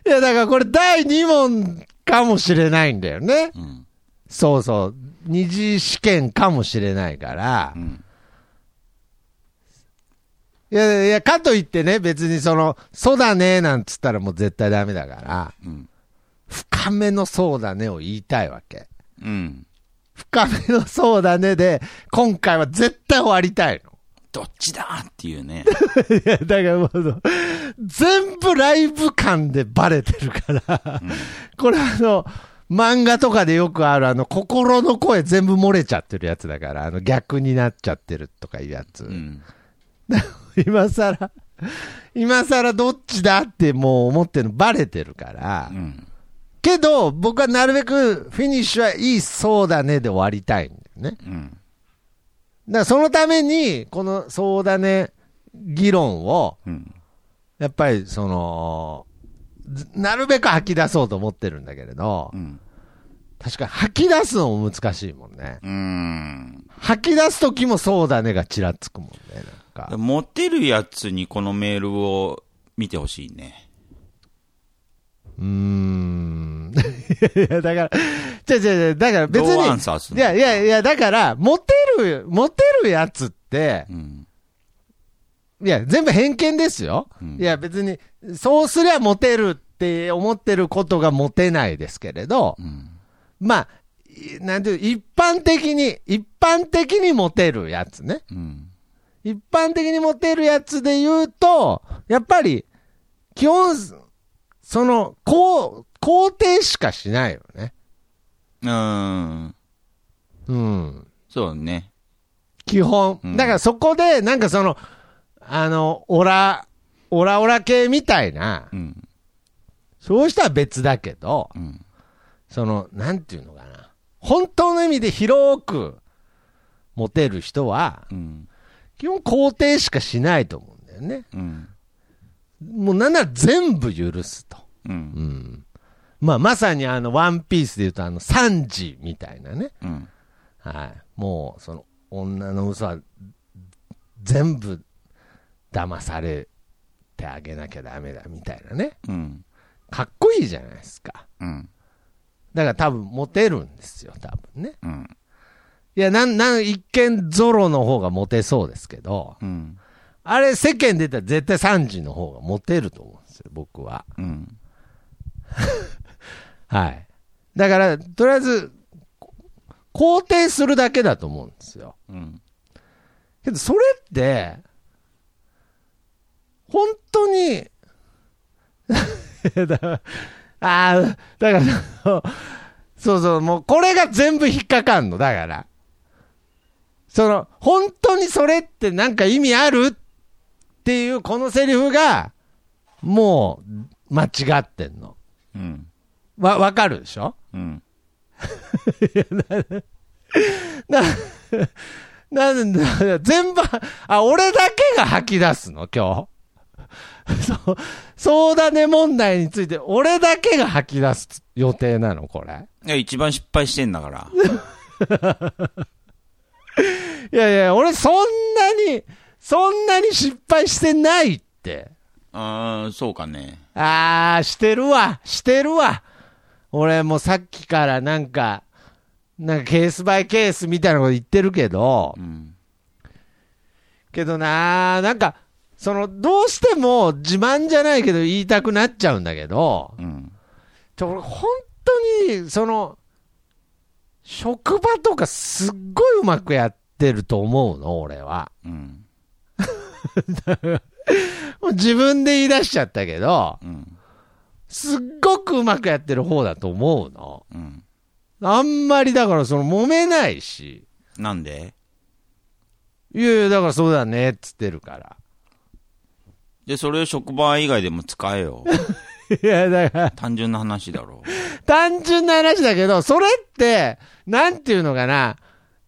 Speaker 1: いや、だからこれ第2問かもしれないんだよね。
Speaker 2: うん。
Speaker 1: そうそう。二次試験かもしれないから
Speaker 2: う。ん。
Speaker 1: いやいや、かといってね、別にその、そうだね、なんつったらもう絶対ダメだから、
Speaker 2: うん。
Speaker 1: 深めのそうだねを言いたいわけ。
Speaker 2: うん。
Speaker 1: 深めのそうだねで、今回は絶対終わりたいの。
Speaker 2: どっちだっていうね。
Speaker 1: いや、だからもうその、全部ライブ感でバレてるから、これあの、漫画とかでよくあるあの、心の声全部漏れちゃってるやつだから、あの、逆になっちゃってるとかいうやつ。
Speaker 2: うん。
Speaker 1: 今さら、今さらどっちだってもう思ってるのバレてるから
Speaker 2: う、ん。
Speaker 1: けど、僕はなるべくフィニッシュはいいそうだねで終わりたいんだよね。
Speaker 2: うん。
Speaker 1: だからそのために、このそうだね議論を、
Speaker 2: うん。
Speaker 1: やっぱりその、ずなるべく吐き出そうと思ってるんだけれど
Speaker 2: う、ん。
Speaker 1: 確かに吐き出すのも難しいもんね。
Speaker 2: うん。
Speaker 1: 吐き出す時もそうだねがちらつくもんね、なんか。
Speaker 2: モテるやつにこのメールを見てほしいね。
Speaker 1: うーん。 いや、だから、じゃじゃじゃだから別
Speaker 2: ローアン
Speaker 1: に、
Speaker 2: サーする
Speaker 1: いやいやいや、だから、モテる、モテるやつって
Speaker 2: う、ん。
Speaker 1: いや、全部偏見ですよ。
Speaker 2: うん
Speaker 1: いや、別に、そうすりゃモテるって思ってることがモテないですけれど、
Speaker 2: うん。
Speaker 1: まあ、いなんていう、一般的に、一般的にモテるやつね。
Speaker 2: うん。
Speaker 1: 一般的にモテるやつで言うと、やっぱり、基本、その、こう、肯定しかしないよね。
Speaker 2: うん。
Speaker 1: うん。
Speaker 2: そうね。
Speaker 1: 基本。だからそこで、なんかその、あの、オラ、オラオラ系みたいな、
Speaker 2: うん。
Speaker 1: そうしたら別だけど、
Speaker 2: うん。
Speaker 1: その、なんていうのかな。本当の意味で広くモテる人は、
Speaker 2: うん。
Speaker 1: 基本肯定しかしないと思うんだよね。
Speaker 2: うん。
Speaker 1: もうなんなら全部許すと。
Speaker 2: うん。
Speaker 1: うん。まあ、まさにあの、ワンピースで言うとあの、サンジみたいなね。
Speaker 2: うん。
Speaker 1: はい。もう、その、女の嘘は、全部、騙されてあげなきゃダメだみたいなね。
Speaker 2: うん。
Speaker 1: かっこいいじゃないですか。
Speaker 2: うん。
Speaker 1: だから多分、モテるんですよ、多分ね。
Speaker 2: うん。
Speaker 1: いや、なん、なん、一見ゾロの方がモテそうですけど、
Speaker 2: うん。
Speaker 1: あれ世間出たら絶対サンジの方がモテると思うんですよ、僕は。
Speaker 2: うん。
Speaker 1: はい。だから、とりあえず、こ肯定するだけだと思うんですよ。
Speaker 2: うん。
Speaker 1: けど、それって、本当に、 だああ、だから、そうそう、もうこれが全部引っかかんの、だから。その、本当にそれってなんか意味あるっていうこのセリフが、もう、間違ってんの。
Speaker 2: うん。
Speaker 1: わ、わかるでしょ
Speaker 2: うん。
Speaker 1: な、 なんで、全部、あ、俺だけが吐き出すの今日。 そう、そうだね問題について、俺だけが吐き出す予定なのこれ。
Speaker 2: いや、一番失敗してんだから。
Speaker 1: いやいや、俺そんなに、そんなに失敗してないって。
Speaker 2: ああ、そうかね。
Speaker 1: あー、してるわ、してるわ。俺もうさっきからなんか、なんかケースバイケースみたいなこと言ってるけど、
Speaker 2: うん。
Speaker 1: けどなあなんか、その、どうしても自慢じゃないけど言いたくなっちゃうんだけど、
Speaker 2: うん。
Speaker 1: ちょ俺本当に、その、職場とかすっごいうまくやってると思うの、俺は。
Speaker 2: うん。
Speaker 1: もう自分で言い出しちゃったけど、
Speaker 2: うん。
Speaker 1: すっごくうまくやってる方だと思うの。
Speaker 2: うん。
Speaker 1: あんまりだからその揉めないし、
Speaker 2: なんで
Speaker 1: いやいやだからそうだねっつってるから。
Speaker 2: で、それを職場以外でも使え よ。
Speaker 1: いやだから、
Speaker 2: 単純な話だろ
Speaker 1: 単純な話だけど、それって、なんていうのかな、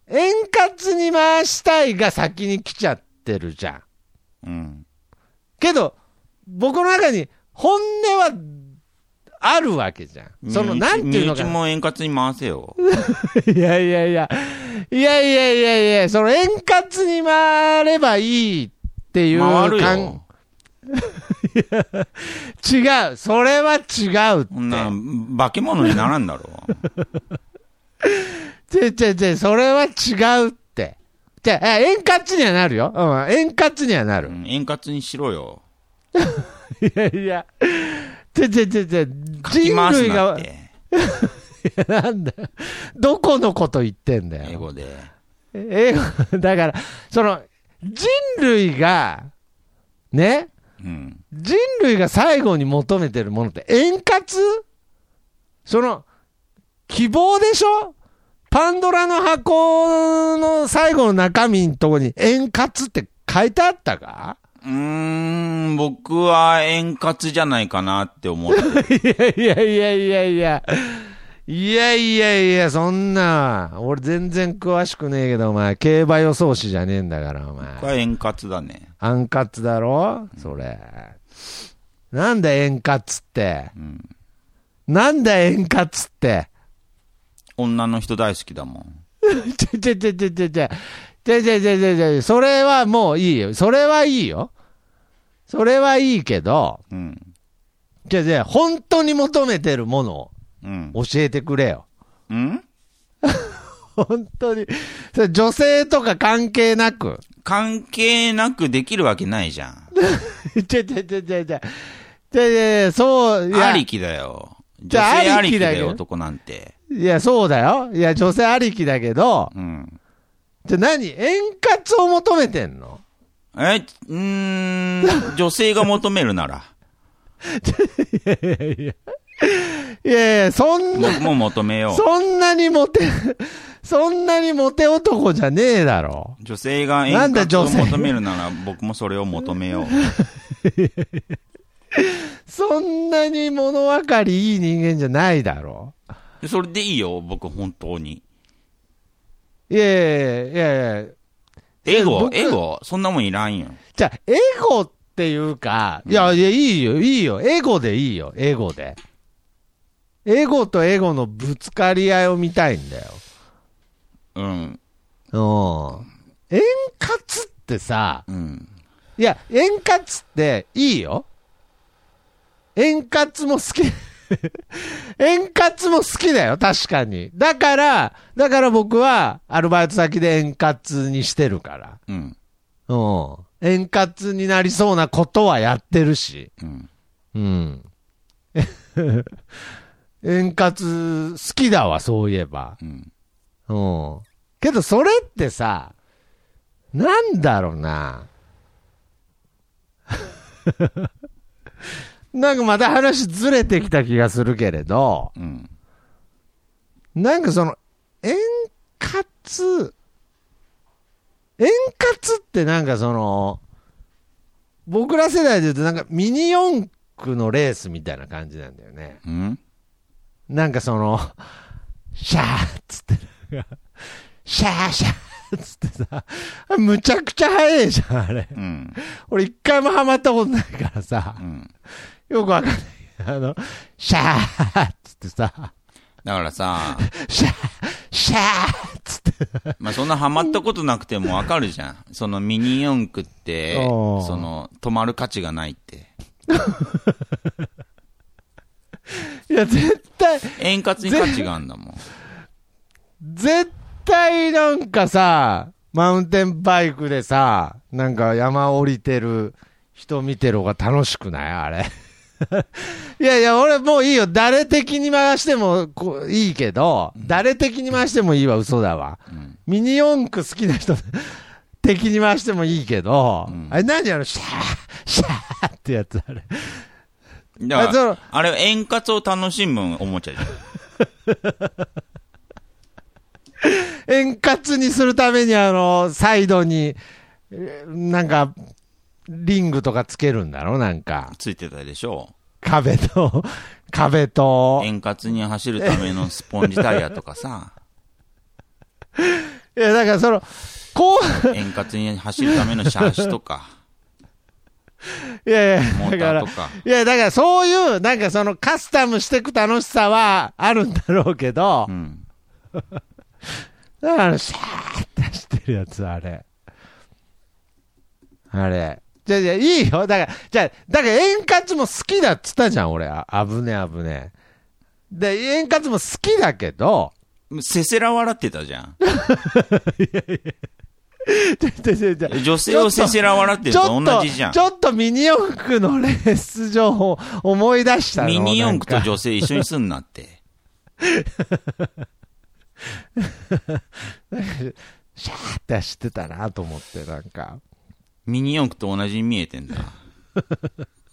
Speaker 1: 円滑に回したいが先に来ちゃってるじゃん。
Speaker 2: う。うん。
Speaker 1: けど、僕の中に本音はあるわけじゃん。その、
Speaker 2: 身内
Speaker 1: なんていうのか
Speaker 2: 身内
Speaker 1: な。
Speaker 2: も円滑に回せよ。
Speaker 1: いやいやいや、いやいやいやいや、その円滑に回ればいいっていう
Speaker 2: 回る
Speaker 1: 感
Speaker 2: よ。
Speaker 1: 違う。それは違うっ
Speaker 2: こんな
Speaker 1: て。、
Speaker 2: 化け物にならんだろ。
Speaker 1: ちちちそれは違うって。じゃあ、円滑にはなるよ。うん、円滑にはなる
Speaker 2: う。ん円滑にしろよ。
Speaker 1: いやいや、ちょちょちょちょ、
Speaker 2: かき
Speaker 1: 人
Speaker 2: 回す
Speaker 1: 類
Speaker 2: な
Speaker 1: が
Speaker 2: っ、て。
Speaker 1: なんだ、どこのこと言ってんだ
Speaker 2: 英
Speaker 1: よ。
Speaker 2: 語で。
Speaker 1: 英語、だから、その、人類が、ね、
Speaker 2: うん。
Speaker 1: 人類が最後に求めてるものって円滑その、希望でしょパンドラの箱の最後の中身のとこに円滑って書いてあったか
Speaker 2: うーん、僕は円滑じゃないかなって思ってる。
Speaker 1: いやいやいやいやいやいやいや、そんな、俺全然詳しくねえけど、お前、競馬予想士じゃねえんだから、お
Speaker 2: 僕
Speaker 1: 前。
Speaker 2: は円滑だね。
Speaker 1: アンカツだろそれ。なんだ円滑って。
Speaker 2: うん。
Speaker 1: なんだ円滑って。
Speaker 2: 女の人大好きだもん。
Speaker 1: ちょちょちょちょちょちょ。ちょちょちょちょちょ。それはもういいよ。それはいいよ。それはいいけど、
Speaker 2: うん。
Speaker 1: じゃじゃ本当に求めてるもの
Speaker 2: うん。
Speaker 1: を教えてくれよ。
Speaker 2: うん
Speaker 1: 本当に。それ女性とか関係なく。
Speaker 2: 関係なくできるわけないじゃん。
Speaker 1: ちょちょちょちょちょ。ちょちょそう、いや、
Speaker 2: ありきだよ。女
Speaker 1: じ
Speaker 2: 性
Speaker 1: ゃあ
Speaker 2: ありき
Speaker 1: あ
Speaker 2: だ
Speaker 1: りきだよ
Speaker 2: よ、男なんて。
Speaker 1: いや、そうだよ。いや、女性ありきだけど、
Speaker 2: うん。
Speaker 1: じゃあ何円滑を求めてんの
Speaker 2: え、う ーん、女性が求めるなら。
Speaker 1: いやいやいや。いやいや、そん な、
Speaker 2: ももう求めよう。
Speaker 1: そんなにモテ、 そんなにモテ男じゃねえだろ。
Speaker 2: 女性が
Speaker 1: なん
Speaker 2: 遠
Speaker 1: で
Speaker 2: 隔
Speaker 1: 女
Speaker 2: を
Speaker 1: 性
Speaker 2: 求めるなら僕もそれを求 めよう。
Speaker 1: そんなに物分かりいい人間じゃないだろ。
Speaker 2: でそれでいいよ、僕本当に。
Speaker 1: いやいやいやいや、
Speaker 2: エゴ、
Speaker 1: 僕
Speaker 2: エゴ、そんなもんいらんよ。
Speaker 1: じゃあ、エゴっていうか、いや、いや、いいよ、いいよ、エゴでいいよ、エゴで。エゴとエゴのぶつかり合いを見たいんだよ。
Speaker 2: うん、
Speaker 1: うん。円滑ってさ、
Speaker 2: うん。
Speaker 1: いや、円滑っていいよ。円滑も好き。 円滑も好きだよ、確かに。だから、だから僕はアルバイト先で円滑にしてるから。
Speaker 2: うん、
Speaker 1: うん。円滑になりそうなことはやってるし。
Speaker 2: うん。
Speaker 1: うん。円滑好きだわ、そういえば。
Speaker 2: うん
Speaker 1: うん。けどそれってさ、なんだろうな。 なんかまた話ずれてきた気がするけれど、
Speaker 2: うん。
Speaker 1: なんかその、円滑、円滑ってなんかその、僕ら世代で言うとなんかミニ四駆のレースみたいな感じなんだよね。
Speaker 2: うん
Speaker 1: なんかその、シャーっつって、シャーシャーっつってさ、むちゃくちゃ速いじゃん、あれ。
Speaker 2: うん。
Speaker 1: 俺一回もハマったことないからさ
Speaker 2: う、ん。
Speaker 1: よくわかんない。あの、シャーっつってさ、
Speaker 2: だからさ、
Speaker 1: シャー、シャーっつって。
Speaker 2: まあそんなハマったことなくてもわかるじゃん。そのミニ四駆って、
Speaker 1: おー
Speaker 2: その止まる価値がないって。
Speaker 1: いや、絶対、
Speaker 2: 円滑に価値があるんだもん。
Speaker 1: 絶対なんかさ、マウンテンバイクでさ、なんか山降りてる人見てる方が楽しくないあれ。 いやいや、俺もういいよ。誰的に回してもこういいけど、誰的に回してもいいわ、嘘だわ。
Speaker 2: うん
Speaker 1: ミニ四駆好きな人 的に回してもいいけど、
Speaker 2: うん
Speaker 1: あれ何あの、シャー、シャーってやつあれ。
Speaker 2: だ
Speaker 1: あ
Speaker 2: か
Speaker 1: そ
Speaker 2: ら
Speaker 1: の、
Speaker 2: あれ、円滑を楽しむおもちゃじゃん。
Speaker 1: 円滑にするためにあのサイドにえーなんかリングとかつけるんだろなんか
Speaker 2: ついてたでしょ
Speaker 1: 壁と壁と
Speaker 2: 円滑に走るためのスポンジタイヤとかさ、
Speaker 1: いやだからそのこ
Speaker 2: 円滑に走るためのシャーシとか、
Speaker 1: ういやい
Speaker 2: モ
Speaker 1: やだか
Speaker 2: ーター
Speaker 1: ら
Speaker 2: とか。
Speaker 1: いやだからそういうなんかそのカスタムしていく楽しさはあるんだろうけど、
Speaker 2: うん。
Speaker 1: だからあのシャーって走ってるやつあれあれじゃあじゃあいいよだからじゃあだから円滑も好きだっつったじゃん俺あ危ね危ねで円滑も好きだけど
Speaker 2: せせら笑ってたじゃん。
Speaker 1: ででで
Speaker 2: 女性をせせら笑ってる
Speaker 1: ち
Speaker 2: の
Speaker 1: ょ
Speaker 2: と
Speaker 1: っと
Speaker 2: 同じじゃん
Speaker 1: ち。ょっとミニ四駆のレース情報思い出したの
Speaker 2: ミニ四駆と
Speaker 1: なんか
Speaker 2: 女性一緒にすんなって。
Speaker 1: シャーって走ってたなと思ってなんか
Speaker 2: ミニ四駆と同じに見えて んだ。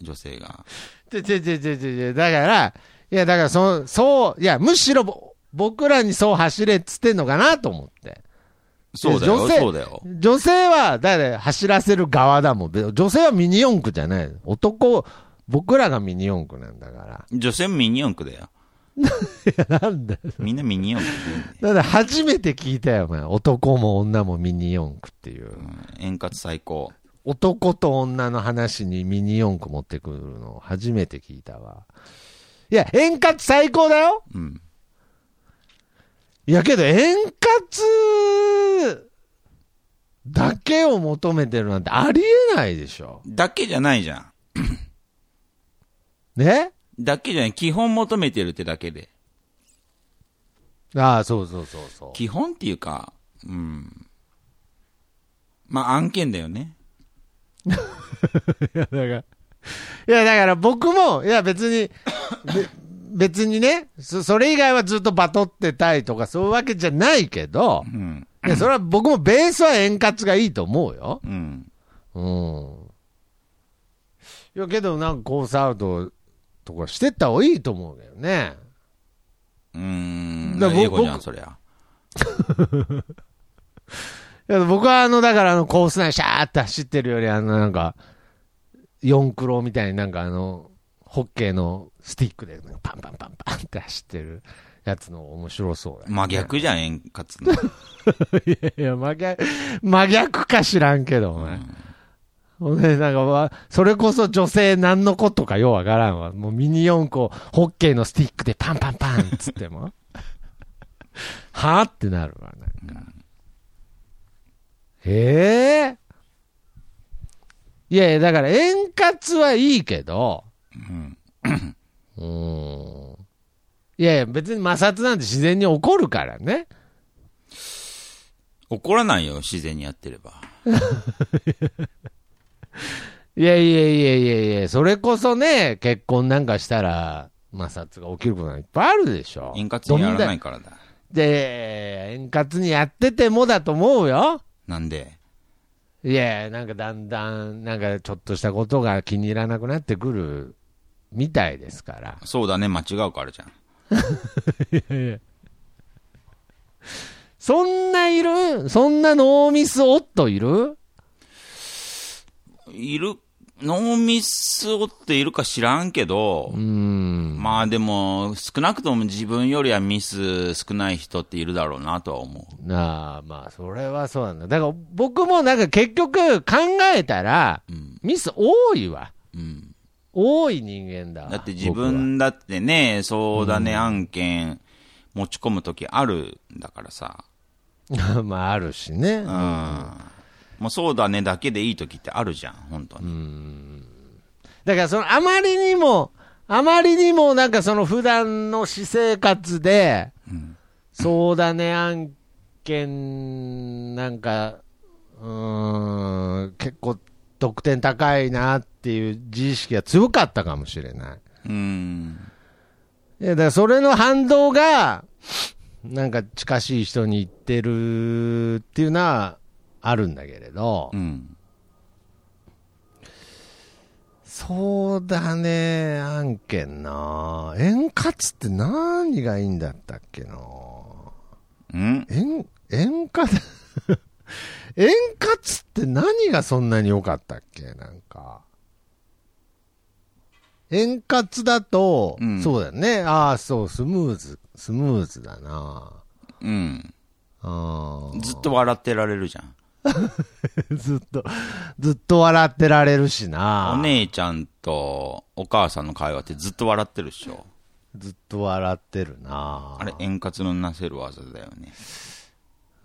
Speaker 2: 女性が。
Speaker 1: ちょちょちょちょちょちょだから、いや、だからそ、そう、いや、むしろぼ僕らにそう走れっつってんのかなと思って。
Speaker 2: そうだよ、
Speaker 1: 女性
Speaker 2: そうだよ。
Speaker 1: 女性は、だから走らせる側だもん。で女性はミニ四駆じゃない。男、僕らがミニ四駆なんだか
Speaker 2: 女性もミニ四駆だよ。
Speaker 1: ら。 なんだ
Speaker 2: みんなミニ四駆でいいんだよ
Speaker 1: だから初めて聞いたよ、お前。男も女もミニ四駆っていう。
Speaker 2: うん円滑最高。
Speaker 1: 男と女の話にミニ四駆持ってくるの初めて聞いたわ。いや、円滑最高だよ
Speaker 2: うん。
Speaker 1: いやけど円滑だけを求めてるなんてありえないでしょ。
Speaker 2: だけじゃないじゃん。
Speaker 1: ね
Speaker 2: だけじゃない。基本求めてるってだけで。
Speaker 1: ああ、そうそうそうそ
Speaker 2: 基本っていうか、うん。まあ、案件だよね。
Speaker 1: う。いや、だから、いや、だから僕も、いや別 に、べ別にねそ、それ以外はずっとバトってたいとかそういうわけじゃないけど
Speaker 2: う、ん。
Speaker 1: いやそれは僕もベースは円滑がいいと思うよ。
Speaker 2: うん。
Speaker 1: うん。いやけどなんかコースアウトとかしてった方がいいと思うけどね。
Speaker 2: うーん。
Speaker 1: だから僕
Speaker 2: 英語じゃん、そりゃ。
Speaker 1: いや僕はあの、だからあの、コース内シャーって走ってるより、あの、なんか、四クロみたいになんかあの、ホッケーのスティックでパンパンパンパンって走ってるやつの方が面白そうだ、ね。
Speaker 2: 真逆じゃん、円滑の。
Speaker 1: いやいや、真逆、真逆か知らんけど、お前。ほんで、なんかわ、それこそ女性何のことかようわからんわ。もうミニ四個、ホッケーのスティックでパンパンパンっつっても。 はぁってなるわ、なんか。ええいやいや、だから円滑はいいけど、
Speaker 2: うん。
Speaker 1: うーん。いやいや、別に摩擦なんて自然に起こるからね。
Speaker 2: 怒らないよ、自然にやってれば。
Speaker 1: いやいやいやいやいや、それこそね、結婚なんかしたら、摩擦が起きることがいっぱいあるでしょ。
Speaker 2: 円滑にやら
Speaker 1: どん
Speaker 2: な
Speaker 1: だ
Speaker 2: いからだ。
Speaker 1: で、円滑にやっててもだと思うよ。
Speaker 2: なんで
Speaker 1: いやいや、なんかだんだん、なんかちょっとしたことが気に入らなくなってくるみたいですから。
Speaker 2: そうだね、間違うからじゃん。
Speaker 1: そんないるそんなノーミス夫いる
Speaker 2: いる、ノーミスをっているか知らんけど、
Speaker 1: うーん。
Speaker 2: まあでも、少なくとも自分よりはミス少ない人っているだろうなとは思
Speaker 1: なあ、まあ、それはそうなんだ。だから僕もなんか結局考えたら、
Speaker 2: う。うん。
Speaker 1: ミス多いわ。
Speaker 2: うん。
Speaker 1: 多い人間だわ
Speaker 2: だって自
Speaker 1: 僕は
Speaker 2: 分だってね、そうだね、案件持ち込むときあるんだからさ。
Speaker 1: まああるしね、
Speaker 2: うん。もうそうだねだけでいいときってあるじゃん、本当に。
Speaker 1: だからそのあまりにもあまりにもなんかその普段の私生活で、
Speaker 2: ん
Speaker 1: そうだね案件なんかうーん結構得点高いなっていう自意識が強かったかもしれない
Speaker 2: うん。
Speaker 1: いやだからそれの反動がなんか近しい人に言ってるっていうのはあるんだけれど、
Speaker 2: うん。
Speaker 1: そうだね、案件な。円滑って何がいいんだったっけな。
Speaker 2: うん
Speaker 1: 円、円滑、 円滑って何がそんなに良かったっけなんか。円滑だと、
Speaker 2: うん
Speaker 1: そうだね。ああ、そう、スムーズ、スムーズだな。
Speaker 2: うん。
Speaker 1: あー
Speaker 2: ずっと笑ってられるじゃん。
Speaker 1: ずっと、ずっと笑ってられるしな。
Speaker 2: お姉ちゃんとお母さんの会話ってずっと笑ってるっしょ。
Speaker 1: ずっと笑ってるな。
Speaker 2: あれ、円滑のなせる技だよね。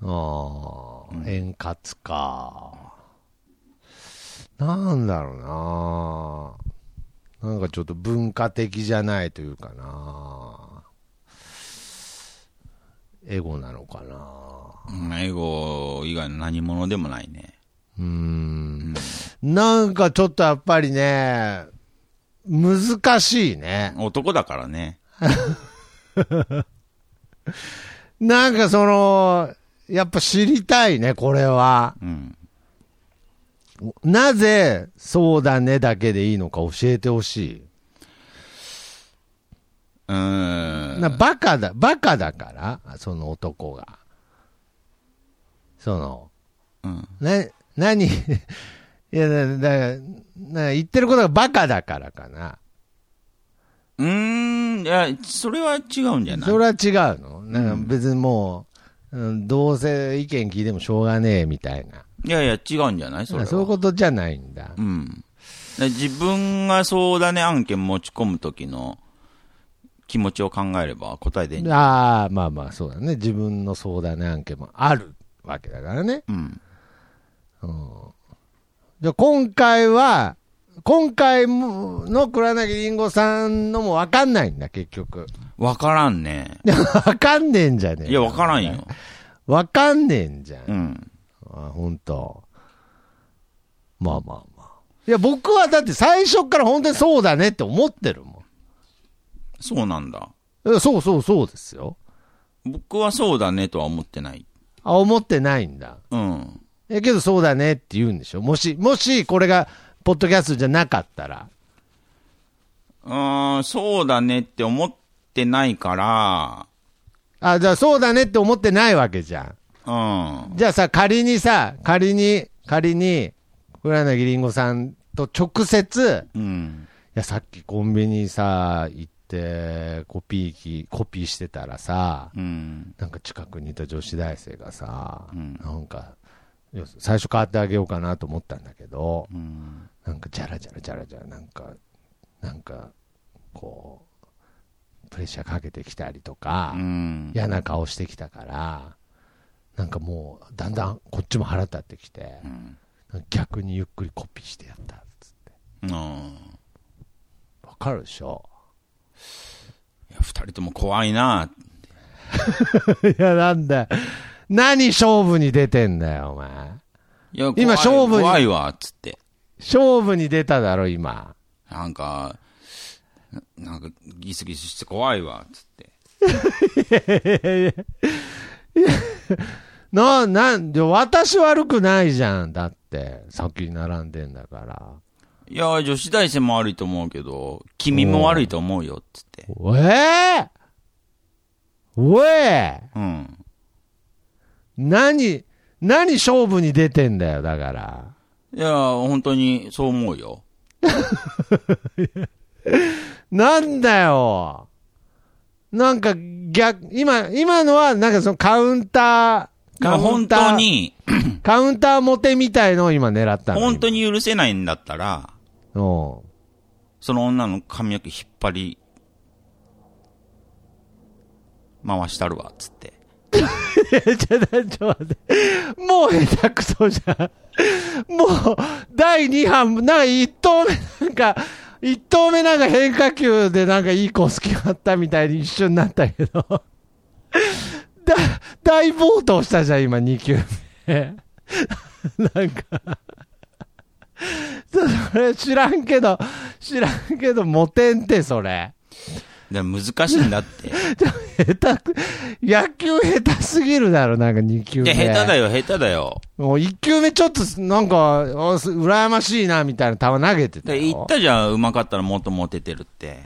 Speaker 1: ああ、円滑か。なんだろうな。なんかちょっと文化的じゃないというかな。エゴなのかな。
Speaker 2: うん、エゴ以外の何者でもないね。
Speaker 1: うーん。なんかちょっとやっぱりね、難しいね。
Speaker 2: 男だからね。
Speaker 1: なんかその、やっぱ知りたいね、これは。
Speaker 2: うん。
Speaker 1: なぜ、そうだねだけでいいのか教えてほしい。
Speaker 2: うーん。
Speaker 1: なバカだ、バカだから、その男が。その、
Speaker 2: うん。
Speaker 1: な、何、い や、だだな言ってることがバカだからかな。
Speaker 2: うーん。いや、それは違うんじゃない
Speaker 1: それは違うのなんか別にもう、うんどうせ意見聞いてもしょうがねえみたいな。
Speaker 2: いやいや、違うんじゃないそ
Speaker 1: そ
Speaker 2: れは。
Speaker 1: そういうことじゃないんだ。
Speaker 2: うん。で自分がそうだね案件持ち込む時の気持ちを考えれば答え出んじゃん。
Speaker 1: ああ、まあまあ、そうだね。自分の相談ね案件もあるわけだからね。
Speaker 2: うん。
Speaker 1: じゃあ今回は、今回もの倉柳りんごさんのも分かんないんだ、結局。
Speaker 2: わからんね。
Speaker 1: 分かんねえんじゃねえ
Speaker 2: いや、わからんよ。
Speaker 1: 分かんねえんじゃん。
Speaker 2: うん。
Speaker 1: あ、本当。まあまあまあ。いや、僕はだって最初から本当にそうだねって思ってるも
Speaker 2: そうなんだ。
Speaker 1: ん。えそうそうそうですよ。
Speaker 2: 僕はそうだねとは思ってない。
Speaker 1: あ、思ってないんだ。
Speaker 2: うん。
Speaker 1: え、けどそうだねって言うんでしょ。もし、もしこれが、ポッドキャストじゃなかったら。
Speaker 2: うーん、そうだねって思ってないから、
Speaker 1: あ、じゃあそうだねって思ってないわけじゃん。
Speaker 2: うん。
Speaker 1: じゃあさ、仮にさ、仮に、仮に、黒柳りんごさんと直接、
Speaker 2: うん。
Speaker 1: いや、さっきコンビニさ、行って、コピー機、コピーしてたらさ、
Speaker 2: うん。
Speaker 1: なんか近くにいた女子大生がさ、
Speaker 2: うん
Speaker 1: なんか、よ最初買ってあげようかなと思ったんだけど、
Speaker 2: うん。
Speaker 1: なんかジャラジャラジャラジャラ、なんか、なんか、こう、プレッシャーかけてきたりとか、
Speaker 2: うん。
Speaker 1: 嫌な顔してきたから、なんかもう、だんだんこっちも腹立ってきて、
Speaker 2: うん。
Speaker 1: 逆にゆっくりコピーしてやったっつって。
Speaker 2: うん。
Speaker 1: わかるでしょ
Speaker 2: いや二人とも怖いな。
Speaker 1: いや、なんだよ何勝負に出てんだよ、お前。
Speaker 2: い
Speaker 1: 今
Speaker 2: や、怖い
Speaker 1: 勝負に
Speaker 2: 怖いわ、つって。
Speaker 1: 勝負に出ただろ、今。
Speaker 2: なんか、ななんか、ギスギスして怖いわ、つって。
Speaker 1: な、なん、で私悪くないじゃん。だって、先に並んでんだから。
Speaker 2: いや、女子大生も悪いと思うけど、君も悪いと思うよ、つって。
Speaker 1: おえー、おえ
Speaker 2: うん。
Speaker 1: 何、何勝負に出てんだよ、だから。
Speaker 2: いや、本当にそう思うよ。
Speaker 1: なんだよ。なんか逆、今、今のはなんかそのカウンター、
Speaker 2: だから
Speaker 1: カウン
Speaker 2: 本
Speaker 1: ター、
Speaker 2: 当に、
Speaker 1: カウンターモテみたいのを今狙ったの。
Speaker 2: 本当に許せないんだったら、
Speaker 1: 当
Speaker 2: その女の髪の毛引っ張り、回したるわ、つって。
Speaker 1: うん。ちょ、ちょ、待って。もう下手くそじゃん。もう、第2波、なんか1投目なんか、1投目なんか変化球でなんかいいコース決まったみたいに一緒になったけど。 だ、大暴投したじゃん、今2球目。なんか。ちょっとそれ知らんけど、知らんけど、モテんって、それ。
Speaker 2: で難しいんだって。
Speaker 1: 下手く、野球下手すぎるだろ、なんか2球
Speaker 2: い
Speaker 1: 目。
Speaker 2: や、下手だよ、下手だよ。
Speaker 1: もう1球目ちょっと、なんか、あす羨ましいな、みたいな球投げてた
Speaker 2: で
Speaker 1: よ。
Speaker 2: 言ったじゃん、うまかったらもっとモテてるって。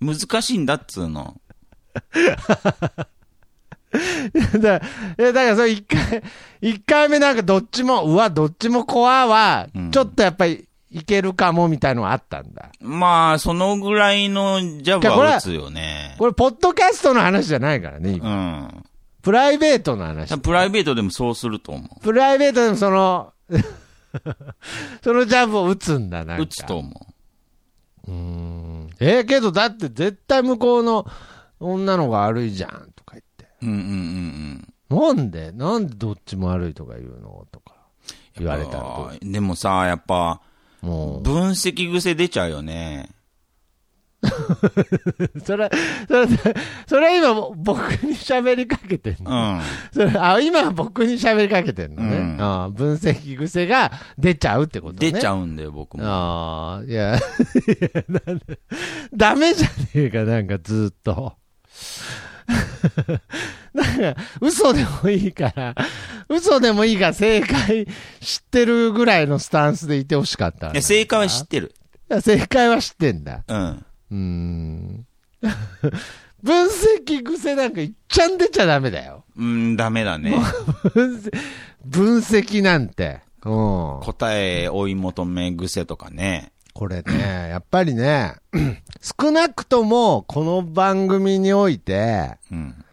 Speaker 2: 難しいんだっつうの。
Speaker 1: だから、えだからそれ一回、一回目なんかどっちも、うわ、どっちも怖は、
Speaker 2: うん
Speaker 1: ちょっとやっぱりいけるかもみたいのはあったんだ。
Speaker 2: まあ、そのぐらいのジャブは打つよね。
Speaker 1: これ、ポッドキャストの話じゃないからね、
Speaker 2: う
Speaker 1: 今。
Speaker 2: ん。
Speaker 1: プライベートの話。
Speaker 2: プライベートでもそうすると思
Speaker 1: プライベートでもその、 そのジャブを打つんだ、なん
Speaker 2: う。
Speaker 1: か。
Speaker 2: 打つと思
Speaker 1: うーん。えーけどだって絶対向こうの女の子が悪いじゃん、とか言って。
Speaker 2: う。うんうんうんうん。
Speaker 1: なんでなんでどっちも悪いとか言うのとか言われたらどう
Speaker 2: あーでもさ、やっぱ、
Speaker 1: もう。
Speaker 2: 分析癖出ちゃうよね。
Speaker 1: それ、それ、それ今僕に喋りかけてん
Speaker 2: う
Speaker 1: の、
Speaker 2: ん。
Speaker 1: それあ今僕に喋りかけてんのね、
Speaker 2: うん
Speaker 1: ああ分析癖が出ちゃうってことね。
Speaker 2: 出ちゃ
Speaker 1: う。
Speaker 2: うんだよ、僕も。
Speaker 1: ああ、いや、いや なんでダメじゃねえか、なんかずっと。 なんか、嘘でもいいから、嘘でもいいから正解知ってるぐらいのスタンスでいてほしかった
Speaker 2: いや正解は知ってる。
Speaker 1: いや正解は知ってんだ。
Speaker 2: うん。
Speaker 1: うーん 分析癖なんかいっちゃん出ちゃダメだよ。
Speaker 2: うん、ダメだね。
Speaker 1: 分析分析なんて。うん。こ
Speaker 2: 答え追い求め癖とかね。
Speaker 1: れね、やっぱりね、 少なくともこの番組において、
Speaker 2: うん。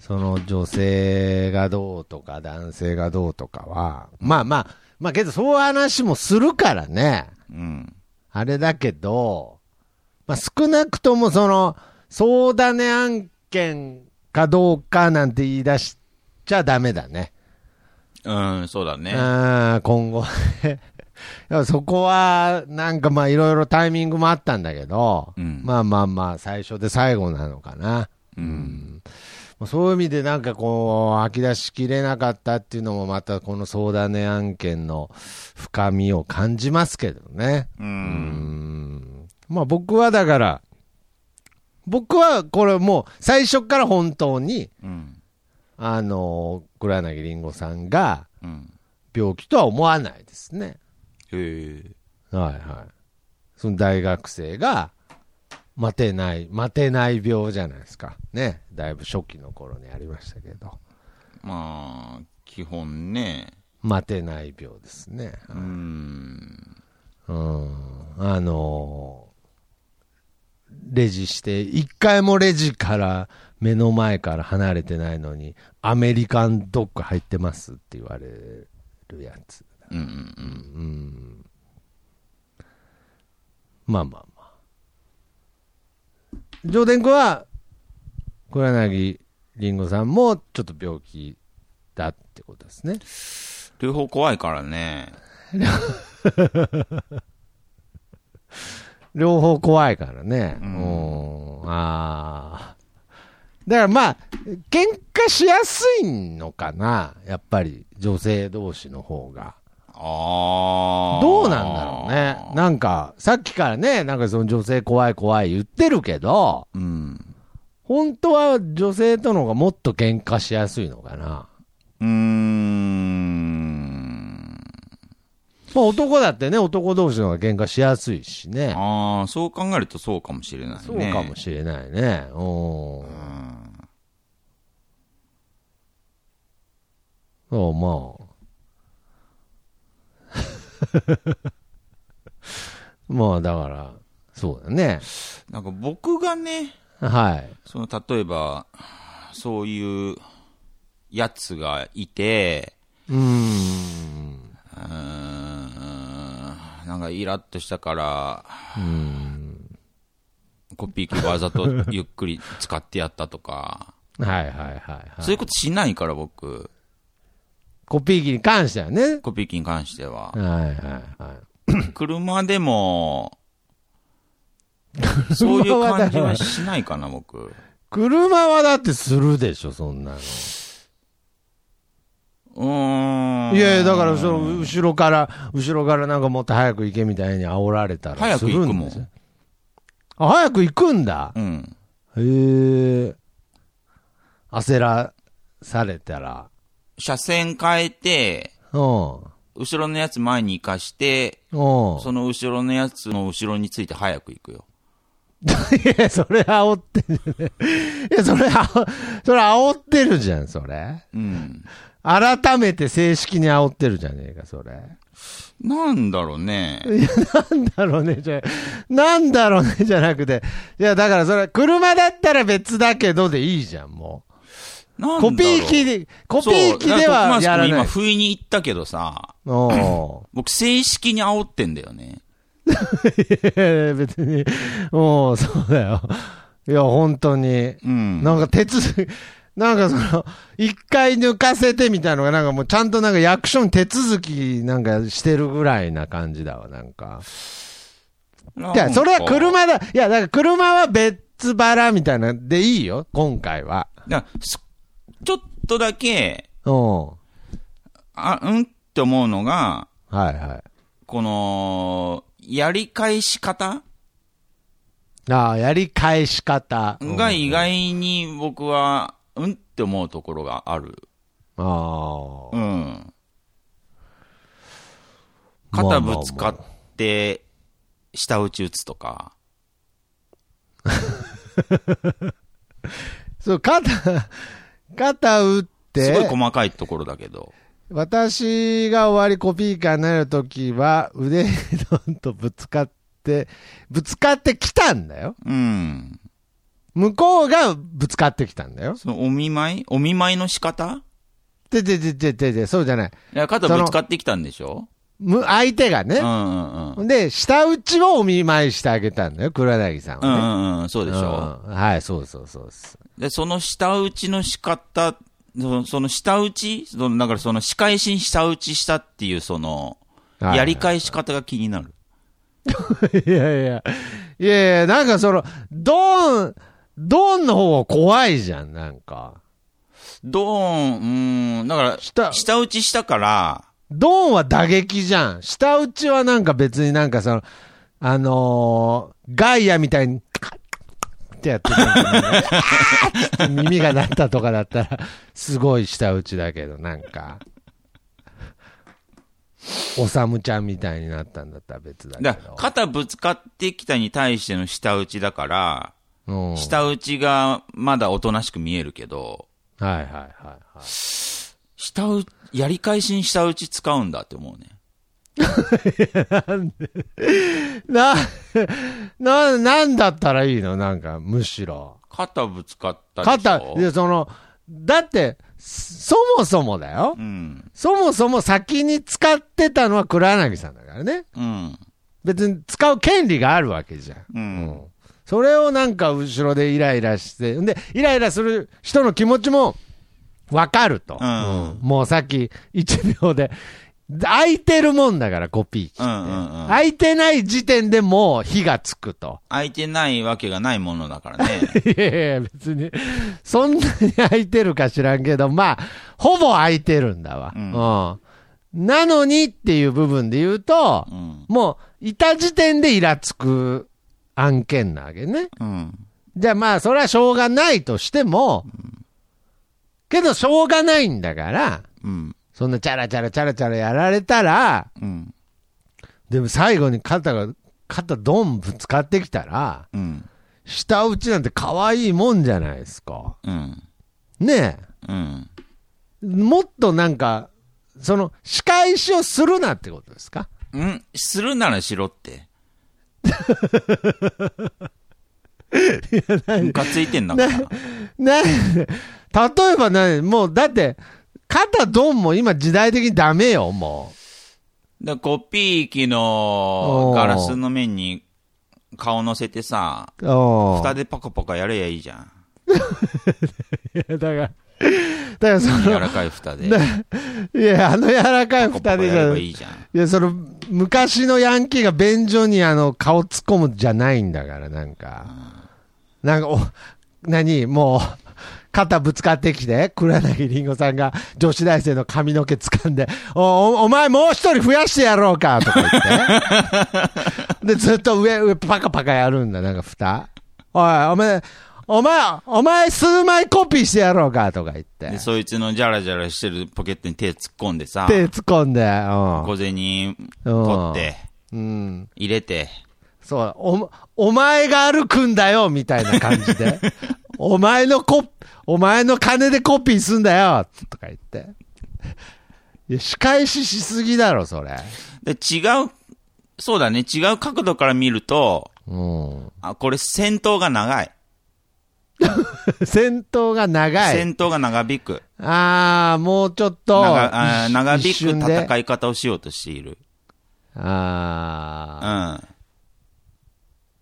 Speaker 1: その女性がどうとか男性がどうとかは、まあまあ、まあけどそういう話もするからね。
Speaker 2: うん。
Speaker 1: あれだけど、まあ、少なくともその、そうだね案件かどうかなんて言い出しちゃダメだね。
Speaker 2: うん、そうだね。
Speaker 1: あー今後 ね。いやそこは、なんかまあいろいろタイミングもあったんだけど、
Speaker 2: うん
Speaker 1: まあまあまあ最初で最後なのかな。
Speaker 2: うん。
Speaker 1: まあそういう意味でなんかこう、吐き出しきれなかったっていうのもまたこの相談ね案件の深みを感じますけどね。
Speaker 2: う。
Speaker 1: うんんまあ僕はだから、僕はこれもう最初から本当に、
Speaker 2: うん。
Speaker 1: あの、黒柳りんごさんが
Speaker 2: うん。
Speaker 1: 病気とは思わないですね。
Speaker 2: へえ。
Speaker 1: はいはい。その大学生が待てない、待てない病じゃないですか。ね。だいぶ初期の頃にありましたけど。
Speaker 2: まあ、基本ね。
Speaker 1: 待てない病ですね。
Speaker 2: うーん。
Speaker 1: うん。あのーレジして、一回もレジから、目の前から離れてないのに、アメリカンドッグ入ってますって言われるやつ。
Speaker 2: うんうんうん。
Speaker 1: まあまあまあ。上田君は、小柳りんごさんもちょっと病気だってことですね。
Speaker 2: 両方怖いからね。
Speaker 1: 両方怖いからね。う
Speaker 2: うん
Speaker 1: ん。ああ。だからまあ、喧嘩しやすいのかな。やっぱり女性同士の方が。
Speaker 2: ああ。
Speaker 1: どうなんだろうね。なんか、さっきからね、なんかその女性怖い怖い言ってるけど、
Speaker 2: うん。
Speaker 1: 本当は女性との方がもっと喧嘩しやすいのかな。
Speaker 2: うーん。
Speaker 1: まあ男だってね、男同士の方が喧嘩しやすいしね。
Speaker 2: ああ、そう考えるとそうかもしれないね。
Speaker 1: そうかもしれないね。うん。
Speaker 2: うん
Speaker 1: そう、まあ。 まあ、だから、そうだね。
Speaker 2: なんか僕がね、
Speaker 1: はい。
Speaker 2: その例えば、そういうやつがいて、
Speaker 1: うーん。
Speaker 2: うーん、なんかイラッとしたから、コピー機わざとゆっくり使ってやったとか、
Speaker 1: はいはいはい、はい。
Speaker 2: そういうことしないから僕、
Speaker 1: コピー機に関してはね。
Speaker 2: コピー機に関しては
Speaker 1: は。いはいは
Speaker 2: 車で も、
Speaker 1: い。
Speaker 2: そういう感
Speaker 1: 車は
Speaker 2: じ
Speaker 1: だ
Speaker 2: は
Speaker 1: から
Speaker 2: しないかな、僕。
Speaker 1: 車はだってするでしょ、そんな
Speaker 2: うーん。
Speaker 1: の。いやいや、だから、その、後ろから、後ろからなんかもっと早く行けみたいに煽られたら
Speaker 2: 早
Speaker 1: す
Speaker 2: く
Speaker 1: るん
Speaker 2: 行くも
Speaker 1: ですよ
Speaker 2: ん。
Speaker 1: あ、早く行くんだ。
Speaker 2: うん。
Speaker 1: へえ。焦らされたら。
Speaker 2: 車線変えて、
Speaker 1: うん。
Speaker 2: 後ろのやつ前に行かして、
Speaker 1: うん。
Speaker 2: その後ろのやつの後ろについて早く行くよ。
Speaker 1: いや、それ煽ってるね。いや、それ煽、それ煽ってるじゃん、それ。
Speaker 2: うん。
Speaker 1: 改めて正式に煽ってるじゃねえか、それ。
Speaker 2: なんだろうね。
Speaker 1: なんだろうね、じゃ、なんだろうね、じゃなくて。いや、だからそれ、車だったら別だけどでいいじゃん、も
Speaker 2: なんだ
Speaker 1: う。
Speaker 2: ろう
Speaker 1: コピー機で、コピー機ではやら
Speaker 2: そうだから
Speaker 1: な
Speaker 2: 徳松君今、
Speaker 1: い。
Speaker 2: 不意に言ったけどさ、
Speaker 1: おう
Speaker 2: 僕、正式に煽ってんだよね。
Speaker 1: いやいや別に、もう、そうだよ。いや、本当に。
Speaker 2: うん。
Speaker 1: なんか手続き、 なんかその、一回抜かせてみたいなのが、なんかもうちゃんとなんか役所に手続きなんかしてるぐらいな感じだわ、なんか。いや、それは
Speaker 2: だか
Speaker 1: 車だ。いや、だから車は別腹みたいなでいいよ、今回は。
Speaker 2: らすちょっとだけ、
Speaker 1: うん。は
Speaker 2: あ、うんって思うのが、
Speaker 1: いは
Speaker 2: この、やり返し方
Speaker 1: い。ああ、やり返し方。
Speaker 2: が
Speaker 1: い。
Speaker 2: 意外に僕は、うんって思うところがある。
Speaker 1: ああ。
Speaker 2: うん。
Speaker 1: まあまあ
Speaker 2: 肩
Speaker 1: まあ
Speaker 2: ぶつかって、下打ち打つとか。
Speaker 1: そう、肩、肩打って。
Speaker 2: すごい細かいところだけど。
Speaker 1: 私が終わりコピーカーになるときは、腕にどんとぶつかって、ぶつかってきたんだよ。
Speaker 2: うん。
Speaker 1: 向こうがぶつかってきたんだよ。
Speaker 2: そのお見舞いお見舞いの仕方
Speaker 1: てててててて、そうじゃない。
Speaker 2: いや肩ぶつかってきたんでしょ
Speaker 1: む、相手が
Speaker 2: う
Speaker 1: ね
Speaker 2: んう。んうん。
Speaker 1: で、下打ちをお見舞いしてあげたんだよ、黒柳さん
Speaker 2: うんう
Speaker 1: はね。
Speaker 2: んうん、そうでしょ。
Speaker 1: うんはい、そうそうそうです。
Speaker 2: で、その下打ちの仕方、そのその下打ちそのだからその仕返しに下打ちしたっていう、その、
Speaker 1: はい
Speaker 2: やり返し方が気になる。
Speaker 1: いやいや。いやいや、なんかその、ドーン、ドーンの方が怖いじゃん、なんか。
Speaker 2: ドーン、うん、だか
Speaker 1: 下
Speaker 2: ら、下打ちしたから、
Speaker 1: ドーンは打撃じゃん。下打ちはなんか別になんかその、あのーガイアみたいに、ってやってたんだよねあーって耳が鳴ったとかだったら、すごい下打ちだけど、なんか。おさむちゃんみたいになったんだったら別だけ
Speaker 2: だ
Speaker 1: ど
Speaker 2: から。肩ぶつかってきたに対しての舌打ちだから、
Speaker 1: うん
Speaker 2: 舌打ちがまだおとなしく見えるけど、
Speaker 1: はいはいはいはい。
Speaker 2: 舌打やり返しに舌打ち使うんだって思うね。
Speaker 1: な、な、なんだったらいいのなんか、むしろ。
Speaker 2: 肩ぶつかったでしょ
Speaker 1: 肩、いや、その、だって、そもそもだよ
Speaker 2: う。ん。
Speaker 1: そもそも先に使ってたのは黒柳さんだからね。
Speaker 2: うん。
Speaker 1: 別に使う権利があるわけじゃん。
Speaker 2: う。
Speaker 1: うんんそれをなんか後ろでイライラして、んで、イライラする人の気持ちもわかると、
Speaker 2: うん
Speaker 1: もうさっき1秒で、空いてるもんだから、コピー機って。
Speaker 2: うんうんうん
Speaker 1: 空いてない時点でもう火がつくと。
Speaker 2: 空いてないわけがないものだから ね。
Speaker 1: いやいやいや、別に、そんなに空いてるか知らんけど、まあ、ほぼ空いてるんだわ。うんなのにっていう部分で言うと、
Speaker 2: うん。
Speaker 1: もう、いた時点でイラつく案件なわけね。
Speaker 2: うん。
Speaker 1: じゃあまあ、それはしょうがないとしても、けどしょうがないんだから、
Speaker 2: うん。
Speaker 1: そんなチャラチャラチャラチャラやられたら、
Speaker 2: うん。
Speaker 1: でも最後に肩が、肩ドンぶつかってきたら、
Speaker 2: うん。
Speaker 1: 舌打ちなんて可愛いもんじゃないですか。
Speaker 2: うん。
Speaker 1: ね
Speaker 2: うん。
Speaker 1: え。もっとなんか、その、仕返しをするなってことですか
Speaker 2: うん。するならし ろって。ムカついてんだから。
Speaker 1: ね 例えばね、もうだって、肩ドンも今時代的にダメよ、も
Speaker 2: だコピー機のガラスの面に顔乗せてさ、
Speaker 1: う。うん
Speaker 2: 蓋でパカパカやれやいいじ ゃん。
Speaker 1: いやだから、だからそ
Speaker 2: 柔
Speaker 1: の、
Speaker 2: らかい蓋で。
Speaker 1: いや、あの柔らかい
Speaker 2: パカパ
Speaker 1: 蓋
Speaker 2: カ
Speaker 1: で
Speaker 2: や
Speaker 1: じ
Speaker 2: れ
Speaker 1: ゃ
Speaker 2: ば
Speaker 1: い
Speaker 2: いいじゃん。
Speaker 1: や、その、昔のヤンキーが便所にあの、顔突っ込むじゃないんだから、なんか。なんか、お、何もう、肩ぶつかってきて、黒柳りんごさんが女子大生の髪の毛掴んで、お、おお前もう一人増やしてやろうか、とか言って。で、ずっと上、上、パカパカやるんだ、なんか蓋。おい、お前、お前、お前数枚コピーしてやろうか、とか言って。
Speaker 2: で、そいつのジャラジャラしてるポケットに手突っ込んでさ、
Speaker 1: 手突っ込んで、
Speaker 2: 小銭
Speaker 1: うん
Speaker 2: 取って、
Speaker 1: うん。うん。
Speaker 2: 入れて、
Speaker 1: そう、お、お前が歩くんだよ、みたいな感じ で。お前のコ、お前の金でコピーすんだよ、とか言って。いや、仕返ししすぎだろ、それ。
Speaker 2: で、違う、そうだね、違う角度から見ると、
Speaker 1: うん。
Speaker 2: あ、これ戦闘が長い。
Speaker 1: 戦闘が長い。
Speaker 2: 戦闘が長引く。
Speaker 1: あー、もうちょっと。
Speaker 2: 長あー長引く戦
Speaker 1: い。
Speaker 2: い方をしようとしている。
Speaker 1: あ
Speaker 2: う
Speaker 1: ー、
Speaker 2: ん。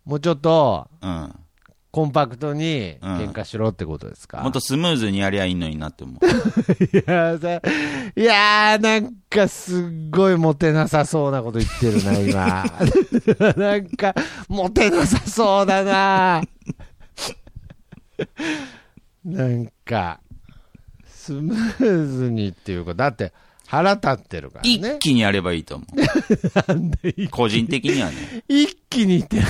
Speaker 1: もうちょっと、
Speaker 2: うん。
Speaker 1: コンパクトに喧嘩しろってことですか、
Speaker 2: もっとスムーズにやりゃいいのになって思
Speaker 1: い
Speaker 2: う。
Speaker 1: やーさいやーなんかすっごいモテなさそうなこと言ってるな、今。 なんか、モテなさそうだな。なんか、スムーズにっていうか、だって腹立ってるから
Speaker 2: 一
Speaker 1: ね。
Speaker 2: 気にやればいいと思 う。個人的にはね。
Speaker 1: 一気にって。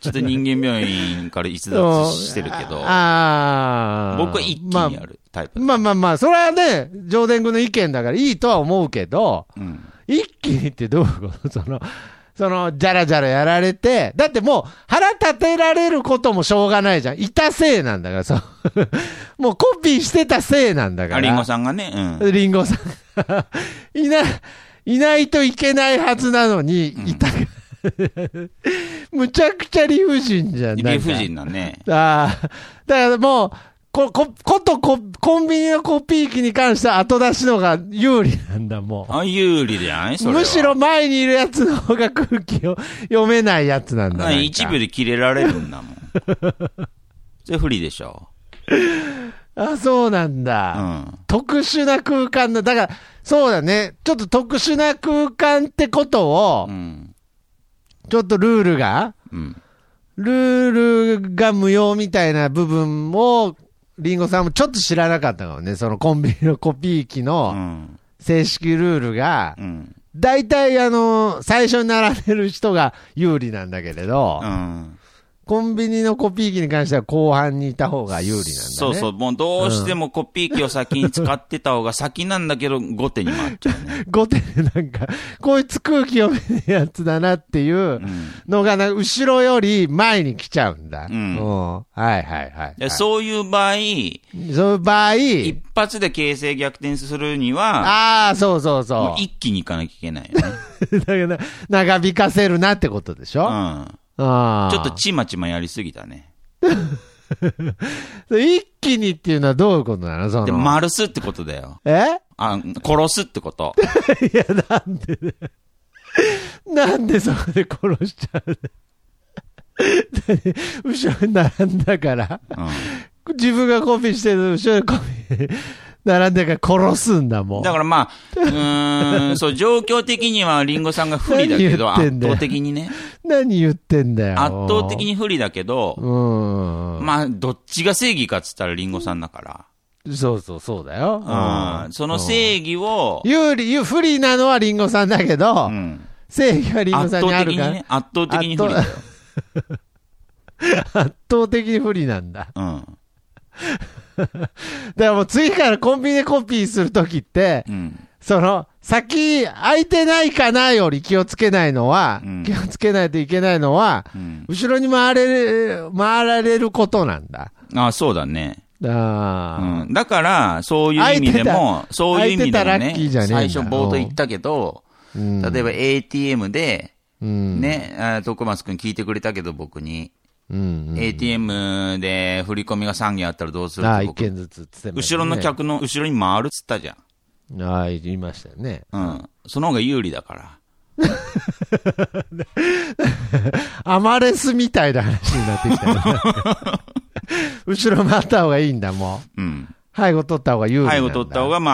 Speaker 2: ちょっと人間病院から逸脱してるけど、
Speaker 1: ああ。
Speaker 2: 僕は一気にやるタイプ。
Speaker 1: まあまあまあ、それはね、上田君の意見だからいいとは思うけど、
Speaker 2: うん。
Speaker 1: 一気にってどういうことその、 その、じゃらじゃらやられて、だってもう腹立てられることもしょうがないじゃん。いたせいなんだから、そう。 もうコピーしてたせいなんだか
Speaker 2: あ
Speaker 1: ら。
Speaker 2: りんごさんがね、うん。
Speaker 1: リンゴさん。 いな、いないといけないはずなのに、いた、むちゃくちゃ理不尽じゃん。
Speaker 2: 理不尽なね。
Speaker 1: ああ、だからもう、こ、こ、ことこ、コンビニのコピー機に関しては後出しのが有利なんだ、もう。
Speaker 2: あ、有利じゃないそれは。
Speaker 1: むしろ前にいるやつの方が空気を読めないやつなんだ
Speaker 2: な
Speaker 1: なんん
Speaker 2: か
Speaker 1: か
Speaker 2: 一部で切れられるんだも ん。それ不利でしょ。
Speaker 1: あ、そうなん
Speaker 2: う
Speaker 1: だ。
Speaker 2: ん。
Speaker 1: 特殊な空間だ。だから、そうだね。ちょっと特殊な空間ってことを
Speaker 2: う、ん。
Speaker 1: ちょっとルールが、
Speaker 2: うん。
Speaker 1: ルールが無用みたいな部分を、リンゴさんもちょっと知らなかったかもね。そのコンビニのコピー機
Speaker 2: う
Speaker 1: の
Speaker 2: ん。
Speaker 1: 正式ルールが
Speaker 2: う、ん。
Speaker 1: 大体あの、最初に並べる人が有利なんだけれど
Speaker 2: う、ん。
Speaker 1: コンビニのコピー機に関しては後半にいた方が有利なんだね。
Speaker 2: そうそう、もうどうしてもコピー機を先に使ってた方が先なんだけど、後手に回っちゃうね。
Speaker 1: 後手でなんか、こいつ空気読めねえやつだなっていうのがな、後ろより前に来ちゃうんだ。
Speaker 2: うん
Speaker 1: うはいはいはい、
Speaker 2: でそういう場合、
Speaker 1: はいそういう場合、
Speaker 2: 一発で形勢逆転するに
Speaker 1: あ
Speaker 2: は、
Speaker 1: あ、そうそうそ
Speaker 2: もう一気にいかなきゃいけないよね。
Speaker 1: う。だから長引かせるなってことでしょ、
Speaker 2: うん。
Speaker 1: ああ
Speaker 2: ちょっとちまちまやりすぎたね。
Speaker 1: と、一気にっていうのはどういうことなのその。
Speaker 2: で、丸すってことだよ。
Speaker 1: え
Speaker 2: あ、殺すってこと。
Speaker 1: なんでそこで殺しちゃうの何後ろに並んだから。
Speaker 2: う
Speaker 1: 自分がコピーしてる後ろにコピー並んでるから殺すんだもん。
Speaker 2: ん。だからまあ、うー ん、そう、状況的にはリンゴさんが不利だけど、
Speaker 1: 何言ってんだ
Speaker 2: 圧
Speaker 1: よ
Speaker 2: 倒的にね。
Speaker 1: 何言ってんだよ。
Speaker 2: 圧倒的。に不利だけど、
Speaker 1: うん。
Speaker 2: まあ、どっちが正義かっつったらリンゴさんだか
Speaker 1: そうそう、そうだよ。
Speaker 2: ら。うん。その正義を、
Speaker 1: 有利、有不利なのはリンゴさんだけど、
Speaker 2: うん。
Speaker 1: 正義はリンゴ
Speaker 2: 圧
Speaker 1: さん
Speaker 2: 倒
Speaker 1: にあ
Speaker 2: 的
Speaker 1: る
Speaker 2: に
Speaker 1: から、
Speaker 2: ね、圧倒的に不利だよ。
Speaker 1: 圧倒的に不利なんだ。
Speaker 2: うん。
Speaker 1: だからもう次からコンビニでコピーするときって
Speaker 2: う、ん。
Speaker 1: その、先、空いてないかなより気をつけないのは、
Speaker 2: うん
Speaker 1: 気をつけないといけないのは、
Speaker 2: うん。
Speaker 1: 後ろに回れる、回られることなんだ。
Speaker 2: あ、そうだね。
Speaker 1: あー
Speaker 2: うん、だから、そういう意味でも、そういう意味でも
Speaker 1: 空いてたラッキー
Speaker 2: ね、
Speaker 1: じゃねえんだ
Speaker 2: 最初冒頭言ったけど、
Speaker 1: うん
Speaker 2: 例えば ATM で、
Speaker 1: うん、
Speaker 2: ね、あ徳松くん聞いてくれたけど僕に、
Speaker 1: うんうん
Speaker 2: ATM で振り込みが3件あったらどうする
Speaker 1: ああ、
Speaker 2: って
Speaker 1: 一
Speaker 2: 僕
Speaker 1: 件ずつっつってました
Speaker 2: 後
Speaker 1: ね
Speaker 2: ろの。客の後ろに回るっつったじゃん。
Speaker 1: ああ、言いましたよね。
Speaker 2: うん。その方が有利だから。
Speaker 1: アマレスみたいな話になってきた よね。後ろ回った方がいいんだ、もう。
Speaker 2: うん。
Speaker 1: 背後取った方が有利なんだ。
Speaker 2: 背後取った方が、ま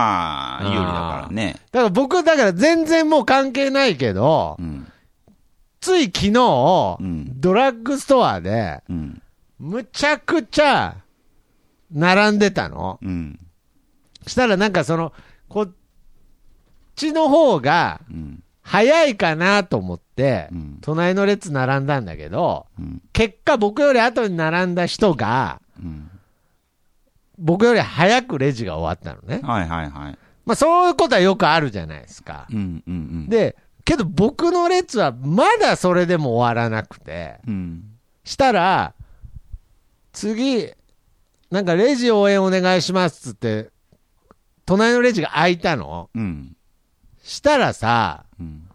Speaker 2: あ、
Speaker 1: あー
Speaker 2: 有利だからね。
Speaker 1: だから僕、だから全然もう関係ないけど
Speaker 2: う、ん。
Speaker 1: つい昨日、
Speaker 2: うん
Speaker 1: ドラッグストアで、
Speaker 2: うん。
Speaker 1: むちゃくちゃ、並んでたの。
Speaker 2: うん。
Speaker 1: したらなんかその、こっちの方が、
Speaker 2: うん。
Speaker 1: 早いかなと思って、
Speaker 2: うん
Speaker 1: 隣の列並んだんだけど、
Speaker 2: うん。
Speaker 1: 結果僕より後に並んだ人が、
Speaker 2: うん。
Speaker 1: 僕より早くレジが終わったのね。
Speaker 2: はいはいはい。
Speaker 1: まあそういうことはよくあるじゃないですか。
Speaker 2: うんうんうん。、
Speaker 1: で、けど僕の列はまだそれでも終わらなくて、
Speaker 2: うん。
Speaker 1: したら、次、なんかレジ応援お願いしますっつって、隣のレジが空いたの。
Speaker 2: うん。
Speaker 1: したらさ、
Speaker 2: うん。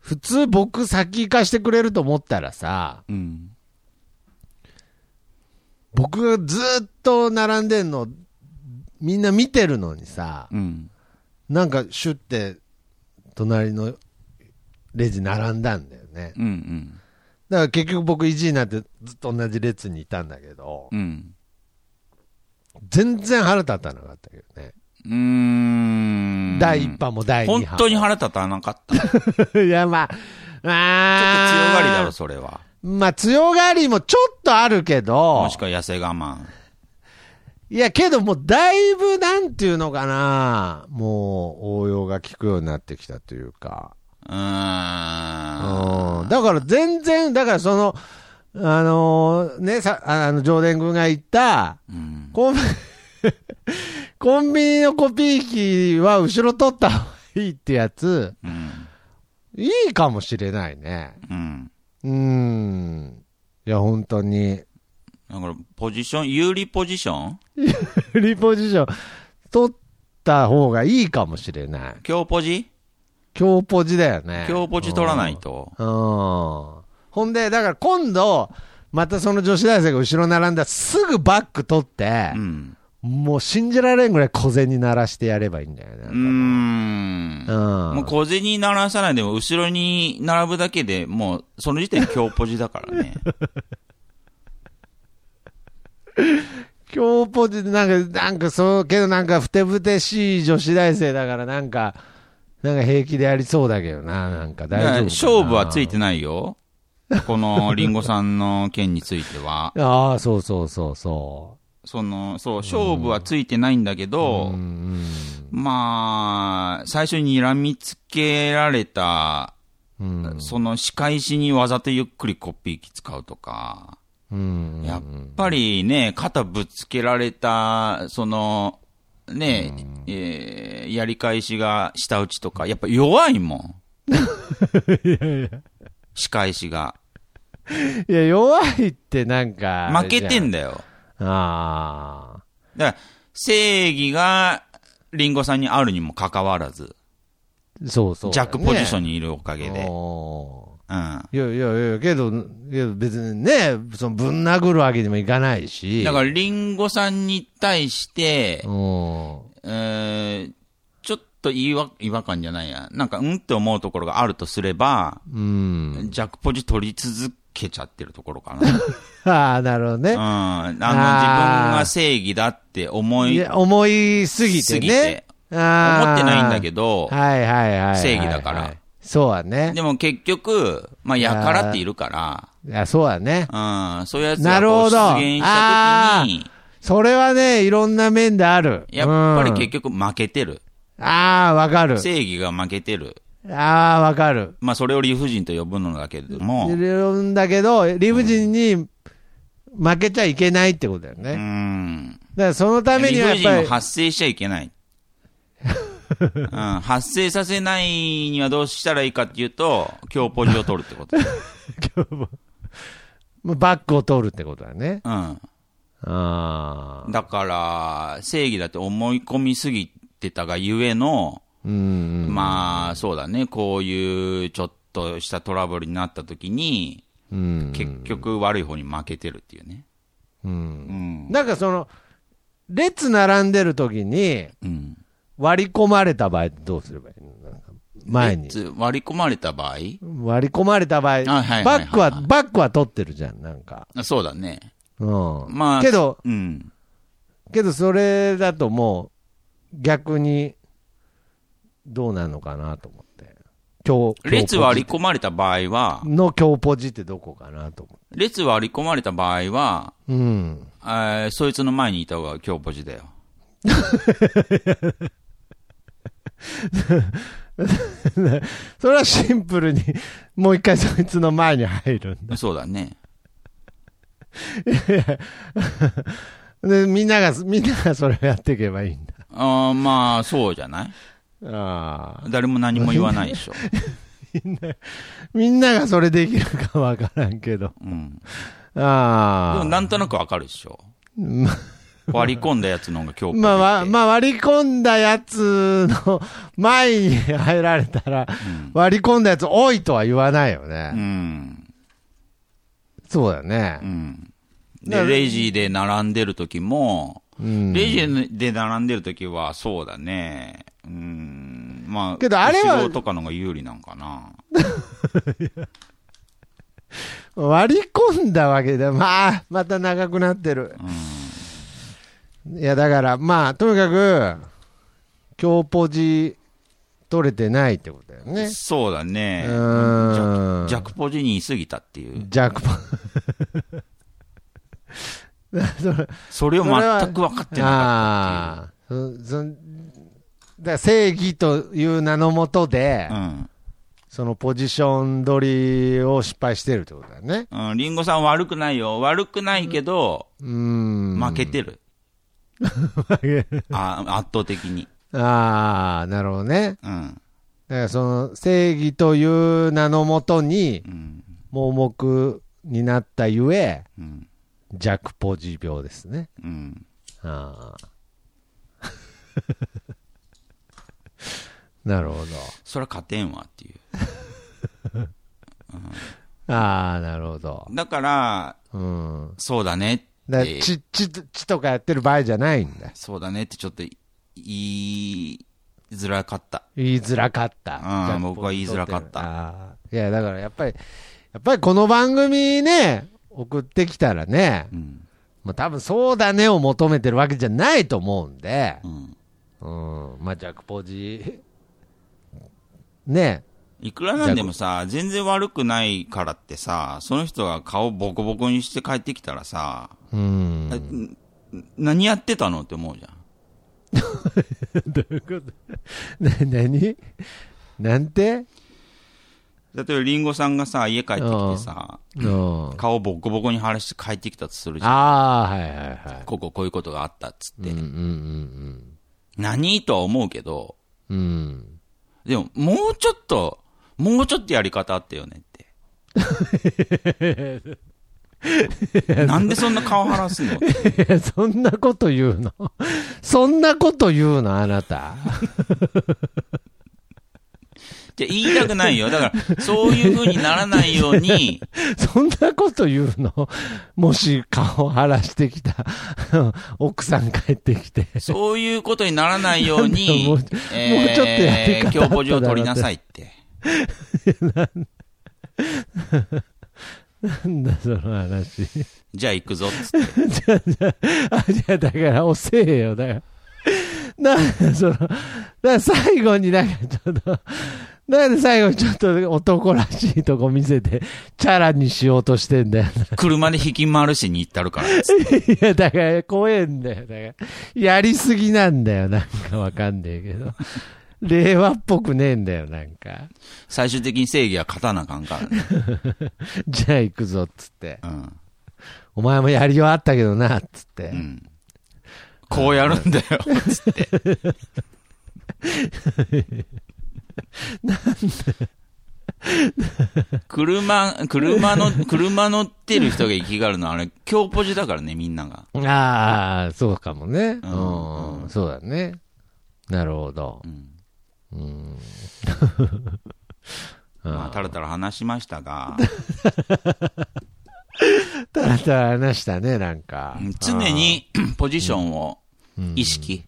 Speaker 1: 普通僕先行かしてくれると思ったらさ、
Speaker 2: うん。
Speaker 1: 僕がずっと並んでんの、みんな見てるのにさ、
Speaker 2: うん。
Speaker 1: なんかシュッて、隣のレジ並んだんだよね。
Speaker 2: うんうん。
Speaker 1: だから結局僕意地になってずっと同じ列にいたんだけど、
Speaker 2: うん。
Speaker 1: 全然腹立たなかったけどね。
Speaker 2: うーん。
Speaker 1: 第1波も第2
Speaker 2: 本
Speaker 1: 波も。
Speaker 2: 当に腹立たなかった。ちょっと
Speaker 1: 当に いや、まあ、まあ、
Speaker 2: 強がりだろ、それは。
Speaker 1: まあ、強がりもちょっとあるけど、
Speaker 2: もしくは痩せ我慢。
Speaker 1: いや、けどもうだいぶなんていうのかな、もう応用が効くようになってきたというか。
Speaker 2: うーん。
Speaker 1: うんだから全然、だからその、あのーね、さ、ああの、上田君が言った、
Speaker 2: うん。
Speaker 1: コンビ、 コンビニのコピー機は後ろ取った方がいいってやつ、
Speaker 2: うん。
Speaker 1: いいかもしれないね。
Speaker 2: うん。
Speaker 1: うん。いや、本当に。
Speaker 2: だから、ポジション、有利ポジション
Speaker 1: フリーポジション、取った方がいいかもしれない。
Speaker 2: 強ポジ
Speaker 1: 強ポジだよね。
Speaker 2: 強ポジ取らないと。
Speaker 1: うん。ほんで、だから今度、またその女子大生が後ろ並んだらすぐバック取って
Speaker 2: う、ん。
Speaker 1: もう信じられんぐらい小銭鳴らしてやればいいんだよね。
Speaker 2: うーん。
Speaker 1: うん
Speaker 2: もう小銭鳴らさないでも、後ろに並ぶだけでもう、その時点で強ポジだからね。
Speaker 1: 強ポジでなんか、なんかそう、けどなんかふてぶてしい女子大生だからなんか、なんか平気でやりそうだけどな、なんか
Speaker 2: だ
Speaker 1: 大丈
Speaker 2: か
Speaker 1: 夫
Speaker 2: ら
Speaker 1: かな。
Speaker 2: 勝負はついてないよ。このリンゴさんの件については。
Speaker 1: ああ、そうそうそうそ
Speaker 2: その、そう、勝負はついてないんだけ
Speaker 1: う。
Speaker 2: ど、
Speaker 1: うん
Speaker 2: まあ、最初に睨みつけられた
Speaker 1: うん。
Speaker 2: その仕返しにわざとゆっくりコピー機使うとか、
Speaker 1: うん。
Speaker 2: やっぱりね、肩ぶつけられた、その、ね、えーやり返しが下打ちとか、やっぱ弱 いもん。仕返しが。
Speaker 1: いや、弱いってなんか。
Speaker 2: 負けて
Speaker 1: ん
Speaker 2: んだよ。
Speaker 1: あ
Speaker 2: だから、正義が、リンゴさんにあるにもかかわらず、
Speaker 1: あ。そうそう、
Speaker 2: 弱ポジション
Speaker 1: ン
Speaker 2: にいるおかげで。
Speaker 1: お
Speaker 2: うん。
Speaker 1: ーいやいやいや、けど、けど別にね、そのぶん殴るわけにもいかないし。
Speaker 2: だから、リンゴさんに対して、
Speaker 1: うん。
Speaker 2: えーちょっと違和違和感じゃないや。なんか、うんって思うところがあるとすれば、
Speaker 1: うん。
Speaker 2: 弱ポジ取り続けちゃってるところか な。
Speaker 1: ああ、なるほどね。
Speaker 2: うん。あの、自分
Speaker 1: あー
Speaker 2: が正義だって思
Speaker 1: い
Speaker 2: い、思っ
Speaker 1: や思いすぎて
Speaker 2: すぎ
Speaker 1: ね
Speaker 2: て。
Speaker 1: あー
Speaker 2: てないんだけど、
Speaker 1: はいはいはいはい、はい。
Speaker 2: 正義だから。
Speaker 1: そうはね。
Speaker 2: でも結局、まあ、やからっているから、
Speaker 1: いや、そうはね。
Speaker 2: うん、そういうやつ
Speaker 1: な
Speaker 2: が
Speaker 1: る
Speaker 2: こ
Speaker 1: ほ
Speaker 2: う出
Speaker 1: ど
Speaker 2: 現したときに、
Speaker 1: それはね、いろんな面である。
Speaker 2: やっぱり
Speaker 1: うん
Speaker 2: 結局負けてる。
Speaker 1: ああ、わかる。
Speaker 2: 正義が負けてる。
Speaker 1: ああ、わかる。
Speaker 2: まあ、それを理不尽と呼ぶのだけれども、
Speaker 1: いるんだけど、理不尽に負けちゃいけないってことだよね。
Speaker 2: う
Speaker 1: だか
Speaker 2: ん。
Speaker 1: らそのためにはや
Speaker 2: 理不尽を
Speaker 1: っぱり、
Speaker 2: 発生しちゃい けない。うん、発生させないにはどうしたらいいかっていうと、強ポジを取るって こと。
Speaker 1: バックを通るってことだね。
Speaker 2: う
Speaker 1: あ
Speaker 2: ん。
Speaker 1: あ。
Speaker 2: だから、正義だって思い込みすぎてたがゆえの、
Speaker 1: うん。
Speaker 2: まあ、そうだね、こういうちょっとしたトラブルになった時に、
Speaker 1: うん。
Speaker 2: 結局悪い方に負けてるっていうね。
Speaker 1: う。
Speaker 2: うんん。
Speaker 1: なんかその、列並んでる時に
Speaker 2: うん。
Speaker 1: 割り込まれた場合どうすればいいのなんか前に
Speaker 2: レッ。ツ割り込まれた場合
Speaker 1: 割り込まれた場合、
Speaker 2: はいはい
Speaker 1: バックは、
Speaker 2: はい
Speaker 1: バックは取ってるじゃん、なんか。
Speaker 2: あそうだね。
Speaker 1: うん。
Speaker 2: まあ、
Speaker 1: けど、
Speaker 2: うん。
Speaker 1: けどそれだともう逆にどうなのかなと思って強
Speaker 2: 列割り
Speaker 1: 強
Speaker 2: 込まれた場合は
Speaker 1: ポジ、の強ポジってどこかなと思って
Speaker 2: 列割り込まれた場合は、
Speaker 1: うん
Speaker 2: えーそいつの前にいた方が強ポジだよ。
Speaker 1: それはシンプルに もう一回そいつの前に入るんだ
Speaker 2: そうだね。
Speaker 1: で みんながみんながそれをやっていけばいいんだ
Speaker 2: あーまあ、そうじゃない
Speaker 1: ああ
Speaker 2: 誰も何も言わない でしょ。
Speaker 1: みんながそれできるかわからんけど
Speaker 2: うん。でも
Speaker 1: あ
Speaker 2: なんとなくわかるでし ょ。
Speaker 1: あま
Speaker 2: 割り込んだやつの方が強ポジって。
Speaker 1: まあわ、まあ割り込んだやつの前に入られたら、割り込んだやつ多いとは言わないよね。
Speaker 2: うん。
Speaker 1: そうだね
Speaker 2: う。ん。
Speaker 1: だ
Speaker 2: で、
Speaker 1: から
Speaker 2: レジで並んでる時も、
Speaker 1: うん
Speaker 2: レジで並んでる時は、そうだね。うん。まあ、
Speaker 1: けどあれは
Speaker 2: 後ろとかの方が有利なんかな。
Speaker 1: 割り込んだわけで、まあ、また長くなってる。いや、だから、まあ、とにかく、強ポジ取れてないってことだよね。
Speaker 2: そうだ
Speaker 1: う
Speaker 2: ね。
Speaker 1: ーん。
Speaker 2: 弱ポジにいすぎたっていう。
Speaker 1: 弱ポジ。
Speaker 2: それを全く分かってなかっ
Speaker 1: ああー、そそだから正義という名のもとで
Speaker 2: た、って
Speaker 1: そのポジション取りを失敗してるってことだね。
Speaker 2: いう。うん。うん。リンゴさん悪くないよ。悪くないけど、
Speaker 1: うーん。
Speaker 2: 負けてる。あ圧倒的に。
Speaker 1: ああ、なるほどね。
Speaker 2: うん。
Speaker 1: だからその正義という名のもとに
Speaker 2: うん。
Speaker 1: 盲目になったゆえ、
Speaker 2: うん。
Speaker 1: 弱ポジ病ですね。
Speaker 2: うん。
Speaker 1: ああ。 なるほ
Speaker 2: そりゃ勝てんわっていう。
Speaker 1: ど。ああ、なるほど。
Speaker 2: だから、
Speaker 1: うん。
Speaker 2: そうだねって、
Speaker 1: だからち、ち、ちとかやってる場合じゃないんだ。
Speaker 2: そうだねってちょっと言いづらかった。
Speaker 1: 言いづらかった。
Speaker 2: うん
Speaker 1: じゃあ
Speaker 2: 僕は言いづらかった
Speaker 1: あーいや、だからやっぱり、やっぱりこの番組ね、送ってきたらね
Speaker 2: う、ん。
Speaker 1: まあ多分そうだねを求めてるわけじゃないと思うんで
Speaker 2: う、ん。
Speaker 1: うん、まあジャックポジ、ね、
Speaker 2: いくらなんでもさ、全然悪くないからってさ、その人が顔ボコボコにして帰ってきたらさ、
Speaker 1: うん。
Speaker 2: 何やってたのって思うじゃん。
Speaker 1: な、なになんて
Speaker 2: 例えばリンゴさんがさ、家帰ってきてさ、
Speaker 1: うん。
Speaker 2: 顔ボッコボコに腫らして帰ってきたとするじゃん。
Speaker 1: ああ、はいはいは
Speaker 2: こここういうことがあったっつって。
Speaker 1: い。うんうん
Speaker 2: 何とは思うけど、
Speaker 1: うんうん。うん。
Speaker 2: でももうちょっと、もうちょっとやり方あったよね って。なんでそんな顔腫らすの
Speaker 1: え、そんな こと言うのそんなこと言うのあなた。
Speaker 2: じゃ言いたくないよ。だから、そういう風にならないように、
Speaker 1: そんなこと言うのもし顔腫らしてきた 奥さん帰ってきて。
Speaker 2: そういうことにならないように、
Speaker 1: もうもうちょっとやり方あっただろうって
Speaker 2: 教保状を取りなさいって。
Speaker 1: なんだその話。
Speaker 2: じゃあ行くぞっつって。
Speaker 1: あ、じゃあだから遅えよ、だから。なんだその、だから最後になんかちょっと、なんで最後にちょっと男らしいとこ見せて、チャラにしようとしてんだよ。
Speaker 2: 車で引き回るしに行ったるからっつって。
Speaker 1: いや、だから、怖えんだよ。だから、やりすぎなんだよ。なんかわかんねえけど。令和っぽくねえんだよ、なんか。
Speaker 2: 最終的に正義は勝たなあかんからね。
Speaker 1: じゃあ行くぞ、っつって。
Speaker 2: うん。
Speaker 1: お前もやりようあったけどな、っつって。
Speaker 2: うん。こうやるんだよ、つって。 車、車の、車乗ってる人が生きがるのは、あれ、強ポジだからね、みんなが。
Speaker 1: ああ、そうかもね。う
Speaker 2: うん
Speaker 1: ん、そうだね。なるほど
Speaker 2: う。
Speaker 1: う
Speaker 2: ん。
Speaker 1: ん。
Speaker 2: まあ、たらたら話しまし たが、
Speaker 1: たらたら話したね、なんか。
Speaker 2: 常に ポジションを
Speaker 1: うん
Speaker 2: 意識。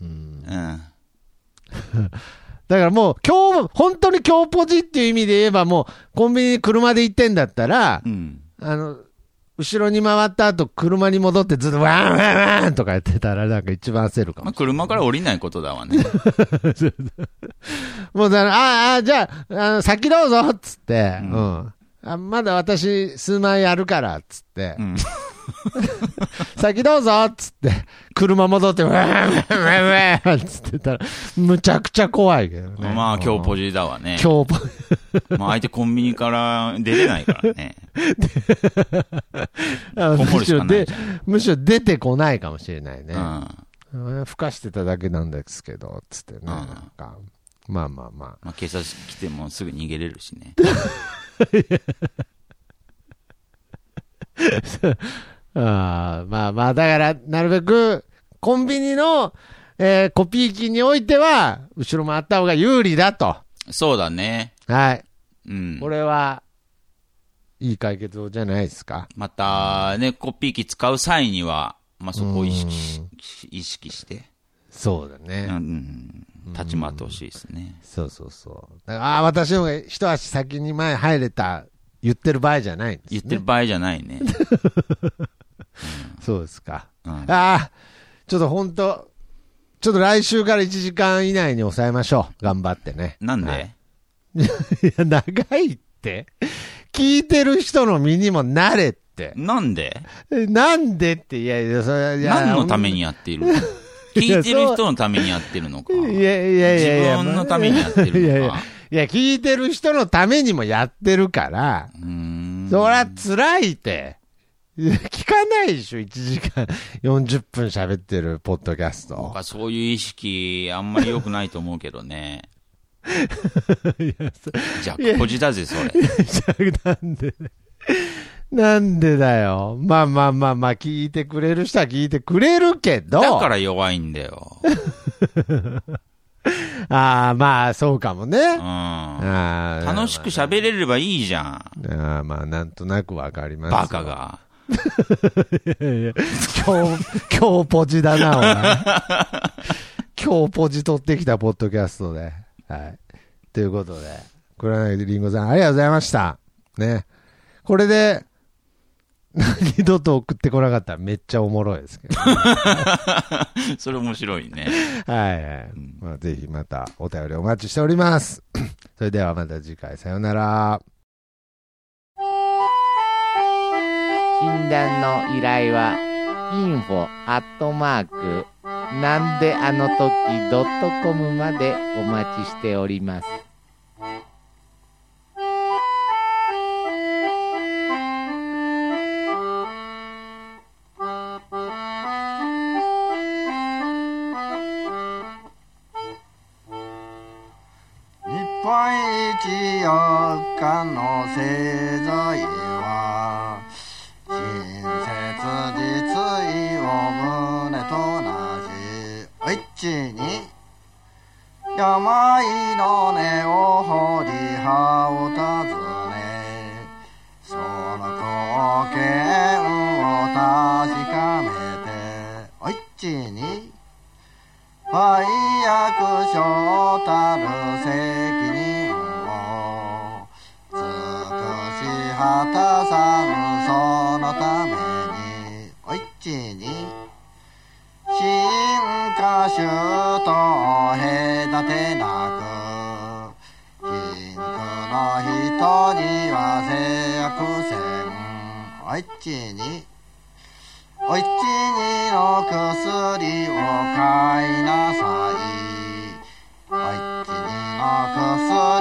Speaker 1: うん
Speaker 2: うん。
Speaker 1: だからもう、今日、本当に強ポジっていう意味で言えば、もう、コンビニに車で行ってんだったら
Speaker 2: う、ん。
Speaker 1: あの、後ろに回った後、車に戻ってずっとワンワンワンとかやってたら、なんか一番焦るか
Speaker 2: まあ、
Speaker 1: も。
Speaker 2: 車から降りないことだわね。
Speaker 1: もうだから、あああ、じゃあ、あの先どうぞっつって、う、
Speaker 2: うんん
Speaker 1: あ。まだ私、数枚あるから、っつって、
Speaker 2: うん。
Speaker 1: 先どうぞっつって、車戻って、ワンワンワンワンっつってたら、むちゃくちゃ怖いけどね。
Speaker 2: まあ、強ポ
Speaker 1: ジ。
Speaker 2: ジだわね。
Speaker 1: 強ポジ。
Speaker 2: まあ、相手コンビニから出れない からね。
Speaker 1: あの
Speaker 2: こも
Speaker 1: む
Speaker 2: る
Speaker 1: し
Speaker 2: し
Speaker 1: ろ
Speaker 2: かない
Speaker 1: で
Speaker 2: じゃん。
Speaker 1: むしろ出てこないかもしれないうね。
Speaker 2: ん。
Speaker 1: うんふかしてただけなんですけど、つってね。なんかまあまあま
Speaker 2: まあ、警察来てもすぐ逃げれるしね。
Speaker 1: あ。ああまあまあ、だから、なるべく、コンビニの、えーコピー機においては、後ろ回った方が有利だと。
Speaker 2: そうだね。
Speaker 1: はい。
Speaker 2: うん。
Speaker 1: これは、いい解決法じゃないですか。
Speaker 2: また、ね、コピー機使う際には、まあ、そこを意識し
Speaker 1: う
Speaker 2: 意識して、
Speaker 1: そうだ
Speaker 2: うん
Speaker 1: ね。
Speaker 2: うん、立ち回ってほしいですね。
Speaker 1: そうそうそう。だからああ、私の方が一足先に前入れた、言ってる場合じゃないんです、ね。
Speaker 2: 言ってる場合じゃないね。
Speaker 1: そうですか。
Speaker 2: うん
Speaker 1: ああ、ちょっと本当、ちょっと来週から1時間以内に抑えましょう。頑張ってね。
Speaker 2: なんで、
Speaker 1: はいいや、長いって。聞いてる人の身にもなれって。
Speaker 2: なんで
Speaker 1: えなんでって、いやいや、それいや
Speaker 2: 何のためにやっているの聞いてる人のためにやってるのか。
Speaker 1: い やいやいやいや。
Speaker 2: 自分のためにやってるのか
Speaker 1: いやいやいや、聞いてる人のためにもやってるから、
Speaker 2: うーん
Speaker 1: そりゃ辛いって。いや聞かないでしょ、1時間40分喋ってるポッドキャスト
Speaker 2: 僕。はそういう意識、あんまり良くないと思うけ どね。じゃあ、こじだぜ、それ。
Speaker 1: なんで、なんでだよ。まあまあまあまあ、聞いてくれる人は聞いてくれるけど。
Speaker 2: だから弱いんだよ。
Speaker 1: ああ、まあ、そうかも
Speaker 2: う
Speaker 1: ね。
Speaker 2: ん。
Speaker 1: ああ
Speaker 2: 楽しく喋れればいいじゃん。
Speaker 1: ああまあ、なんとなくわかります。
Speaker 2: バカ。が。
Speaker 1: 今日、今日ポジだな、お前。今日ポジ取ってきた、ポッドキャストで。はい。ということで、黒柳りんごさん、ありがとうございました。ね。これで、二度と送ってこなかったらめっちゃおもろいですけど。
Speaker 2: それ面白いね。
Speaker 1: はいはい。まあ、ぜひまたお便りお待ちしております。 それではまた次回、さようなら。
Speaker 3: 診断の依頼は info アットマークなんであの時ドットコムまでお待ちしております。
Speaker 4: 本一四日の製材は親切実意を胸となし一ちに病の根を掘り葉を訪ねその貢献を確かめておいっちに愛役所たる責任を尽くし果たさぬそのためにおいっちに進化種と隔てなく貧苦の人には制約せんおいっちにおいちにの薬を買いなさいおいちにの薬